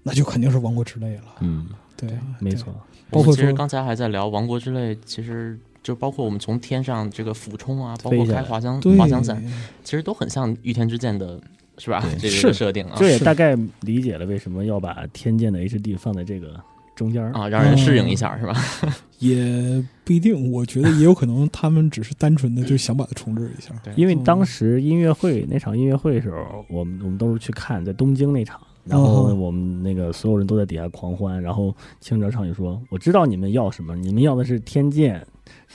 [SPEAKER 2] 那就肯定是《王国之泪》了。
[SPEAKER 5] 嗯，
[SPEAKER 2] 对啊，
[SPEAKER 5] 没
[SPEAKER 2] 对
[SPEAKER 5] 错，
[SPEAKER 2] 包
[SPEAKER 4] 我们
[SPEAKER 2] 括
[SPEAKER 4] 其实
[SPEAKER 2] 说
[SPEAKER 4] 刚才还在聊《王国之泪》，其实就包括我们从天上这个俯冲啊，包括
[SPEAKER 5] 飞下
[SPEAKER 4] 开
[SPEAKER 5] 来
[SPEAKER 4] 滑翔
[SPEAKER 2] 对
[SPEAKER 4] 滑翔伞，其实都很像《御天之剑》的，是吧？这
[SPEAKER 2] 是
[SPEAKER 4] 个设定啊
[SPEAKER 5] 这也
[SPEAKER 2] 是
[SPEAKER 5] 大概理解了为什么要把天剑的 HD 放在这个中间儿。
[SPEAKER 4] 啊，让人适应一下，
[SPEAKER 5] 嗯
[SPEAKER 4] 是吧？
[SPEAKER 2] 也不一定，我觉得也有可能他们只是单纯的就想把它重置一下。
[SPEAKER 5] 因为当时音乐会那场音乐会的时候，我们我们都是去看在东京那场，然后
[SPEAKER 2] 哦
[SPEAKER 5] 我们那个所有人都在底下狂欢，然后清哲上去说：“我知道你们要什么，你们要的是天剑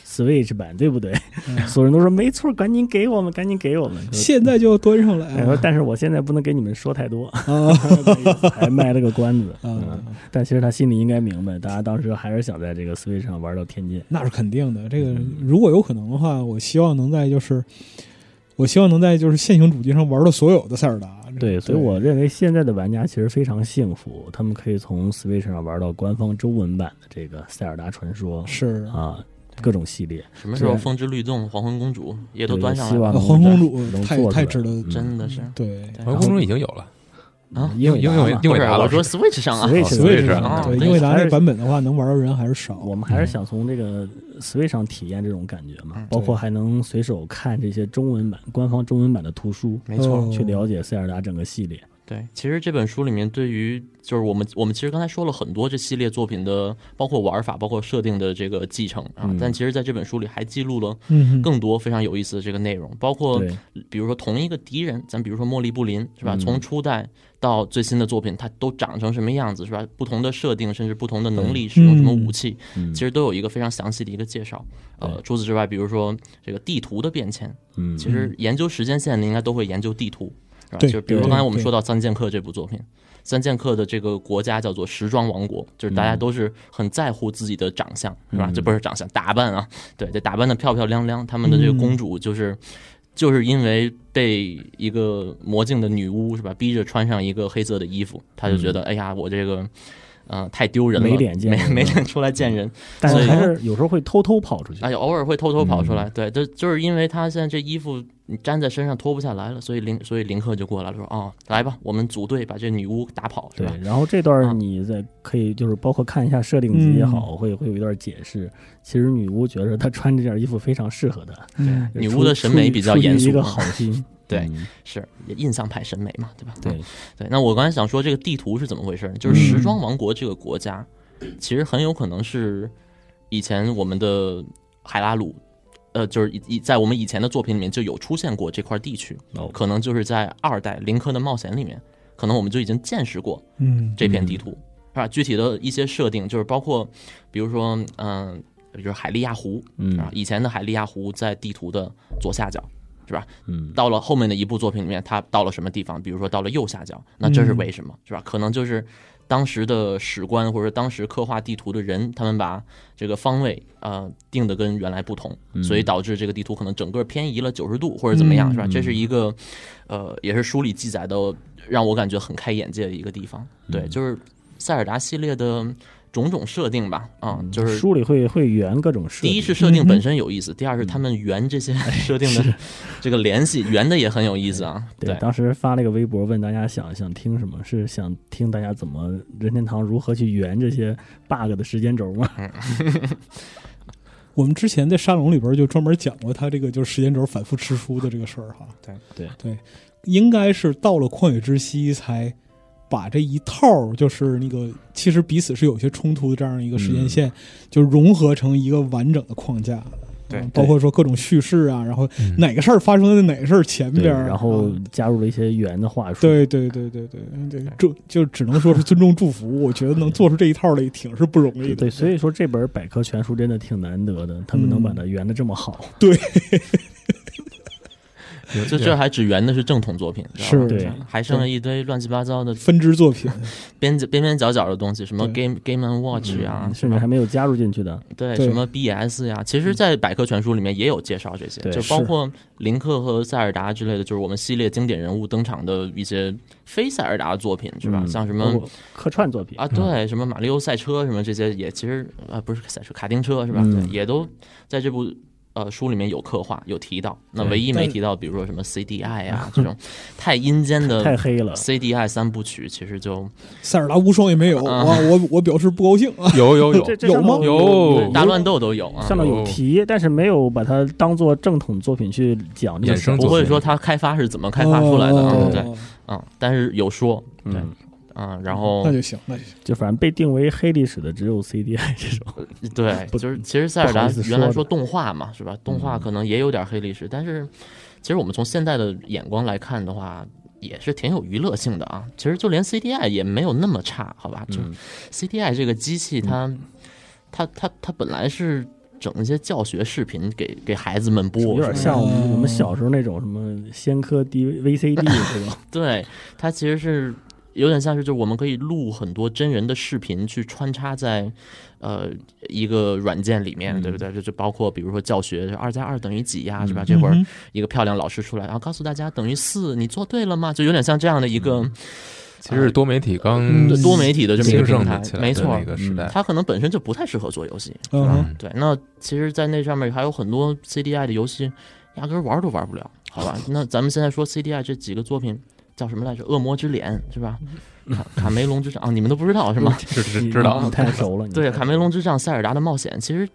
[SPEAKER 5] Switch 版，对不对？”
[SPEAKER 2] 嗯
[SPEAKER 5] 所有人都说：“没错，赶紧给我们，赶紧给我们。”
[SPEAKER 2] 现在就端上来
[SPEAKER 5] 哎我说
[SPEAKER 2] 啊！
[SPEAKER 5] 但是我现在不能给你们说太多，
[SPEAKER 2] 啊
[SPEAKER 5] 还卖了个关子。
[SPEAKER 2] 啊
[SPEAKER 5] 嗯，但其实他心里应该明白，大家当时还是想在这个 Switch 上玩到天剑。
[SPEAKER 2] 那是肯定的。这个如果有可能的话，我希望能在就是，我希望能在就是现行主机上玩到所有的塞尔达。
[SPEAKER 5] 对，所以我认为现在的玩家其实非常幸福，他们可以从 Switch 上玩到官方中文版的这个《塞尔达传说》
[SPEAKER 2] 是
[SPEAKER 5] 啊，各种系列，
[SPEAKER 4] 什么时候
[SPEAKER 2] 对
[SPEAKER 4] 风之律动、黄昏公主也都
[SPEAKER 5] 对
[SPEAKER 4] 端
[SPEAKER 5] 也
[SPEAKER 4] 上
[SPEAKER 5] 希
[SPEAKER 4] 来
[SPEAKER 2] 呃
[SPEAKER 4] 了，
[SPEAKER 5] 望嗯能
[SPEAKER 2] 黄公
[SPEAKER 5] 能
[SPEAKER 2] 主
[SPEAKER 5] 做
[SPEAKER 2] 太
[SPEAKER 5] 出来
[SPEAKER 2] 太值得，
[SPEAKER 4] 真的是
[SPEAKER 2] 对
[SPEAKER 3] 《
[SPEAKER 4] 对
[SPEAKER 3] 王国中》已经有了，
[SPEAKER 4] 啊
[SPEAKER 5] 因为
[SPEAKER 3] 英英文英
[SPEAKER 4] 不
[SPEAKER 3] 文
[SPEAKER 4] 是
[SPEAKER 3] 达
[SPEAKER 4] 我
[SPEAKER 3] 老师
[SPEAKER 4] 说 Switch 上啊，
[SPEAKER 5] Switch
[SPEAKER 3] 所以是
[SPEAKER 2] 上
[SPEAKER 4] 啊
[SPEAKER 2] 对，
[SPEAKER 4] 对
[SPEAKER 2] 因为咱
[SPEAKER 5] 哦还
[SPEAKER 2] 这
[SPEAKER 5] 是
[SPEAKER 2] 版本的话，能玩的人还是少。
[SPEAKER 5] 我们还是想从这个 Switch 上体验这种感觉嘛
[SPEAKER 4] 嗯，
[SPEAKER 5] 包括
[SPEAKER 2] 对
[SPEAKER 5] 还能随手看这些中文版、官方中文版的图书，
[SPEAKER 4] 没错
[SPEAKER 2] 哦
[SPEAKER 5] 去了解塞尔达整个系列。
[SPEAKER 4] 对，其实这本书里面对于就是我们我们其实刚才说了很多这系列作品的，包括玩法、包括设定的这个继承啊，
[SPEAKER 5] 嗯
[SPEAKER 4] 但其实在这本书里还记录了
[SPEAKER 2] 嗯哼，
[SPEAKER 4] 更多非常有意思的这个内容，包括
[SPEAKER 5] 对，
[SPEAKER 4] 比如说同一个敌人，咱比如说莫利布林是吧？
[SPEAKER 5] 嗯
[SPEAKER 4] 从初代到最新的作品，它都长成什么样子是吧？不同的设定，甚至不同的能力，使用什么武器，
[SPEAKER 5] 嗯
[SPEAKER 4] 其实都有一个非常详细的一个介绍。呃，
[SPEAKER 5] 对
[SPEAKER 4] 除此之外，比如说这个地图的变迁，
[SPEAKER 5] 嗯，
[SPEAKER 4] 其实研究时间线的应该都会研究地图，是吧？
[SPEAKER 2] 对
[SPEAKER 4] 就比如
[SPEAKER 2] 对
[SPEAKER 4] 说刚才我们
[SPEAKER 2] 对
[SPEAKER 4] 说到《三剑客》这部作品，《三剑客》的这个国家叫做时装王国，就是大家
[SPEAKER 5] 嗯
[SPEAKER 4] 都是很在乎自己的长相，是吧？
[SPEAKER 5] 嗯
[SPEAKER 4] 这不是长相，打扮啊，对，得打扮的漂漂亮亮。他们的这个
[SPEAKER 2] 嗯
[SPEAKER 4] 公主就是。就是因为被一个魔镜的女巫是吧，逼着穿上一个黑色的衣服，她就觉得、哎呀，我这个，呃，太丢人了，
[SPEAKER 5] 嗯没脸见
[SPEAKER 4] 没
[SPEAKER 5] 人
[SPEAKER 4] 没
[SPEAKER 5] 了
[SPEAKER 4] 脸出来见人，
[SPEAKER 5] 但是
[SPEAKER 4] 所以
[SPEAKER 5] 还是有时候会偷偷跑出去
[SPEAKER 4] 哎。呀，偶尔会偷偷跑出
[SPEAKER 5] 嗯
[SPEAKER 4] 来。对，就就是因为他现在这衣服你粘在身上脱不下来了，所以林所以林克就过来了，说：“哦，来吧，我们组队把这女巫打跑，是
[SPEAKER 5] 对
[SPEAKER 4] 吧，啊
[SPEAKER 5] 然后这段儿你再可以就是包括看一下设定集也好，会会有一段解释。其实女巫觉得她穿这件衣服非常适合她，
[SPEAKER 2] 嗯
[SPEAKER 4] 女
[SPEAKER 5] 出
[SPEAKER 4] 巫的审美比较
[SPEAKER 5] 出于
[SPEAKER 4] 严肃
[SPEAKER 5] 一个
[SPEAKER 4] 啊。
[SPEAKER 5] 好心
[SPEAKER 4] 对
[SPEAKER 5] 嗯，
[SPEAKER 4] 是印象派审美嘛，对吧？啊
[SPEAKER 5] 对，嗯
[SPEAKER 4] 对。那我刚才想说这个地图是怎么回事呢？就是时装王国这个国家，其实很有可能是以前我们的海拉鲁。”呃，就是以以在我们以前的作品里面就有出现过这块地区，
[SPEAKER 5] 哦
[SPEAKER 4] 可能就是在二代林克的冒险里面，可能我们就已经见识过
[SPEAKER 2] 嗯，
[SPEAKER 4] 这片地图，是吧？具体的一些设定就是包括，比如说，嗯、比如海利亚湖
[SPEAKER 5] 嗯
[SPEAKER 4] 啊，以前的海利亚湖在地图的左下角，
[SPEAKER 5] 嗯，
[SPEAKER 4] 到了后面的一部作品里面，它到了什么地方？比如说到了右下角，那这是为什么？
[SPEAKER 5] 嗯
[SPEAKER 4] 是吧？可能就是当时的史官或者当时刻画地图的人，他们把这个方位呃定的跟原来不同，
[SPEAKER 5] 嗯
[SPEAKER 4] 所以导致这个地图可能整个偏移了九十度或者怎么样，
[SPEAKER 5] 嗯
[SPEAKER 4] 是吧？这是一个呃也是书里记载的，让我感觉很开眼界的一个地方。
[SPEAKER 5] 嗯
[SPEAKER 4] 对，就是塞尔达系列的种种设定吧，啊、
[SPEAKER 5] 嗯
[SPEAKER 4] 就是
[SPEAKER 5] 书里会会圆各种设
[SPEAKER 4] 第
[SPEAKER 5] 定。
[SPEAKER 4] 一是设定本身有意思，第二是他们圆这些
[SPEAKER 5] 嗯 哎
[SPEAKER 4] 设定的这个联系，圆的也很有意思啊。
[SPEAKER 5] 哎对，当时发了一个微博问大家想想听什么，是想听大家怎么任天堂如何去圆这些 bug 的时间轴吗？
[SPEAKER 2] 我们之前在沙龙里边就专门讲过他这个就是时间轴反复吃书的这个事儿哈。
[SPEAKER 4] 对
[SPEAKER 5] 对
[SPEAKER 2] 对，应该是到了旷野之息才把这一套儿就是那个其实彼此是有些冲突的这样一个时间
[SPEAKER 5] 嗯
[SPEAKER 2] 线，就融合成一个完整的框架。
[SPEAKER 4] 对
[SPEAKER 2] 嗯包括说各种叙事啊，然后
[SPEAKER 3] 嗯
[SPEAKER 2] 哪个事儿发生在哪个事儿前
[SPEAKER 5] 对，
[SPEAKER 2] 边儿，
[SPEAKER 5] 然后
[SPEAKER 2] 啊
[SPEAKER 5] 加入了一些圆的话术。
[SPEAKER 2] 对对对对对对，祝就只能说是尊重祝福。我觉得能做出这一套儿来也挺是不容易的。
[SPEAKER 5] 对对，嗯所以说这本百科全书真的挺难得的，他们能把它圆的这么好。
[SPEAKER 4] 这这还只原的是正统作品，知道吧
[SPEAKER 2] 是
[SPEAKER 4] 嗯
[SPEAKER 5] 对
[SPEAKER 4] 还剩了一堆乱七八糟的
[SPEAKER 2] 分支作品，
[SPEAKER 4] 边边边角角的东西，什么
[SPEAKER 2] 对
[SPEAKER 4] Game Game and Watch 呀，
[SPEAKER 5] 嗯甚至还没有加入进去的，
[SPEAKER 4] 对，
[SPEAKER 2] 对
[SPEAKER 4] 什么 BS 呀，其实，在百科全书里面也有介绍这些，
[SPEAKER 5] 对
[SPEAKER 4] 就包括林克和塞尔达之类的，就是我们系列经典人物登场的一些非塞尔达的作品，是吧？
[SPEAKER 5] 嗯
[SPEAKER 4] 像什
[SPEAKER 5] 包
[SPEAKER 4] 么
[SPEAKER 5] 括客串作品
[SPEAKER 4] 啊，对，什么马里奥赛车什么这些，也其实啊，不是赛车，卡丁车是吧？
[SPEAKER 5] 嗯
[SPEAKER 4] 也都在这部。呃，书里面有刻画，有提到。那
[SPEAKER 3] 对
[SPEAKER 4] 唯一没
[SPEAKER 2] 但
[SPEAKER 4] 提到，比如说什么 CDI 啊这 种太阴间的
[SPEAKER 5] 太黑了，
[SPEAKER 4] CDI 三部曲，其实就
[SPEAKER 2] 塞尔达无双也没有，
[SPEAKER 4] 啊
[SPEAKER 2] 我我我表示不高兴啊。
[SPEAKER 3] 有 有有
[SPEAKER 5] 这，这
[SPEAKER 2] 有
[SPEAKER 5] 上头
[SPEAKER 2] 吗
[SPEAKER 3] 有
[SPEAKER 4] 大乱斗都有啊
[SPEAKER 5] 上，面有提，但是没有把它当做正统作品去讲这个
[SPEAKER 3] 衍生
[SPEAKER 4] 不
[SPEAKER 3] 作
[SPEAKER 4] 会
[SPEAKER 3] 品
[SPEAKER 4] 说它开发是怎么开发出来的啊？
[SPEAKER 2] 哦
[SPEAKER 4] 对，嗯，但是有说，对，
[SPEAKER 5] 嗯
[SPEAKER 4] 嗯，然后
[SPEAKER 2] 那就行，那就行。
[SPEAKER 5] 就反正被定为黑历史的只有 CDI 这种，
[SPEAKER 4] 对，
[SPEAKER 5] 不
[SPEAKER 4] 就是其实塞尔达
[SPEAKER 5] 不好意思说
[SPEAKER 4] 原来
[SPEAKER 5] 的嗯
[SPEAKER 4] 说动画嘛，是吧？动画可能也有点黑历史，但是其实我们从现在的眼光来看的话。也是挺有娱乐性的啊，其实就连 CDI 也没有那么差，好吧？就
[SPEAKER 5] 嗯
[SPEAKER 4] CDI 这个机器它，它它它本来是整一些教学视频给给孩子们播，
[SPEAKER 5] 有点
[SPEAKER 4] 是吧
[SPEAKER 5] 像我们
[SPEAKER 2] 嗯
[SPEAKER 5] 我们小时候那种什么先科 D VCD 这种，
[SPEAKER 4] 对，它其实是有点像是，就是我们可以录很多真人的视频去穿插在呃一个软件里面，
[SPEAKER 3] 嗯
[SPEAKER 4] 对不对？就就包括比如说教学，就二加二等于几呀，是吧？这会儿
[SPEAKER 2] 嗯
[SPEAKER 4] 一个漂亮老师出来，然后告诉大家等于四，你做对了吗？就有点像这样的一个
[SPEAKER 3] 嗯
[SPEAKER 4] 呃
[SPEAKER 3] 其实是多媒体刚
[SPEAKER 2] 嗯
[SPEAKER 4] 多媒体的这么一个
[SPEAKER 3] 兴盛的
[SPEAKER 4] 平台
[SPEAKER 3] 起，来
[SPEAKER 4] 没
[SPEAKER 3] 的
[SPEAKER 4] 错
[SPEAKER 3] 那。个时代，
[SPEAKER 4] 它可能本身就不太适合做游戏，
[SPEAKER 2] 嗯哼，
[SPEAKER 3] 嗯
[SPEAKER 4] 对。那其实，在那上面还有很多 CDI 的游戏，压根儿玩儿都玩不了，好吧？那咱们现在说 CDI 这几个作品叫什么来着？《恶魔之脸》是吧？卡卡梅隆之杖啊，你们都不知道是吗？
[SPEAKER 3] 知知
[SPEAKER 5] 你
[SPEAKER 3] 知道
[SPEAKER 5] 你太熟了，你
[SPEAKER 4] 对，
[SPEAKER 5] 太
[SPEAKER 4] 卡梅隆之杖、塞尔达的冒险，其实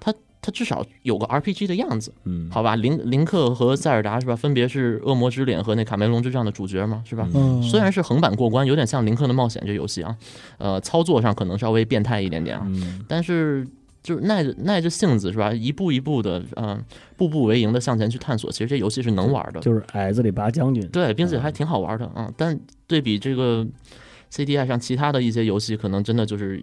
[SPEAKER 4] 它它至少有个 RPG 的样子，
[SPEAKER 5] 嗯，
[SPEAKER 4] 好吧？林林克和塞尔达是吧？分别是恶魔之脸和那卡梅隆之杖的主角嘛，是吧？
[SPEAKER 2] 嗯，
[SPEAKER 4] 虽然是横版过关，有点像《林克的冒险》这游戏啊，呃，操作上可能稍微变态一点点啊，
[SPEAKER 5] 嗯，
[SPEAKER 4] 但是就是耐着耐着性子是吧，一步一步的，嗯、步步为营的向前去探索。其实这游戏是能玩的，
[SPEAKER 5] 就是矮子里拔将军，
[SPEAKER 4] 对，并且还挺好玩的，嗯。但对比这个 CDI 上其他的一些游戏，可能真的就是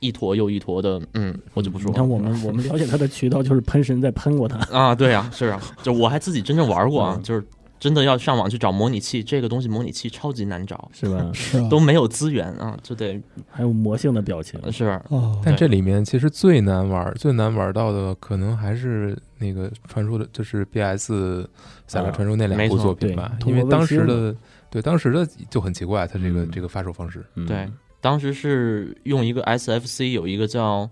[SPEAKER 4] 一坨又一坨的，嗯，我就不说了。
[SPEAKER 5] 你看我
[SPEAKER 4] 是吧
[SPEAKER 5] 们我们了解他的渠道就是喷神在喷过他，
[SPEAKER 4] 啊，对啊，是啊，就我还自己真正玩过啊
[SPEAKER 5] 嗯，
[SPEAKER 4] 就是真的要上网去找模拟器，这个东西模拟器超级难找，
[SPEAKER 5] 是吧？
[SPEAKER 2] 是啊
[SPEAKER 4] 都没有资源啊，就得
[SPEAKER 5] 还有魔性的表情，
[SPEAKER 4] 是
[SPEAKER 2] 哦，
[SPEAKER 3] 但这里面其实最难玩儿、最难玩儿到的，可能还是那个传说的，就是 B.S. 《塞尔传说》那两
[SPEAKER 4] 没
[SPEAKER 3] 部
[SPEAKER 4] 错
[SPEAKER 3] 作品吧，
[SPEAKER 5] 对
[SPEAKER 3] 因为当时
[SPEAKER 5] 通过
[SPEAKER 3] 的对当时的就很奇怪，它这个、
[SPEAKER 5] 嗯
[SPEAKER 3] 这个发售方式，
[SPEAKER 5] 嗯
[SPEAKER 4] 对，当时是用一个 SFC 有一个叫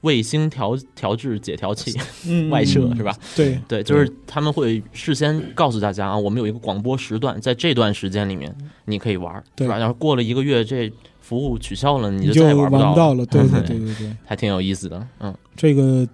[SPEAKER 4] 卫星调调制解调器
[SPEAKER 2] 嗯
[SPEAKER 4] 外设
[SPEAKER 2] 嗯
[SPEAKER 4] 是吧？
[SPEAKER 2] 对，
[SPEAKER 4] 对，就是他们会事先告诉大家啊，我们有一个广播时段，在这段时间里面你可以玩儿，
[SPEAKER 2] 嗯对
[SPEAKER 4] 是吧？然后过了一个月，这服务取消了，你
[SPEAKER 2] 你
[SPEAKER 4] 就再也
[SPEAKER 2] 玩
[SPEAKER 4] 不
[SPEAKER 2] 不
[SPEAKER 4] 到
[SPEAKER 2] 到
[SPEAKER 4] 了，
[SPEAKER 2] 了。 对对
[SPEAKER 4] 嗯
[SPEAKER 2] 对对对，
[SPEAKER 4] 还挺有意思的，嗯，
[SPEAKER 2] 这个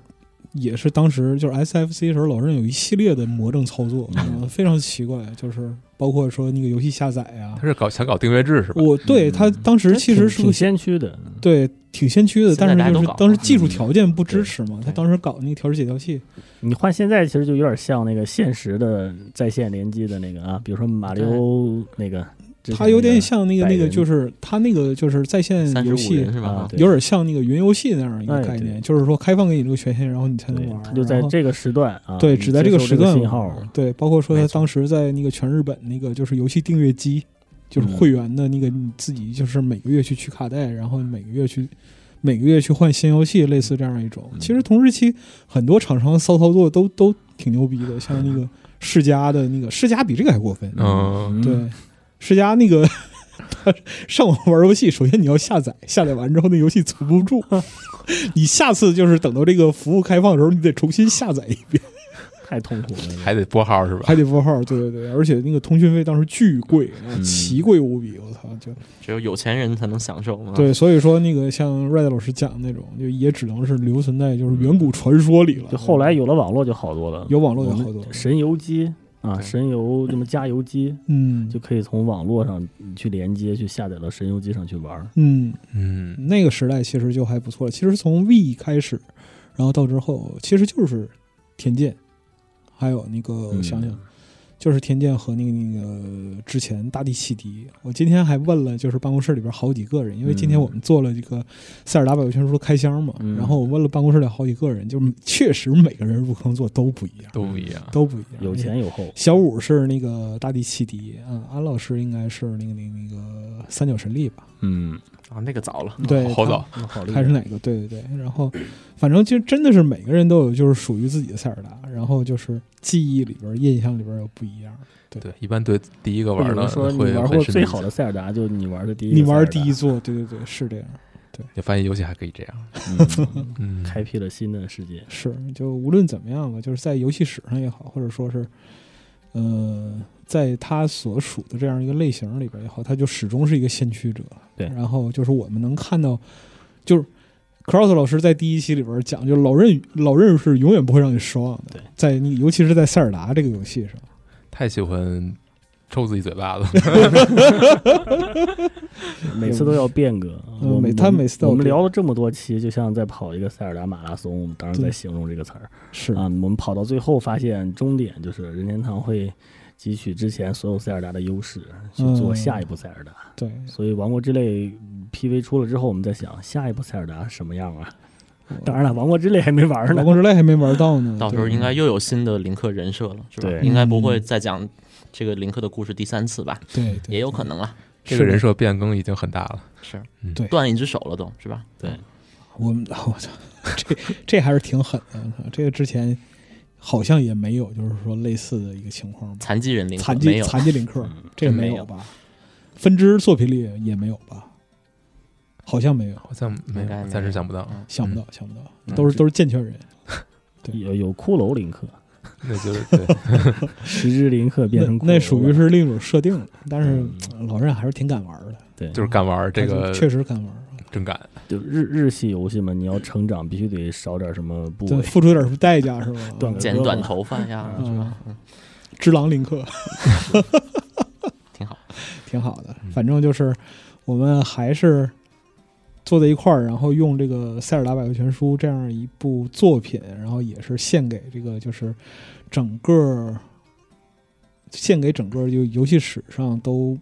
[SPEAKER 2] 也是当时就是 SFC 时候，老任有一系列的魔怔操作，
[SPEAKER 4] 嗯
[SPEAKER 2] 呃非常奇怪，就是包括说那个游戏下载呀
[SPEAKER 3] 它，是搞想搞订阅制是吧？
[SPEAKER 2] 我对
[SPEAKER 5] 嗯
[SPEAKER 2] 他当时其实是
[SPEAKER 5] 挺先驱的，
[SPEAKER 2] 对挺先驱的，
[SPEAKER 4] 现在
[SPEAKER 2] 但
[SPEAKER 4] 大
[SPEAKER 2] 是就
[SPEAKER 4] 家都
[SPEAKER 2] 是
[SPEAKER 4] 搞
[SPEAKER 2] 当时
[SPEAKER 4] 了
[SPEAKER 2] 技术
[SPEAKER 5] 嗯
[SPEAKER 2] 条件不支持嘛，
[SPEAKER 4] 对
[SPEAKER 2] 他当时搞那个调制解调器，
[SPEAKER 5] 你换现在其实就有点像那个现实的在线联机的那个啊，比如说马里奥那个，之前
[SPEAKER 2] 它有点像那个
[SPEAKER 5] 百
[SPEAKER 2] 那个，
[SPEAKER 5] 人
[SPEAKER 2] 就是它那个就是在线
[SPEAKER 4] 三十
[SPEAKER 2] 游
[SPEAKER 4] 五
[SPEAKER 2] 戏
[SPEAKER 4] 人，是吧
[SPEAKER 5] 啊？对
[SPEAKER 2] 有点像那个云游戏那样一个
[SPEAKER 5] 哎
[SPEAKER 2] 概念，
[SPEAKER 5] 对
[SPEAKER 2] 就是说开放给你这个权限，然后你才能
[SPEAKER 5] 对
[SPEAKER 2] 玩，儿。
[SPEAKER 5] 它就在
[SPEAKER 2] 然后
[SPEAKER 5] 这个时段啊，
[SPEAKER 2] 对
[SPEAKER 5] 你
[SPEAKER 2] 只在
[SPEAKER 5] 接
[SPEAKER 2] 这个
[SPEAKER 5] 收
[SPEAKER 2] 时段嗯
[SPEAKER 5] 信号，
[SPEAKER 2] 对，包括说
[SPEAKER 4] 没
[SPEAKER 2] 他
[SPEAKER 4] 错
[SPEAKER 2] 当时在那个全日本那个就是游戏订阅机，就是
[SPEAKER 5] 嗯
[SPEAKER 2] 会员的那个你自己就是每个月去取卡带，然后每个月去每个月去换新游戏，类似这样一种。
[SPEAKER 5] 嗯
[SPEAKER 2] 其实同时期很多厂商骚操作都都挺牛逼的，像那 个世嘉的那个世嘉比这个还过分，
[SPEAKER 3] 嗯，
[SPEAKER 2] 对，世嘉那个 他上网玩游戏，首先你要下载，下载完之后那游戏存不 住，你下次就是等到这个服务开放的时候，你得重新下载一遍，
[SPEAKER 5] 太痛苦了。
[SPEAKER 3] 还得拨号是吧？
[SPEAKER 2] 还得拨号。对对对，而且那个通讯费当时巨贵，啊，
[SPEAKER 5] 嗯
[SPEAKER 2] 奇贵无比，我操！就
[SPEAKER 4] 只有有钱人才能享受嘛。
[SPEAKER 2] 对，所以说那个像 Red 老师讲的那种，就也只能是留存在就是远古传说里了。嗯
[SPEAKER 5] 就后来有了网络就好多了，
[SPEAKER 2] 有网络有好多了，
[SPEAKER 5] 神游机啊，
[SPEAKER 4] 对
[SPEAKER 5] 神游什么加油机，
[SPEAKER 2] 嗯
[SPEAKER 5] 就可以从网络上去连接，去下载到神游机上去玩儿。
[SPEAKER 2] 嗯。
[SPEAKER 3] 嗯，
[SPEAKER 2] 那个时代其实就还不错。其实从 V 开始，然后到之后，其实就是天剑，还有那个
[SPEAKER 5] 嗯
[SPEAKER 2] 我想想，就是天剑和那个那个之前大地汽笛。我今天还问了，就是办公室里边好几个人，因为今天我们做了这个塞尔达百科全书开箱嘛，
[SPEAKER 5] 嗯
[SPEAKER 2] 然后我问了办公室里好几个人，就是确实每个人入坑做都不一样，
[SPEAKER 3] 都不一样。
[SPEAKER 2] 都不一样，
[SPEAKER 5] 有前 有后，
[SPEAKER 2] 小五是那个大地汽笛，嗯，安老师应该是那个那个那个三角神力吧？
[SPEAKER 5] 嗯，
[SPEAKER 4] 啊，那个早了，
[SPEAKER 2] 对，
[SPEAKER 3] 好早，
[SPEAKER 5] 那哦好厉害
[SPEAKER 2] 还是哪个？对对对。然后，反正就真的是每个人都有就是属于自己的塞尔达，然后就是记忆里边、印象里边有不一样。
[SPEAKER 3] 对，一般对第一个玩
[SPEAKER 5] 有人
[SPEAKER 3] 的
[SPEAKER 5] 说你
[SPEAKER 3] 会
[SPEAKER 5] 玩
[SPEAKER 3] 会
[SPEAKER 5] 过
[SPEAKER 3] 是
[SPEAKER 5] 最
[SPEAKER 3] 你
[SPEAKER 5] 好的塞尔达，就是你玩的第一个
[SPEAKER 2] 你
[SPEAKER 5] 塞尔
[SPEAKER 2] 玩
[SPEAKER 5] 达，
[SPEAKER 2] 第一座，对对对，是这样，
[SPEAKER 3] 你发现游戏还可以这样，
[SPEAKER 5] 嗯
[SPEAKER 3] 嗯，
[SPEAKER 5] 开辟了新的世界。
[SPEAKER 2] 是就无论怎么样吧，就是在游戏史上也好，或者说是，呃，在他所属的这样一个类型里边也好，他就始终是一个先驱者。
[SPEAKER 5] 对
[SPEAKER 2] 然后就是我们能看到，就是 Cross 老师在第一期里边讲，就老任老任是永远不会让你失望的。
[SPEAKER 5] 对，
[SPEAKER 2] 在你尤其是在塞尔达这个游戏上。
[SPEAKER 3] 太喜欢抽自己嘴巴子，
[SPEAKER 5] 每次都要变革。啊
[SPEAKER 2] 嗯
[SPEAKER 5] 我们
[SPEAKER 2] 每他每次都要
[SPEAKER 5] 我们
[SPEAKER 2] 变
[SPEAKER 5] 聊了这么多期，就像在跑一个塞尔达马拉松，我们当然在
[SPEAKER 2] 对
[SPEAKER 5] 形容这个词儿
[SPEAKER 2] 是
[SPEAKER 5] 啊。我们跑到最后发现，终点就是任天堂会汲取之前所有塞尔达的优势，去做
[SPEAKER 2] 嗯
[SPEAKER 5] 下一部塞尔达。
[SPEAKER 2] 对，
[SPEAKER 5] 所以《王国之泪》PV 出了之后，我们在想下一部塞尔达什么样啊？当然了，《王国之泪》还没玩
[SPEAKER 2] 老
[SPEAKER 5] 呢。
[SPEAKER 2] 公之泪还没玩到呢，
[SPEAKER 4] 嗯到时候应该又有新的林克人设了，是吧
[SPEAKER 5] 对？
[SPEAKER 4] 应该不会再讲这个林克的故事第三次吧？
[SPEAKER 2] 对对对
[SPEAKER 4] 也有可能啊，
[SPEAKER 3] 这个人设变更已经很大了。
[SPEAKER 4] 是
[SPEAKER 3] 嗯
[SPEAKER 2] 对
[SPEAKER 4] 断一只手了都，是吧？
[SPEAKER 5] 对
[SPEAKER 2] 我们我操， 这这还是挺狠的，我操这个之前好像也没有，就是说类似的一个情况吧。
[SPEAKER 4] 残疾人林克
[SPEAKER 2] 残
[SPEAKER 4] 没
[SPEAKER 2] 疾
[SPEAKER 4] 有，嗯
[SPEAKER 2] 残疾林克，
[SPEAKER 5] 嗯
[SPEAKER 2] 这个
[SPEAKER 4] 真没
[SPEAKER 2] 没
[SPEAKER 4] 有
[SPEAKER 2] 有吧？分支作品里也没有吧？好像没有，
[SPEAKER 3] 好像没
[SPEAKER 4] 应该
[SPEAKER 3] 有，
[SPEAKER 4] 没
[SPEAKER 3] 暂时
[SPEAKER 4] 有
[SPEAKER 3] 想不到，
[SPEAKER 2] 想不到，想不到，
[SPEAKER 4] 嗯
[SPEAKER 2] 都是都是健全人。
[SPEAKER 5] 有有骷髅林克，
[SPEAKER 3] 那就是对，
[SPEAKER 5] 十只林克变成骷髅
[SPEAKER 2] 那那属于
[SPEAKER 5] 了
[SPEAKER 2] 是另一种设定了，但是
[SPEAKER 5] 嗯
[SPEAKER 2] 呃老任还是挺敢玩的，
[SPEAKER 5] 对，
[SPEAKER 3] 就是敢玩儿这
[SPEAKER 2] 他
[SPEAKER 3] 个
[SPEAKER 2] 就确实敢玩。
[SPEAKER 3] 真敢，
[SPEAKER 5] 就日日系游戏嘛，你要成长必须得少点什么部
[SPEAKER 2] 对，
[SPEAKER 5] 位，
[SPEAKER 2] 付出点什么代价是吧？
[SPEAKER 5] 断个
[SPEAKER 4] 剪短头发呀，
[SPEAKER 2] 嗯
[SPEAKER 4] 是吧？嗯
[SPEAKER 2] 只狼林克
[SPEAKER 4] 挺好。
[SPEAKER 2] 挺好的
[SPEAKER 3] 嗯，
[SPEAKER 2] 反正就是我们还是坐在一块儿，然后用这个《塞尔达百科全书》这样一部作品，然后也是献给这个就是整个献给整个就游戏史上都。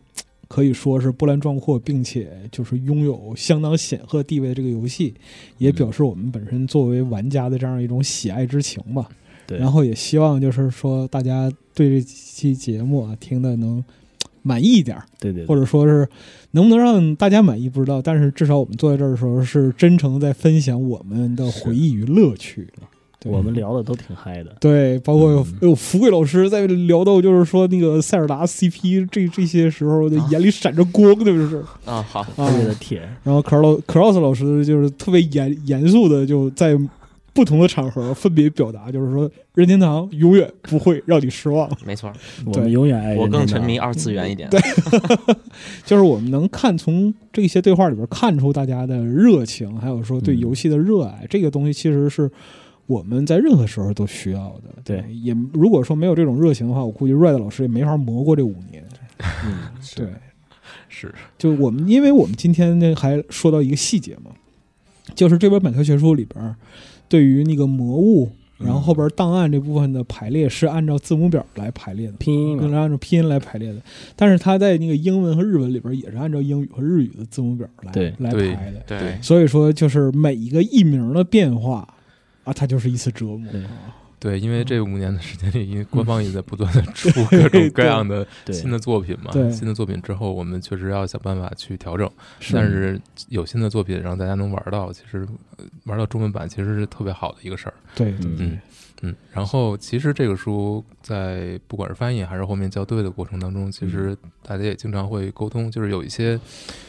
[SPEAKER 2] 可以说是波澜壮阔，并且就是拥有相当显赫地位的这个游戏，也表示我们本身作为玩家的这样一种喜爱之情吧。
[SPEAKER 5] 对，
[SPEAKER 2] 然后也希望就是说大家对这期节目啊听的能满意一点儿，
[SPEAKER 5] 对对，
[SPEAKER 2] 或
[SPEAKER 5] 者
[SPEAKER 2] 者说是能不能让大家满意不知道，但是至少我们坐在这儿的时候是真诚在分享我们的回忆与乐趣。对
[SPEAKER 5] 我们聊的都挺嗨的，
[SPEAKER 2] 对，包括有
[SPEAKER 5] 嗯
[SPEAKER 2] 有福贵老师在聊到就是说那个塞尔达 CP 这这些时候的
[SPEAKER 4] 啊
[SPEAKER 2] 眼里闪着光，对不对？
[SPEAKER 4] 啊，好，
[SPEAKER 2] 啊
[SPEAKER 5] 特，别的甜，
[SPEAKER 2] 然后 Cross Cross 老师就是特别严严肃的，就在不同的场合分别表达，就是说任天堂永远不会让你失望。
[SPEAKER 4] 没错儿，
[SPEAKER 5] 我们永远爱人
[SPEAKER 4] 我更
[SPEAKER 5] 家
[SPEAKER 4] 沉
[SPEAKER 5] 的嗯
[SPEAKER 4] 迷，二次元一点。
[SPEAKER 2] 对 就是我们能看从这些对话里边看出大家的热情，还有说对
[SPEAKER 5] 嗯
[SPEAKER 2] 游戏的热爱，这个东西其实是我们在任何时候都需要的。
[SPEAKER 5] 对
[SPEAKER 2] 也如果说没有这种热情的话，我估计 Red 老师也没法磨过这五年。
[SPEAKER 5] 嗯，是
[SPEAKER 2] 对，
[SPEAKER 3] 是
[SPEAKER 2] 就我们，因为我们今天呢还说到一个细节嘛，就是这本百科全书里边儿对于那个魔物，
[SPEAKER 5] 嗯
[SPEAKER 2] 然后后边档案这部分的排列是按照字母表来排列的。
[SPEAKER 5] 拼音
[SPEAKER 2] 更
[SPEAKER 5] 嘛，
[SPEAKER 2] 是按照拼音来排列的，但是它在那个英文和日文里边也是按照英语和日语的字母表来
[SPEAKER 5] 对
[SPEAKER 2] 来
[SPEAKER 3] 对
[SPEAKER 2] 排的，
[SPEAKER 4] 对，
[SPEAKER 2] 所以说就是每一个译名的变化啊，它就是一次折磨
[SPEAKER 5] 对
[SPEAKER 2] 啊，
[SPEAKER 3] 对，因为这五年的时间里，因为官方也在不断的出各种各样的
[SPEAKER 5] 对，
[SPEAKER 3] 新的作品嘛，
[SPEAKER 2] 对
[SPEAKER 3] 新的作品之后，我们确实要想办法去调整。
[SPEAKER 2] 是
[SPEAKER 3] 但是有新的作品让大家能玩到，其实呃玩到中文版其实是特别好的一个事儿。
[SPEAKER 2] 对对
[SPEAKER 5] 嗯
[SPEAKER 2] 对，
[SPEAKER 3] 嗯，然后其实这个书在不管是翻译还是后面校对的过程当中，其实大家也经常会沟通，就是有一些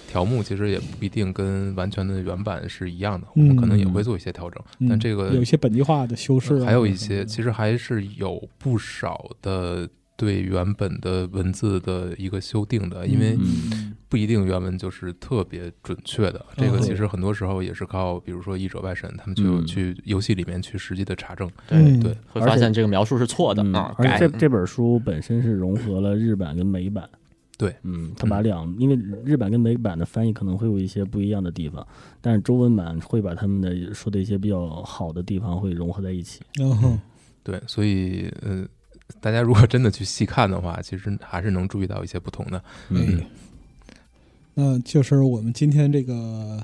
[SPEAKER 3] 条目其实也不一定跟完全的原版是一样的，我们可能也会做一些调整，
[SPEAKER 2] 嗯
[SPEAKER 3] 但这个
[SPEAKER 2] 有一些本地化的修饰啊，
[SPEAKER 3] 还有一
[SPEAKER 2] 等
[SPEAKER 3] 些
[SPEAKER 2] 等
[SPEAKER 3] 其实还是有不少的对原本的文字的一个修订的，因为
[SPEAKER 2] 嗯
[SPEAKER 3] 不一定原文就是特别准确的。这个其实很多时候也是靠，比如说译者外审，他们就
[SPEAKER 5] 嗯
[SPEAKER 3] 去游戏里面去实际的查证。
[SPEAKER 2] 嗯
[SPEAKER 3] 对
[SPEAKER 4] 会
[SPEAKER 5] 而
[SPEAKER 4] 发
[SPEAKER 5] 且
[SPEAKER 4] 现这个描述是错的
[SPEAKER 5] 嗯
[SPEAKER 4] 啊，
[SPEAKER 5] 而
[SPEAKER 4] 改
[SPEAKER 5] 且这这本书本身是融合了日版跟美版。
[SPEAKER 3] 对，
[SPEAKER 5] 嗯，它把两，因为日版跟美版的翻译可能会有一些不一样的地方，但是中文版会把他们的
[SPEAKER 2] 嗯
[SPEAKER 5] 说的一些比较好的地方会融合在一起。
[SPEAKER 2] 然后
[SPEAKER 3] 对，所以呃，大家如果真的去细看的话，其实还是能注意到一些不同的。
[SPEAKER 5] 嗯
[SPEAKER 2] 哎，那就是我们今天这个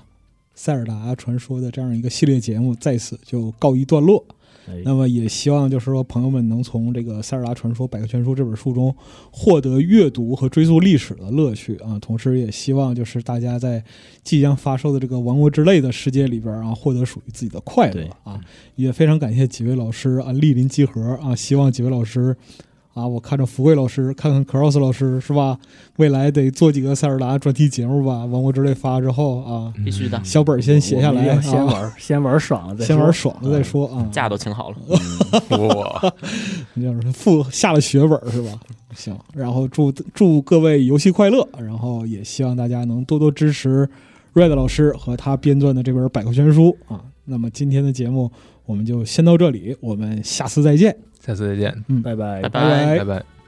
[SPEAKER 2] 塞尔达传说的这样一个系列节目，在此就告一段落。
[SPEAKER 5] 哎
[SPEAKER 2] 那么也希望就是说，朋友们能从这个《塞尔达传说：百科全书》这本书中获得阅读和追溯历史的乐趣啊。同时，也希望就是大家在即将发售的这个《王国之泪》的世界里边啊，获得属于自己的快乐
[SPEAKER 5] 对
[SPEAKER 2] 啊。也非常感谢几位老师啊，莅临集合啊，希望几位老师。啊，我看着福贵老师，看看 Cross 老师是吧？未来得做几个塞尔达专题节目吧。《王国之泪》发之后啊，
[SPEAKER 4] 必须的，
[SPEAKER 2] 小本儿先写下
[SPEAKER 5] 嗯我们一定
[SPEAKER 2] 来，
[SPEAKER 5] 要先
[SPEAKER 2] 啊，
[SPEAKER 5] 玩儿，先玩儿爽了再
[SPEAKER 2] 先
[SPEAKER 5] 说
[SPEAKER 2] 玩爽了再。说啊。
[SPEAKER 4] 假都请好了，
[SPEAKER 5] 嗯
[SPEAKER 3] 哇，
[SPEAKER 2] 你要是付下了血本儿是吧？行，然后祝祝各位游戏快乐，然后也希望大家能多多支持 Red 老师和他编撰的这本百科全书啊。那么今天的节目我们就先到这里，我们下次再见。
[SPEAKER 3] 下次再见，
[SPEAKER 5] 拜拜
[SPEAKER 4] 拜。
[SPEAKER 2] 拜
[SPEAKER 3] 拜拜。